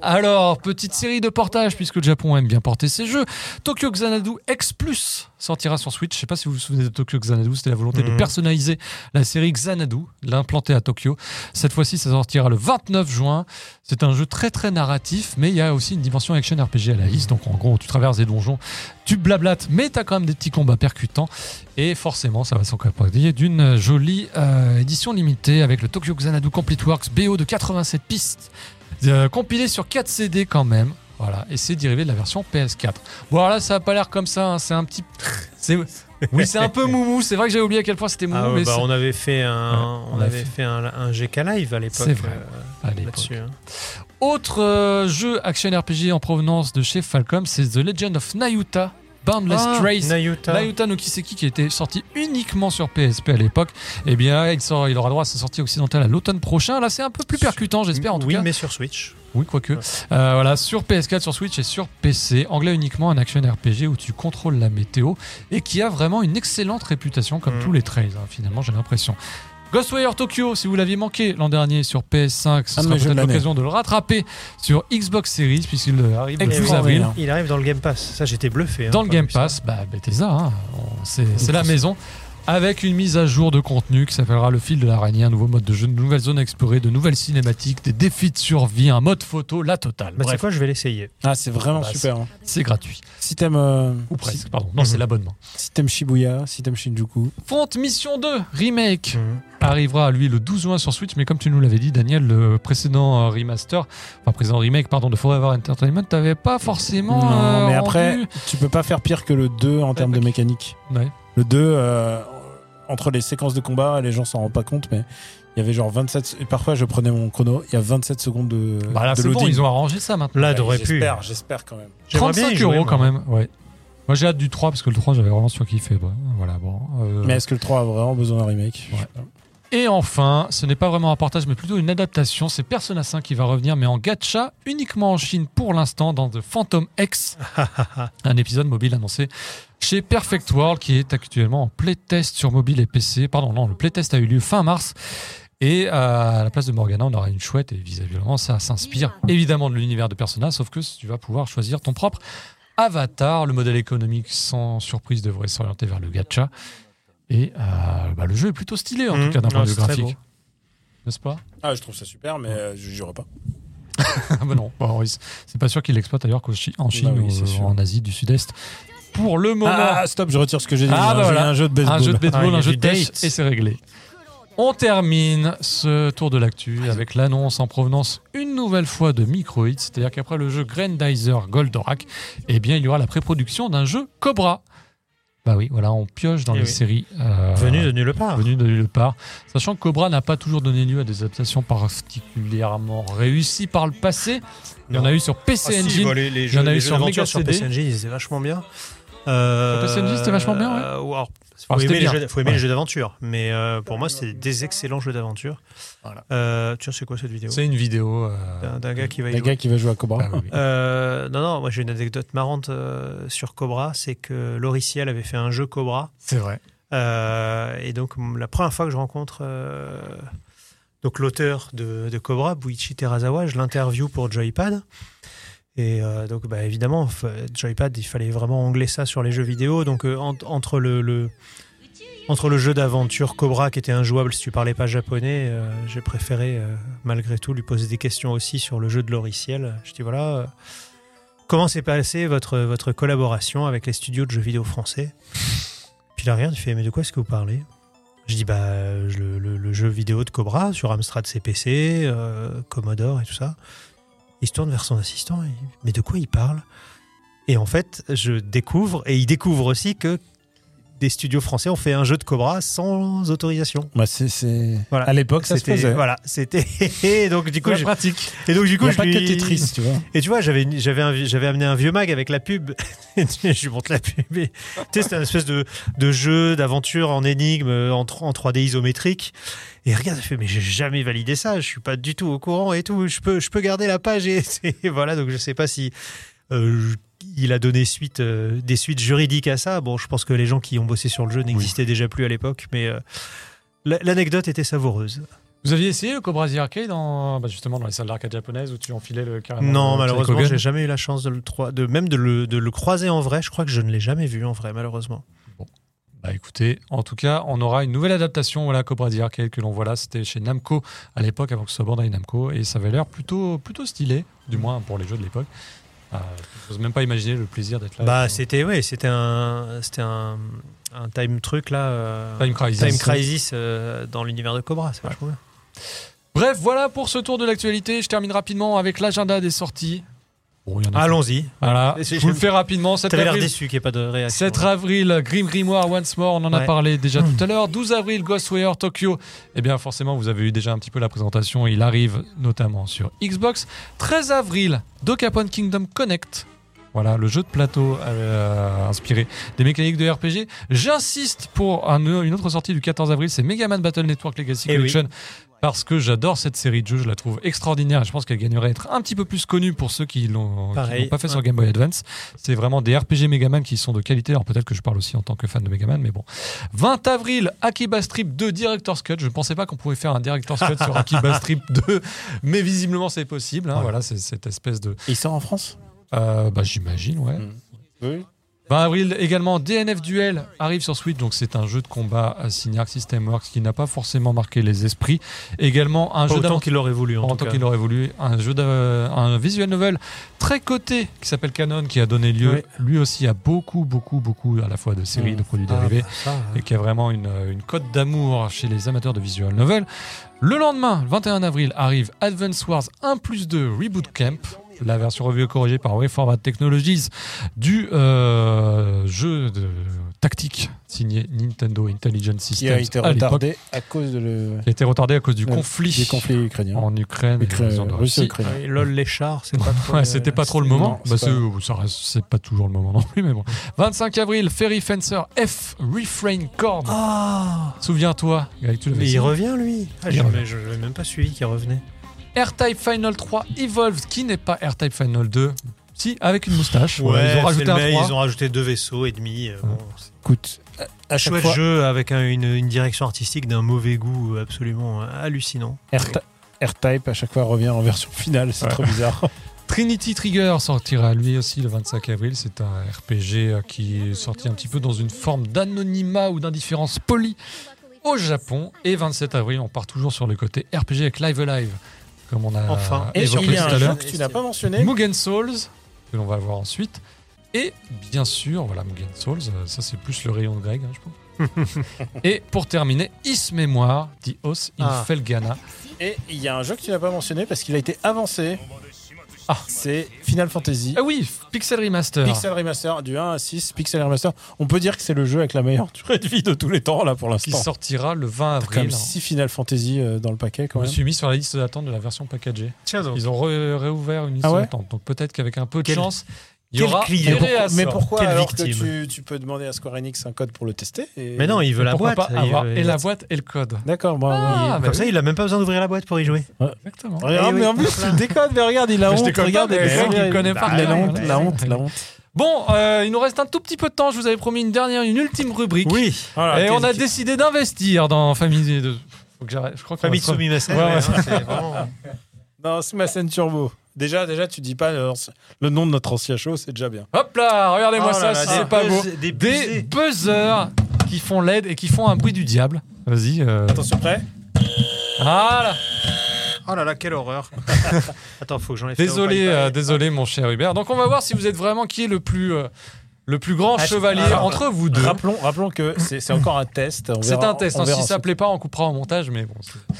Alors, petite série de portages, puisque le Japon aime bien porter ses jeux. Tokyo Xanadu X Plus sortira sur Switch. Je sais pas si vous vous souvenez de Tokyo Xanadu, c'était la volonté de
Mhm.
personnaliser la série Xanadu, de l'implanter à Tokyo. Cette fois-ci, ça sortira le 29 juin. C'est un jeu très très narratif, mais il y a aussi une dimension action RPG à la liste. Donc en gros, tu traverses des donjons, tu blablates, mais tu as quand même des petits combats percutants. Et forcément, ça va s'accompagner d'une jolie euh, édition limitée avec le Tokyo Xanadu Complete Works BO de 87 pistes, euh, compilé sur 4 CD quand même. Voilà, et c'est dérivé de la version PS4. Bon, alors là, ça a pas l'air comme ça. hein. C'est un petit. (laughs) c'est- Oui, c'est un peu moumou. C'est vrai que j'avais oublié à quel point c'était moumou,
Ah ouais,
mais
bah,
c'est-
on avait fait un,
Ouais, on
on
a
avait
fait.
fait un, un GK live à l'époque
C'est vrai,
euh,
à l'époque.
là-dessus. hein.
Autre euh, jeu action RPG en provenance de chez Falcom, c'est The Legend of Nayuta Boundless
Ah,
Trace.
Nayuta.
Nayuta no Kiseki qui était sorti uniquement sur PSP à l'époque, eh bien il, sort, il aura droit à sa sortie occidentale à l'automne prochain. Là c'est un peu plus percutant j'espère en tout
oui,
cas.
mais sur Switch.
Oui quoique.
Ouais.
Euh, voilà sur PS4, sur Switch et sur PC. Anglais uniquement, un action RPG où tu contrôles la météo et qui a vraiment une excellente réputation comme
Mm.
tous les trails hein, finalement j'ai l'impression. Ghostwire Tokyo, si vous l'aviez manqué l'an dernier sur PS5, ce
Un de
sera
mes jeux de
peut-être
l'année.
l'occasion de le rattraper sur Xbox Series puisqu'il euh, arrive le 12 avril.
Extraordinaire.
Il arrive dans le Game Pass. Ça, j'étais bluffé. hein,
Dans le
quand j'ai
Game
vu ça.
Pass, bah, Bethesda, hein, on- c'est c'est la maison. Avec une mise à jour de contenu qui s'appellera le fil de l'araignée, un nouveau mode de jeu, de nouvelles zones à explorer, de nouvelles cinématiques, des défis de survie, un mode photo, la totale.
Bah, c'est
Bref,
quoi Je vais l'essayer.
Ah, c'est vraiment
Bah,
super. hein.
c'est gratuit.
Si t'aimes euh,
Ou
si-
presque, pardon. Non,
Mhm.
c'est l'abonnement.
si t'aimes Shibuya, si t'aimes Shinjuku.
Fonte Mission 2 Remake
Mhm.
arrivera, lui, le 12 juin sur Switch, mais comme tu nous l'avais dit, Daniel, le précédent euh, remaster, enfin, précédent remake, pardon, de Forever Entertainment, t'avais pas forcément.
non,
euh,
mais après,
rendu-
tu peux pas faire pire que le 2 en termes de mécanique.
Ouais.
Le 2, euh, entre les séquences de combat, les gens s'en rendent pas compte, mais il y avait genre 27. et Parfois, je prenais mon chrono, il y a 27 secondes de,
Bah là,
de
c'est bon,
loading.
ils ont arrangé ça maintenant.
Là,
Ouais,
t'aurais pu.
J'espère, j'espère quand même.
J'aimerais bien y
35
jouer,
euros
moi.
quand même, ouais. Moi j'ai hâte du 3 parce que le 3 j'avais vraiment surkiffé. Bon, Voilà, bon. euh,
Mais est-ce que le 3 a vraiment besoin d'un remake
Ouais. Et enfin, ce n'est pas vraiment un portage mais plutôt une adaptation. C'est Persona 5 qui va revenir mais en gacha uniquement en Chine pour l'instant dans The Phantom X, un épisode mobile annoncé chez Perfect World qui est actuellement en playtest sur mobile et PC. Pardon, non, le playtest a eu lieu fin mars. Et euh, à la place de Morgana, on aura une chouette et visiblement ça s'inspire évidemment de l'univers de Persona, sauf que tu vas pouvoir choisir ton propre Avatar, le modèle économique sans surprise devrait s'orienter vers le gacha. Et euh, bah, le jeu est plutôt stylé en
Mhm.
Mmh.
tout cas d'un
Non,
point de vue
c'est très
graphique.
beau.
N'est-ce pas (laughs)
Ah, je trouve ça super, mais euh, je jurerai pas.
Ah bah non, bah, oui, c'est pas sûr qu'il l'exploite d'ailleurs qu'au Chi- en Chine
Bah oui,
ou
c'est sûr.
en Asie du Sud-Est. Pour le moment,
Ah, ah, stop, je retire ce que j'ai dit.
Ah,
J'ai
bah
un-
voilà.
j'ai un jeu de
un
baseball.
jeu de
Ah,
baseball,
il y
un
a
jeu de
du
pêche
date.
et c'est réglé. On termine ce tour de l'actu avec l'annonce en provenance une nouvelle fois de Microïd, c'est-à-dire qu'après le jeu Grandizer Goldorak, eh bien il y aura la pré-production d'un jeu Cobra. Bah oui, voilà, on pioche dans
Eh
les
oui.
séries euh,
Venu de nulle part.
venu de nulle part. Sachant que Cobra n'a pas toujours donné lieu à des adaptations particulièrement réussies par le passé. Il y en
Non.
a eu sur PC
Ah si,
Engine.
bah, les, les
y
jeux-
en a
les
eu
jeux
sur
d'aventure
Mega
sur
CD.
PSNJ, ils étaient vachement bien. Euh,
Sur PSNJ, c'était vachement bien, ouais.
euh, ou alors, faut
Alors, c'était
aimer, les
bien.
jeux, faut aimer
Ouais.
les jeux d'aventure, mais euh, pour moi, c'était des excellents jeux d'aventure.
Voilà.
Euh, tiens, c'est quoi cette vidéo
C'est une vidéo. euh,
d'un d'un gars qui va y
Les
jouer.
gars qui va jouer à Cobra.
bah oui.
Euh, non, non, moi j'ai une anecdote marrante euh, sur Cobra, c'est que Lauriciel avait fait un jeu Cobra,
C'est vrai.
euh, et donc m- la première fois que je rencontre euh, donc l'auteur de, de Cobra, Buichi Terazawa, je l'interview pour Joypad. Et euh, donc bah, évidemment, f- Joypad, il fallait vraiment angler ça sur les jeux vidéo. Donc euh, ent- entre le, le- entre le jeu d'aventure Cobra qui était injouable si tu parlais pas japonais, euh, j'ai préféré euh, malgré tout lui poser des questions aussi sur le jeu de Lauriciel. Je dis voilà, euh, comment s'est passée votre, votre collaboration avec les studios de jeux vidéo français puis il a rien, il fait Mais de quoi est-ce que vous parlez Je dis Bah, euh, le, le- le jeu vidéo de Cobra sur Amstrad CPC, euh, Commodore et tout ça. Il se tourne vers son assistant et il dit, Mais de quoi il parle Et en fait, je découvre, et il découvre aussi que des studios français ont fait un jeu de Cobra sans autorisation.
Bah, c'est- c'est-
Voilà.
À l'époque, ça se
C'était
faisait.
voilà, c'était (laughs) et donc du coup
Ouais,
je-
pratique.
et donc du
Il
coup
n'y a
je
pas que
lui-
Tetris, tu vois.
et tu vois, j'avais une- j'avais un vieux- j'avais amené un vieux mag avec la pub. (laughs) je lui montre la pub. et- tu sais, c'était un espèce de, de jeu d'aventure en énigme euh, en, tr- en 3D isométrique. Et regarde, je fais mais j'ai jamais validé ça. Je suis pas du tout au courant et tout. Je peux je peux garder la page et, et voilà. Donc je sais pas si euh, je- il a donné suite euh, des suites juridiques à ça. Bon, je pense que les gens qui ont bossé sur le jeu n'existaient déjà plus à l'époque, mais euh, la- l'anecdote était savoureuse.
Vous aviez essayé le Cobra The Arcade dans, bah, justement dans les salles d'arcade japonaises où tu enfilais le carrément
Non,
le-
malheureusement,
Hulk
j'ai
euh, Hogan
jamais eu la chance de le troi- de même de le, de le croiser en vrai. Je crois que je ne l'ai jamais vu en vrai, malheureusement.
Ah, Bah écoutez, en tout cas, on aura une nouvelle adaptation voilà, Cobra The Arcade que l'on voit là. C'était chez Namco à l'époque, avant que ce soit Bandai Namco, et ça avait l'air plutôt, plutôt stylé, du moins pour les jeux de l'époque. Euh, je n'ose même pas imaginer le plaisir d'être là.
bah,
Euh,
c'était ouais, c'était un, c'était un, un time truc là. euh,
Time Crisis.
Time Crisis, euh, dans l'univers de Cobra, c'est vachement bien.
Bref, voilà pour ce tour de l'actualité. Je termine rapidement avec l'agenda des sorties. Bon, il y en a.
Allons-y.
Voilà,
Et
je
c'est-
vous le fais rapidement. 7
T'avais l'air
avril,
déçu qu'il n'y ait pas de réaction. hein.
7 avril, Grim Grimoire Once More, on en a
Ouais. Hmm.
parlé déjà tout à l'heure. 12 avril, Ghostwire Tokyo. Eh bien, forcément, vous avez eu déjà un petit peu la présentation. Il arrive notamment sur Xbox. 13 avril, Dokapon Kingdom Connect. Voilà, le jeu de plateau euh, inspiré des mécaniques de RPG. J'insiste pour un- une autre sortie du 14 avril, c'est Mega Man Battle Network Legacy
Eh oui.
Collection. Parce que j'adore cette série de jeux, je la trouve extraordinaire. et Je pense qu'elle gagnerait à être un petit peu plus connue pour ceux qui l'ont qui
Pareil,
l'ont pas fait sur
ouais.
Game Boy Advance. C'est vraiment des RPG Mega Man qui sont de qualité. Alors peut-être que je parle aussi en tant que fan de Mega Man, mais bon. 20 avril, Akiba Strip 2 Director's Cut. Je ne pensais pas qu'on pouvait faire un Director's Cut
(laughs)
sur Akiba Strip 2, mais visiblement c'est possible. hein.
Ouais.
Voilà, c'est cette espèce de.
Et il sort en France
Euh, bah, J'imagine, ouais.
Mm. Oui.
20 avril également, DNF Duel arrive sur Switch, donc c'est un jeu de combat à signer Arc System Works qui n'a pas forcément marqué les esprits. Également un
Pas
jeu
autant
d'aventure
qu'il l'aurait voulu en
en
tout
tant
cas.
qu'il aurait voulu, un jeu d'a- un visual novel très coté qui s'appelle Canon qui a donné lieu
Oui.
lui aussi à beaucoup beaucoup beaucoup à la fois de séries
Mmh.
de produits
Ah,
dérivés
bah, ça,
et qui a vraiment une, une cote d'amour chez les amateurs de visual novel. Le lendemain, le 21 avril, arrive Advance Wars 1 plus 2 Reboot Camp, la version revue et corrigée par WayForward Technologies du euh, jeu de tactique signé Nintendo Intelligent
Qui
Systems
a été
à l'époque,
retardé à cause de le...
qui a été retardé à cause du
Ouais,
conflit,
du conflit ukrainien.
en Ukraine. et de
Ukraine-
l'invasion de Russie.
Russie-Ukraine.
Ouais, LOL les chars,
(laughs)
c'est pas trop.
Ouais,
le-
c'était pas trop le
c'est-
moment.
non, Euh, c'est
Bah,
pas-
c'est ça reste- c'est pas toujours le moment non plus, mais bon. 25 avril, Ferry Fencer F Refrain Chord.
Ah
Souviens-toi, Greg, tu l'avais
Mais il
signé.
revient lui. Ah,
Il
je
revient.
je l'avais même pas suivi qu'il revenait.
R-Type Final 3 Evolved, qui n'est pas R-Type Final 2. Si, avec une moustache. Voilà, ils ont rajouté un 3.
Ils ont rajouté deux vaisseaux et demi. euh, bon, c'est-
Écoute, à- à chaque
Chouette
fois,
jeu avec un- une, une direction artistique d'un mauvais goût euh, absolument hallucinant.
R-Ty- R-Type à chaque fois revient en version finale, c'est trop bizarre.
Trinity Trigger sortira lui aussi le 25 avril. C'est un RPG euh, qui est sorti un petit peu dans une forme d'anonymat ou d'indifférence polie au Japon. Et 27 avril, on part toujours sur le côté RPG avec Live Alive, comme on a
Enfin.
Et
évoqué
il y a
tout à
un
l'heure.
jeu que tu n'as pas mentionné.
Mugen Souls, que l'on va voir ensuite. Et bien sûr, voilà, Mugen Souls, euh, ça c'est plus le rayon de Greg, hein, je pense.
(laughs)
et pour terminer, Is Mémoire, The Os in
Ah.
Felgana.
Et il y a un jeu que tu n'as pas mentionné parce qu'il a été avancé.
Ah.
C'est Final Fantasy.
Ah oui, Pixel Remaster.
Pixel Remaster du 1 à 6, Pixel Remaster. On peut dire que c'est le jeu avec la meilleure (laughs) durée de vie de tous les temps là pour
qui
l'instant.
sortira le 20
T'as quand même
avril. hein.
6 Final Fantasy euh, dans le paquet
Je
quand
me
même. Oh.
suis mis sur la liste d'attente de la version packagée.
Tiens donc.
Ils ont re- réouvert une liste
Ah ouais
d'attente. Donc peut-être qu'avec un peu de
Quel-
chance, il y
quel
aura des
client.
Mais pourquoi,
réassorts.
mais pourquoi
Quelle
alors que
victime.
tu, tu peux demander à Square Enix un code pour le tester et-
Mais non, il veut la
Pourquoi
boîte.
pas
il
avoir
veut-
et la boîte et le code.
D'accord, bon, oui.
Ah,
Comme
bah
ça,
oui,
il a même pas besoin d'ouvrir la boîte pour y jouer.
Exactement.
Regarde,
Eh
mais
oui.
en plus, tu déconnes, mais regarde, il a
Mais je
honte.
déconne Ah
regarde,
pas, mais
il
Greg, il
est-
connaît
il
par
a la
cœur.
honte, la honte, la honte.
Bon, euh, il nous reste un tout petit peu de temps. Je vous avais promis une dernière, une ultime rubrique.
Oui.
Et on a décidé d'investir dans Famille de. Faut que j'arrête. Je crois qu'on va
Famille
se-
Tsumi Masen,
Ouais, ouais.
ouais, hein, c'est vraiment-
Non, c'est ma scène turbo. Déjà, déjà, tu dis pas le, le nom de notre ancien show, c'est déjà bien.
Hop là, regardez-moi
Oh
ça,
là là,
si
des
c'est pas beau.
buzz-
Des
Des buzzers.
buzzers qui font l'aide et qui font un bruit du diable. Vas-y. euh,
Attention, prêt
Voilà.
Oh là là, quelle horreur. (laughs) Attends, faut que j'enlève ça au
Désolé,
bye-bye.
euh, désolé, mon cher Hubert. Donc on va voir si vous êtes vraiment qui est le plus, euh, le plus grand
Ah, je-
chevalier
ah,
entre vous deux.
Rappelons, rappelons que c'est c'est encore un test. on
C'est
verra-
un test.
on
hein,
verra
si ça
ensuite.
plaît pas, on coupera au montage, mais bon.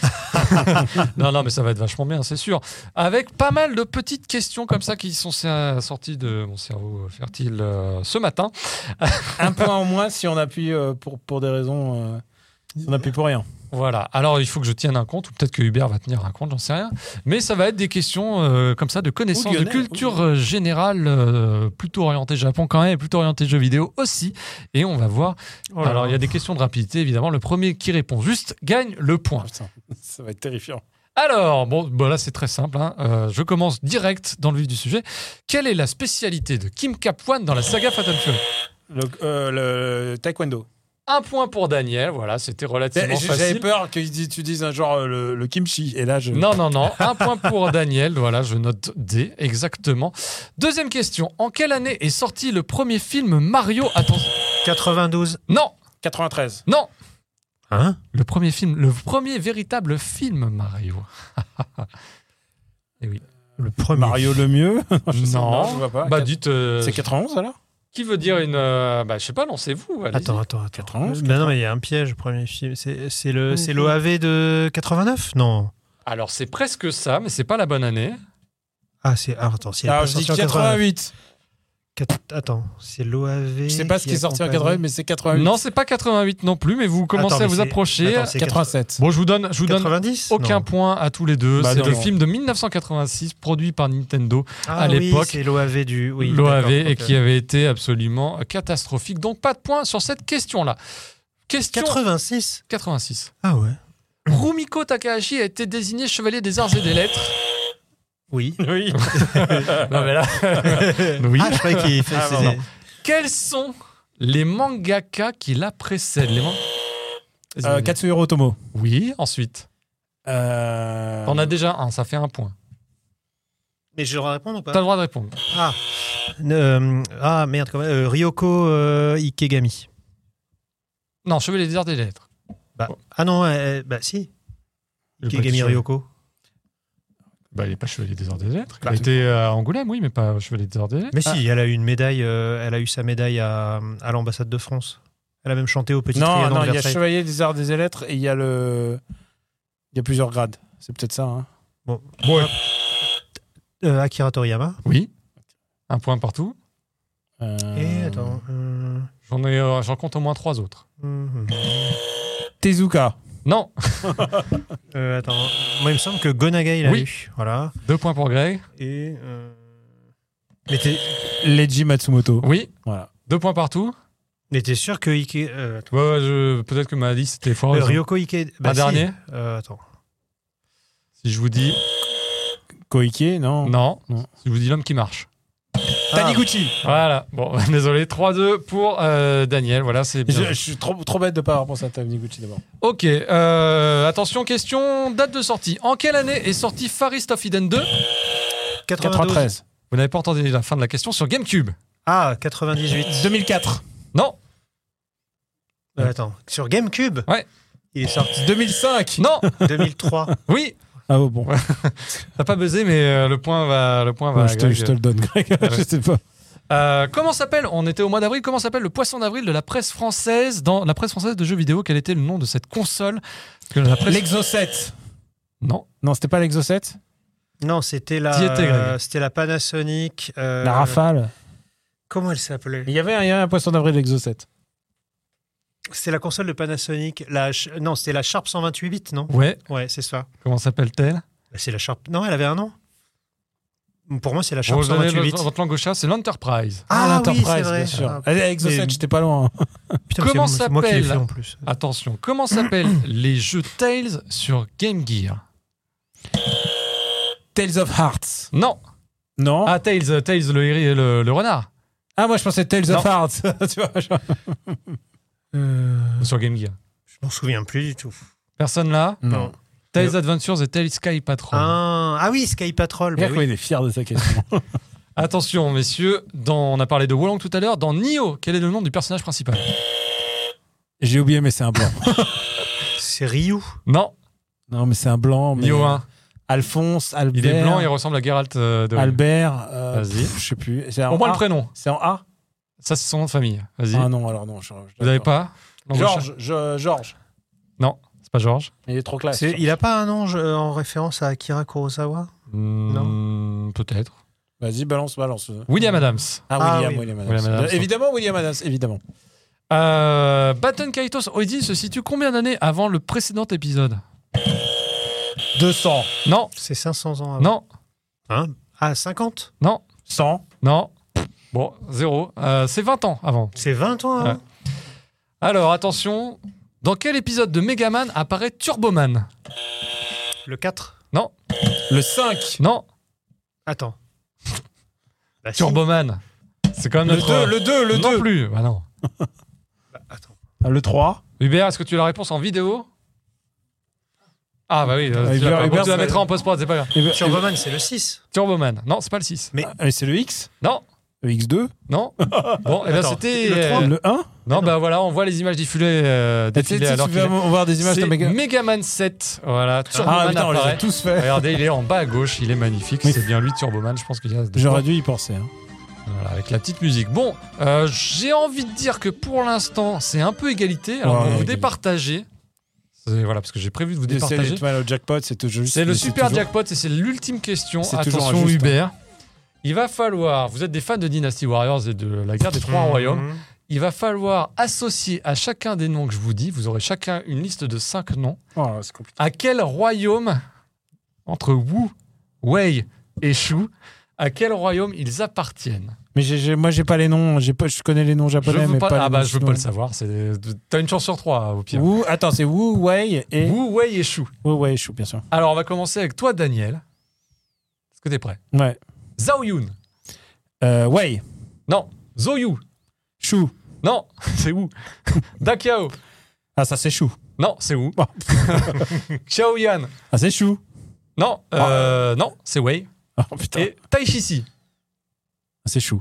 c'est- (laughs) non, non, mais ça va être vachement bien, c'est sûr. Avec pas mal de petites questions comme ça qui sont sa- sorties de mon cerveau fertile euh, ce matin.
un point en moins si on appuie euh, pour, pour des raisons. euh, si on appuie pour rien.
Voilà. Alors, il faut que je tienne un compte, ou peut-être que Hubert va tenir un compte, j'en sais rien. Mais ça va être des questions euh, comme ça de connaissances, de
Lionel,
culture euh, générale, euh, plutôt orientée Japon quand même, et plutôt orientée jeux vidéo aussi. Et on va voir.
Oh là
Alors,
là.
il y a des questions de rapidité, évidemment. Le premier qui répond juste gagne le point.
Putain, ça va être terrifiant.
Alors, bon, bon, là c'est très simple, hein. Euh, je commence direct dans le vif du sujet. Quelle est la spécialité de Kim Kapwan dans la saga Fatal Fury
Le, euh, le taekwondo.
Un point pour Daniel, voilà, c'était relativement
Eh, J'avais
facile.
peur que tu dises un genre euh, le, le kimchi. Et là, je.
Non, non, non. Un point pour Daniel. Voilà, je note D, exactement. Deuxième question. En quelle année est sorti le premier film Mario Attention.
92.
Non,
93.
non.
Hein
Le premier film, le premier véritable film Mario.
Le premier.
Mario le mieux (laughs) Je sais pas, je vois pas.
Bah
Quatre-
dites. euh,
C'est 91 alors
qui veut dire une. euh, bah je sais pas, lancez-vous. allez-y.
Attends, attends, attends.
91,
Ben non, mais il y a un piège, le premier film. C'est c'est le,
Mhm.
c'est l'OAV de 89 Non.
Alors c'est presque ça, mais c'est pas la bonne année.
Ah, c'est. Ah, attends, si elle est
Alors
pas
je dis
sortie en 89.
88.
Quat- Attends, c'est l'OAV.
Je sais pas ce qui est sorti en 88, mais c'est 88.
Non, c'est pas 88 non plus, mais vous commencez
Attends,
à
mais
vous
c'est-
approcher.
Attends, c'est
87.
Bon, je vous donne, je vous donne
90
aucun
Non.
point à tous les deux.
Bah
c'est
non,
le
non.
film de 1986 produit par Nintendo.
Ah
à
oui,
l'époque.
C'est l'OAV du. Oui,
l'OAV
d'accord,
et
ok.
qui avait été absolument catastrophique. Donc pas de points sur cette question-là. Question
86
86.
Ah ouais
Rumiko Takahashi a été désigné chevalier des arts et des lettres.
Oui.
(laughs)
Oui. non mais là. (laughs) oui.
Ah, je croyais (laughs) qu'il fait.
Ah,
c'est-
non, non.
Quels sont les mangaka qui la précèdent les man-
Euh, Katsuhiro Otomo.
Oui, ensuite.
Euh...
On a déjà un, ça fait un point.
Mais je dois répondre ou pas
T'as le droit de répondre.
Ah. Euh, ah merde, quand même. Euh, Ryoko euh, Ikegami.
Non, chevalier des arts et des lettres.
Bah, ah non, euh, bah si.
Le petit
Ikegami
chevalier.
Ryoko.
Bah, il n'est pas chevalier des arts et des lettres.
Bah,
il était euh, à Angoulême, oui, mais pas chevalier des arts et des lettres.
Mais si, elle a eu une médaille. euh, elle a eu sa médaille à, à l'ambassade de France. Elle a même chanté au petit
Non,
trianon
non,
de
il y a
Versailles.
Chevalier des Arts des Lettres et il y a le. Il y a plusieurs grades. C'est peut-être ça. Hein.
Euh, Akira Toriyama.
Oui. Un point partout.
Euh,
Et Eh, attends. euh,
J'en ai, euh, j'en compte au moins trois autres.
mhm.
Tezuka.
Non.
Euh, attends. Moi, il me semble que Gonagai l'a
Oui.
eu. Voilà.
Deux points pour Greg.
Et. euh, Mais t'es
Leiji Matsumoto.
Oui.
Voilà.
Deux points partout.
mais t'es sûr que Ike. euh, attends.
Ouais, ouais, je- peut-être que ma liste c'était foireuse.
Euh, Ryoko Ike.
Un
si.
dernier
Euh, attends.
Si je vous dis
Koike, non.
non,
Non.
si je vous dis l'homme qui marche.
Ah,
Taniguchi.
Voilà. Bon, (laughs) désolé. 3-2 pour euh, Daniel. Voilà, c'est
Je,
bien.
je suis trop, trop bête de pas avoir pensé à Taniguchi d'abord.
Ok. euh, attention, question date de sortie. En quelle année est sorti Far East of Eden 2
93.
93.
Vous n'avez pas entendu la fin de la question sur GameCube.
Ah, 98.
(laughs)
2004.
Non,
Euh, attends. Sur GameCube
Ouais.
Il est sorti
2005.
non, (laughs)
2003.
oui.
Ah oh, bon.
T'as pas buzzé, mais euh, le point va, le point va.
Ouais, je, te,
Greg.
je te le donne, Greg. (laughs) je sais pas.
Euh, comment s'appelle On était au mois d'avril. Comment s'appelle le poisson d'avril de la presse française dans la presse française de jeux vidéo Quel était le nom de cette console que la presse...
L'Exo 7.
Non,
Non, c'était pas l'Exo 7
non, c'était
T'y étais, Greg.
la, c'était la Panasonic. euh,
La Rafale.
Comment elle s'appelait
Il y avait un, il y avait un poisson d'avril de l'Exo 7.
C'était la console de Panasonic. La, ch- non, c'était la Sharp 128 bits, non
ouais.
Ouais, c'est ça.
Comment s'appelle-t-elle
C'est la Sharp. Non, elle avait un nom. Pour moi, c'est la
Bon,
Sharp
je donnais
128
votre votre langue au chat, c'est l'Enterprise.
Ah, oui, c'est
l'Enterprise,
vrai.
bien sûr.
Ah,
Allez, Exo
mais-
7, j'étais pas loin. hein.
putain, mais
Comment
c'est moi- c'est moi qui l'ai
s'appelle
fait en plus.
Attention, comment s'appellent les jeux Tales sur Game Gear
Tales of Hearts.
Non.
Non.
Ah, Tales, euh, Tales le, héri- le, le renard
Ah, moi je pensais Tales
Non.
of Hearts. (laughs) tu vois, genre.
Euh,
sur Game Gear.
Je m'en souviens plus du tout.
Personne là
Non.
Tales Adventures et Tales Sky Patrol.
Ah, ah oui, Sky Patrol. bah
Regarde
oui.
comment il est fier de sa question.
Attention, messieurs, dans, on a parlé de Wolong tout à l'heure. Dans Nioh, quel est le nom du personnage principal
J'ai oublié, mais c'est un blanc.
C'est Ryu.
Non,
Non, mais c'est un blanc. Mais...
Nioh 1.
Alphonse, Albert.
Il est blanc, il ressemble à Geralt euh, de.
Albert. euh,
Vas-y.
pff, Je sais plus. C'est en
Au moins
A.
le prénom.
C'est en A
Ça, c'est son nom de famille. Vas-y.
Ah non, alors non. Je, je-
Vous n'avez pas Non,
Georges. je- Georges.
Non, c'est pas Georges.
Il est trop classe.
C'est- Il a pas un nom je- euh, en référence à Akira Kurosawa
Non. Hmm, Peut-être.
Vas-y, balance, balance.
William Adams.
Ah,
Ah,
William,
oui.
William Adams.
William Adams.
Euh, Évidemment, William Adams, évidemment.
Euh, Batten Kaitos Oedi se situe combien d'années avant le précédent épisode
200.
Non,
C'est 500
Ah
ans avant.
non,
Hein ah, 50
non,
100.
non. Bon, zéro. Euh, c'est 20 ans avant.
C'est hein? 20 ans avant.
Ouais. Alors, attention. Dans quel épisode de Megaman apparaît Turboman
Le 4
Le 5.
Non,
Attends. (laughs) Bah, si.
Turboman. C'est quand même
Ah,
notre...
Le 2, le 2, le
non
2.
plus. Bah non.
Bah, attends.
Ah, le 3.
Hubert, est-ce que tu as la réponse en vidéo Ah bah oui, euh,
Ah,
tu,
Hubert-
l'as pas. Bon,
Hubert,
tu la
c'est-
mettras en post-prod, c'est pas grave.
Et ben-
Turboman, c'est le 6.
Turboman, non, c'est pas le 6.
Ah, mais c'est le X
Non,
Le X2 (laughs)
non. Bon, et bien
Attends,
c'était...
le trois,
euh,
Le 1
Non, bah voilà, on voit les images diffusées euh, défiler alors qu'il est-
voir des images de
C'est
Mega.
Megaman 7, voilà, Turboman
Ah putain, on les a
apparaît.
tous fait.
Regardez, il est en bas à gauche, il est magnifique,
Oui.
c'est bien lui Turboman, je pense qu'il y a des
J'aurais dû y penser. hein.
Voilà, avec la petite musique. Bon, euh, j'ai envie de dire que pour l'instant, c'est un peu égalité. Alors,
Ouais,
on va vous
égalité.
départager. C'est- Voilà, parce que j'ai prévu de vous
C'est
départager.
le le jackpot, c'est toujours.
C'est le
mais
super
toujours-
jackpot et c'est l'ultime question.
C'est toujours
Attention,
injuste, hein.
Hubert. Il va falloir, vous êtes des fans de Dynasty Warriors et de la guerre des trois
Mhm.
Mmh.
royaumes, il va falloir associer à chacun des noms que je vous dis, vous aurez chacun une liste de cinq noms,
Oh, c'est compliqué.
à quel royaume, entre Wu, Wei et Shu, à quel royaume ils appartiennent
Mais j'ai- j'ai- moi, j'ai pas les noms. J'ai pas, je connais les noms
Je
japonais,
veux
mais
pas,
pas. les
ah bah,
noms
je veux pas
chinois.
le savoir. c'est- T'as une chance sur trois, au pire.
Wu, attends, c'est Wu Wei et.
Wu, Wei et Shu.
Wu Wei, je suis bien sûr.
Alors, on va commencer avec toi, Daniel. Est-ce que t'es prêt
Ouais.
Zhao Yun.
Euh, Wei,
Non. Zhou Yu.
Shu.
Non, (laughs) c'est Wu.
(laughs)
Dakiao.
Ah, ça, c'est Shu.
Non, c'est Wu.
Bon.
(laughs) Xiao Yan.
Ah, c'est Shu.
Non, euh, non, c'est Wei.
Oh Ah. putain.
Et Taishici.
Ah, C'est Chou.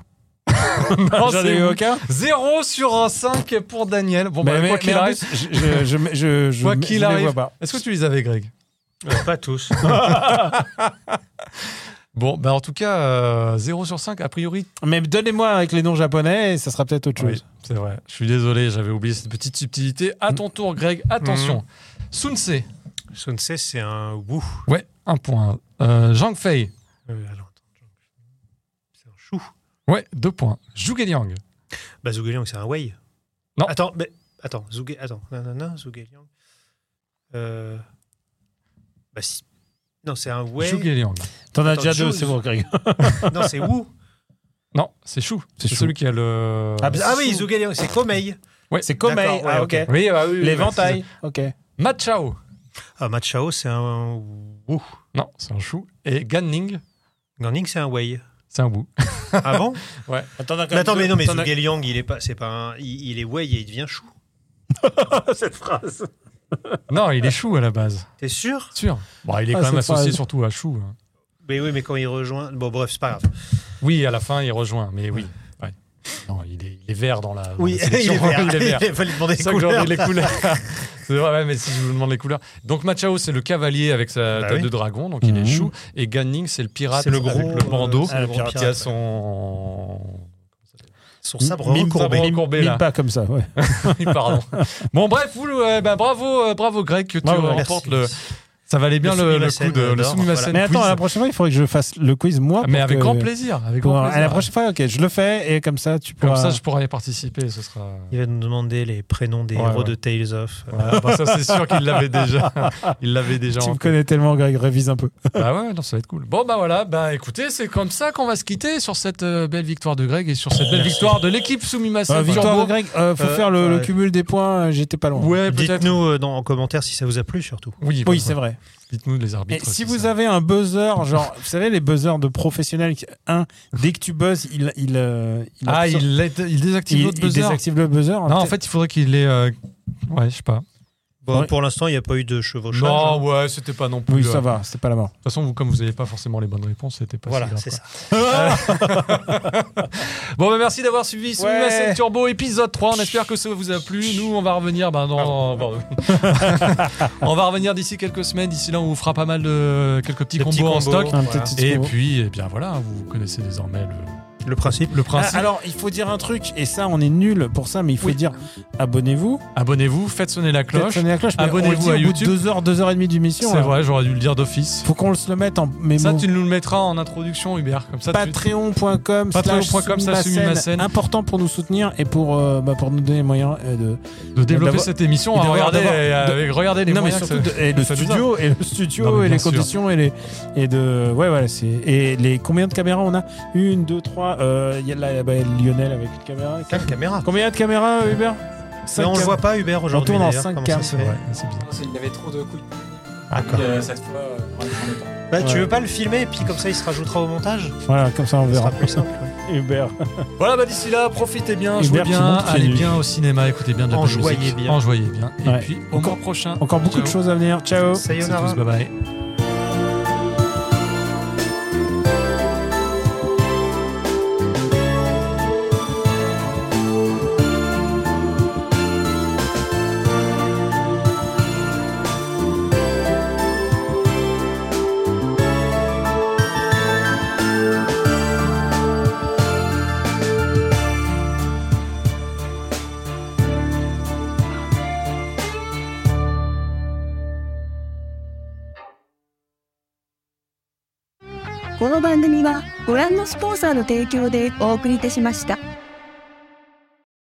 (laughs) Non,
J'en
c'est
ai eu
Wu.
aucun.
0 sur un 5 pour Daniel. Bon, bah, quoi qu'il
en
arrive.
plus, je, je, je,
(laughs)
je, je,
Quoi
je
qu'il
les
arrive.
vois pas.
Est-ce que tu les avais, Greg
Euh, Pas tous. (laughs)
Bon, bah, en tout cas, 0 sur 5, a priori,
Mais donnez-moi avec les noms japonais, ça sera peut-être autre
Oui,
chose.
c'est vrai. Je suis désolé, j'avais oublié cette petite subtilité. À ton tour, Greg, attention. Sunse.
Sunset, c'est un Wu.
Mm. Ouais, un point. Euh, Zhang Fei.
Euh, alors, attends, c'est un chou.
Ouais, deux points. Zhuge Liang.
Bah, Zhuge Liang, c'est un Wei.
Non.
Attends, mais. Attends, Zhuge. Attends, non, non, non, Zhuge Liang. Euh. Bah, si. Non, c'est un Wei.
Zhuge Liang.
T'en as
Attends,
déjà
Chou,
deux, c'est bon, Greg.
Non, c'est Wu.
Non, c'est Chou. C'est
Shu.
celui qui a le.
Ah, bah,
Ah oui,
Chou.
Zhuge Liang, c'est Komei.
C'est Komei.
D'accord, ouais,
ah, ok.
ok.
oui, bah, oui, oui,
L'éventail. Ok.
c'est- Ma Chao.
Ah, Machao, c'est un Wu.
Non, c'est un Chou. Et Ganning,
Ganding, c'est un Wei.
c'est un (laughs) Wu.
Ah bon
Attends,
Mais Attends, mais non, mais Zhuge Liang, il est pas. C'est pas un. Il, il est Wei et il devient chou.
cette phrase.
non, il est Chou à la base.
T'es sûr
Sûr. Bon, il est
Ah,
quand même
cette
associé
phrase.
surtout à Chou. hein.
Mais oui, mais quand il rejoint. Bon, bref, c'est pas grave.
Oui, à la fin, il rejoint, mais oui. Ouais. Non, il est, il est vert dans la. dans la sélection. (laughs) il est vert.
(laughs) Il fallait demander les
C'est ça que j'en ai,
couleurs.
les couleurs. (laughs) c'est vrai, ouais, mais si je vous demande les couleurs. Donc Machao, c'est le cavalier avec sa
Bah
tête
oui.
de dragon, donc il est
Mhm.
chou. Et Ganning, c'est le pirate
C'est le
avec
gros,
le bandeau.
euh, c'est le
Ah,
gros
pirate
qui a
pirate.
son.
Son sabre recourbé.
Sabre recourbé, là.
Mime pas comme ça, ouais.
Oui, (laughs) Pardon. Bon, bref, vous, euh, bah, bravo, euh, bravo Greg, que tu
Bravo,
remportes
Merci.
le. Ça valait bien
Le
le, le
Sumimasen
coup de. Le
d'or,
Sumimasen
Mais attends,
quiz. Ah,
la prochaine fois, il faudrait que je fasse le quiz moi.
Mais
pour
avec
que-
grand plaisir. Avec
pour-
grand
à
plaisir.
la prochaine fois, ok, je le fais et comme ça, tu
Comme
pourras.
ça, je pourrais y participer. Ce sera.
Il va nous demander les prénoms des
Ouais,
héros
ouais.
de Tales of.
Voilà, bah, ça, c'est sûr qu'il l'avait déjà. Il l'avait déjà
Tu
en
me connais tellement, Greg, révise un peu.
Bah ouais, non, ça va être cool. Bon, bah voilà, bah écoutez, c'est comme ça qu'on va se quitter sur cette euh, belle victoire de Greg et sur cette belle victoire de l'équipe Soumimasen.
Euh, victoire de
Turbo.
Greg, euh, faut
Euh,
faire le, le
ouais.
cumul des points, euh, j'étais pas loin.
Ouais, peut-être.
Dites-nous euh, dans- en commentaire si ça vous a plu surtout.
Oui,
Oui,
voilà.
c'est vrai.
Dites-nous les
Et
arbitres.
si
c'est
vous
ça.
avez un buzzer, genre, vous savez, les buzzers de professionnels, qui- un, dès que tu buzzes, il. il, euh, il
Ah,
absorbe-
il, l'aide- il désactive
il-
l'autre
il
buzzer.
désactive le buzzer.
Non, en fait, il faudrait qu'il ait. euh, Ouais, je sais pas.
Bon,
Ouais.
Pour l'instant, il n'y a pas eu de chevauchage.
Non,
hein.
ouais, c'était pas non plus.
Oui,
euh,
ça va, c'est pas la mort.
De toute façon, vous, comme vous n'avez pas forcément les bonnes réponses, c'était pas si
Voilà,
grave,
c'est
quoi.
ça.
Bon, bah, merci d'avoir suivi ce
Ouais.
Massive Turbo épisode 3. On espère que ça vous a plu. Nous, on va revenir. Ben, non, (laughs) on va revenir d'ici quelques semaines. D'ici là, on vous fera pas mal de quelques petits
Des
combos
petits
en
combos.
stock.
Un
Voilà.
petit
Et
combo.
puis, eh bien voilà, vous connaissez désormais le,
Le principe.
le
Ah,
principe.
alors, il faut dire un truc, et ça, on est nul pour ça, mais il faut
Oui.
dire abonnez-vous.
Abonnez-vous, faites sonner la
Peut-être
cloche.
sonner la cloche, mais
Abonnez-vous
on
à
le dit au bout de
YouTube.
Deux heures, deux heures et demie d'émission.
C'est
là.
vrai, j'aurais dû le dire d'office.
Faut qu'on se le mette en mémo.
Ça, tu nous le mettras en introduction, Hubert. Comme ça, tu-
Patreon.com slash
Patreon.com slash
Sumimasen.
Sumimasen.
important pour nous soutenir et pour, euh, bah, pour nous donner moyen euh, de
de développer
d'avoir-
cette émission. Ah,
et d'avoir-
regardez,
d'avoir-
euh,
de-
avec- regardez les
non mais
moyens que
surtout
ça-
de- et le
ça nous
studio et le
Non,
studio
mais
et
bien
les
sûr.
conditions et les et de ouais voilà c'est et les combien de caméras on a une deux trois euh, il y a là bah, Lionel avec une caméra
Cinq caméras.
combien de caméras Hubert
Mais
Cinq
on le
cam-
voit pas, Hubert, aujourd'hui.
tourne en
d'ailleurs,
cinq
comment ça
cam,
se
Ah, C'est
fait.
vrai, c'est bizarre.
Il avait trop de couilles.
D'accord.
Euh, cette fois, euh, en même temps.
Bah, Tu
Ouais.
veux pas le filmer et puis comme ça il se rajoutera au montage
Voilà, comme ça on
Ce sera
verra.
plus simple. ouais.
Uber.
Voilà, bah d'ici là, profitez bien,
Et
jouez
Bertie
bien,
Monte qui est
allez
nu.
bien au cinéma, écoutez bien de la bonne
Enjoyez
musique.
bien.
Enjoyez bien. Et
Ouais.
puis, au mois prochain.
Encore beaucoup de
Ciao.
choses à venir. Ciao.
À
Sayonara.
tous, bye bye.
この番組はご覧のスポンサーの提供でお送りいたしました。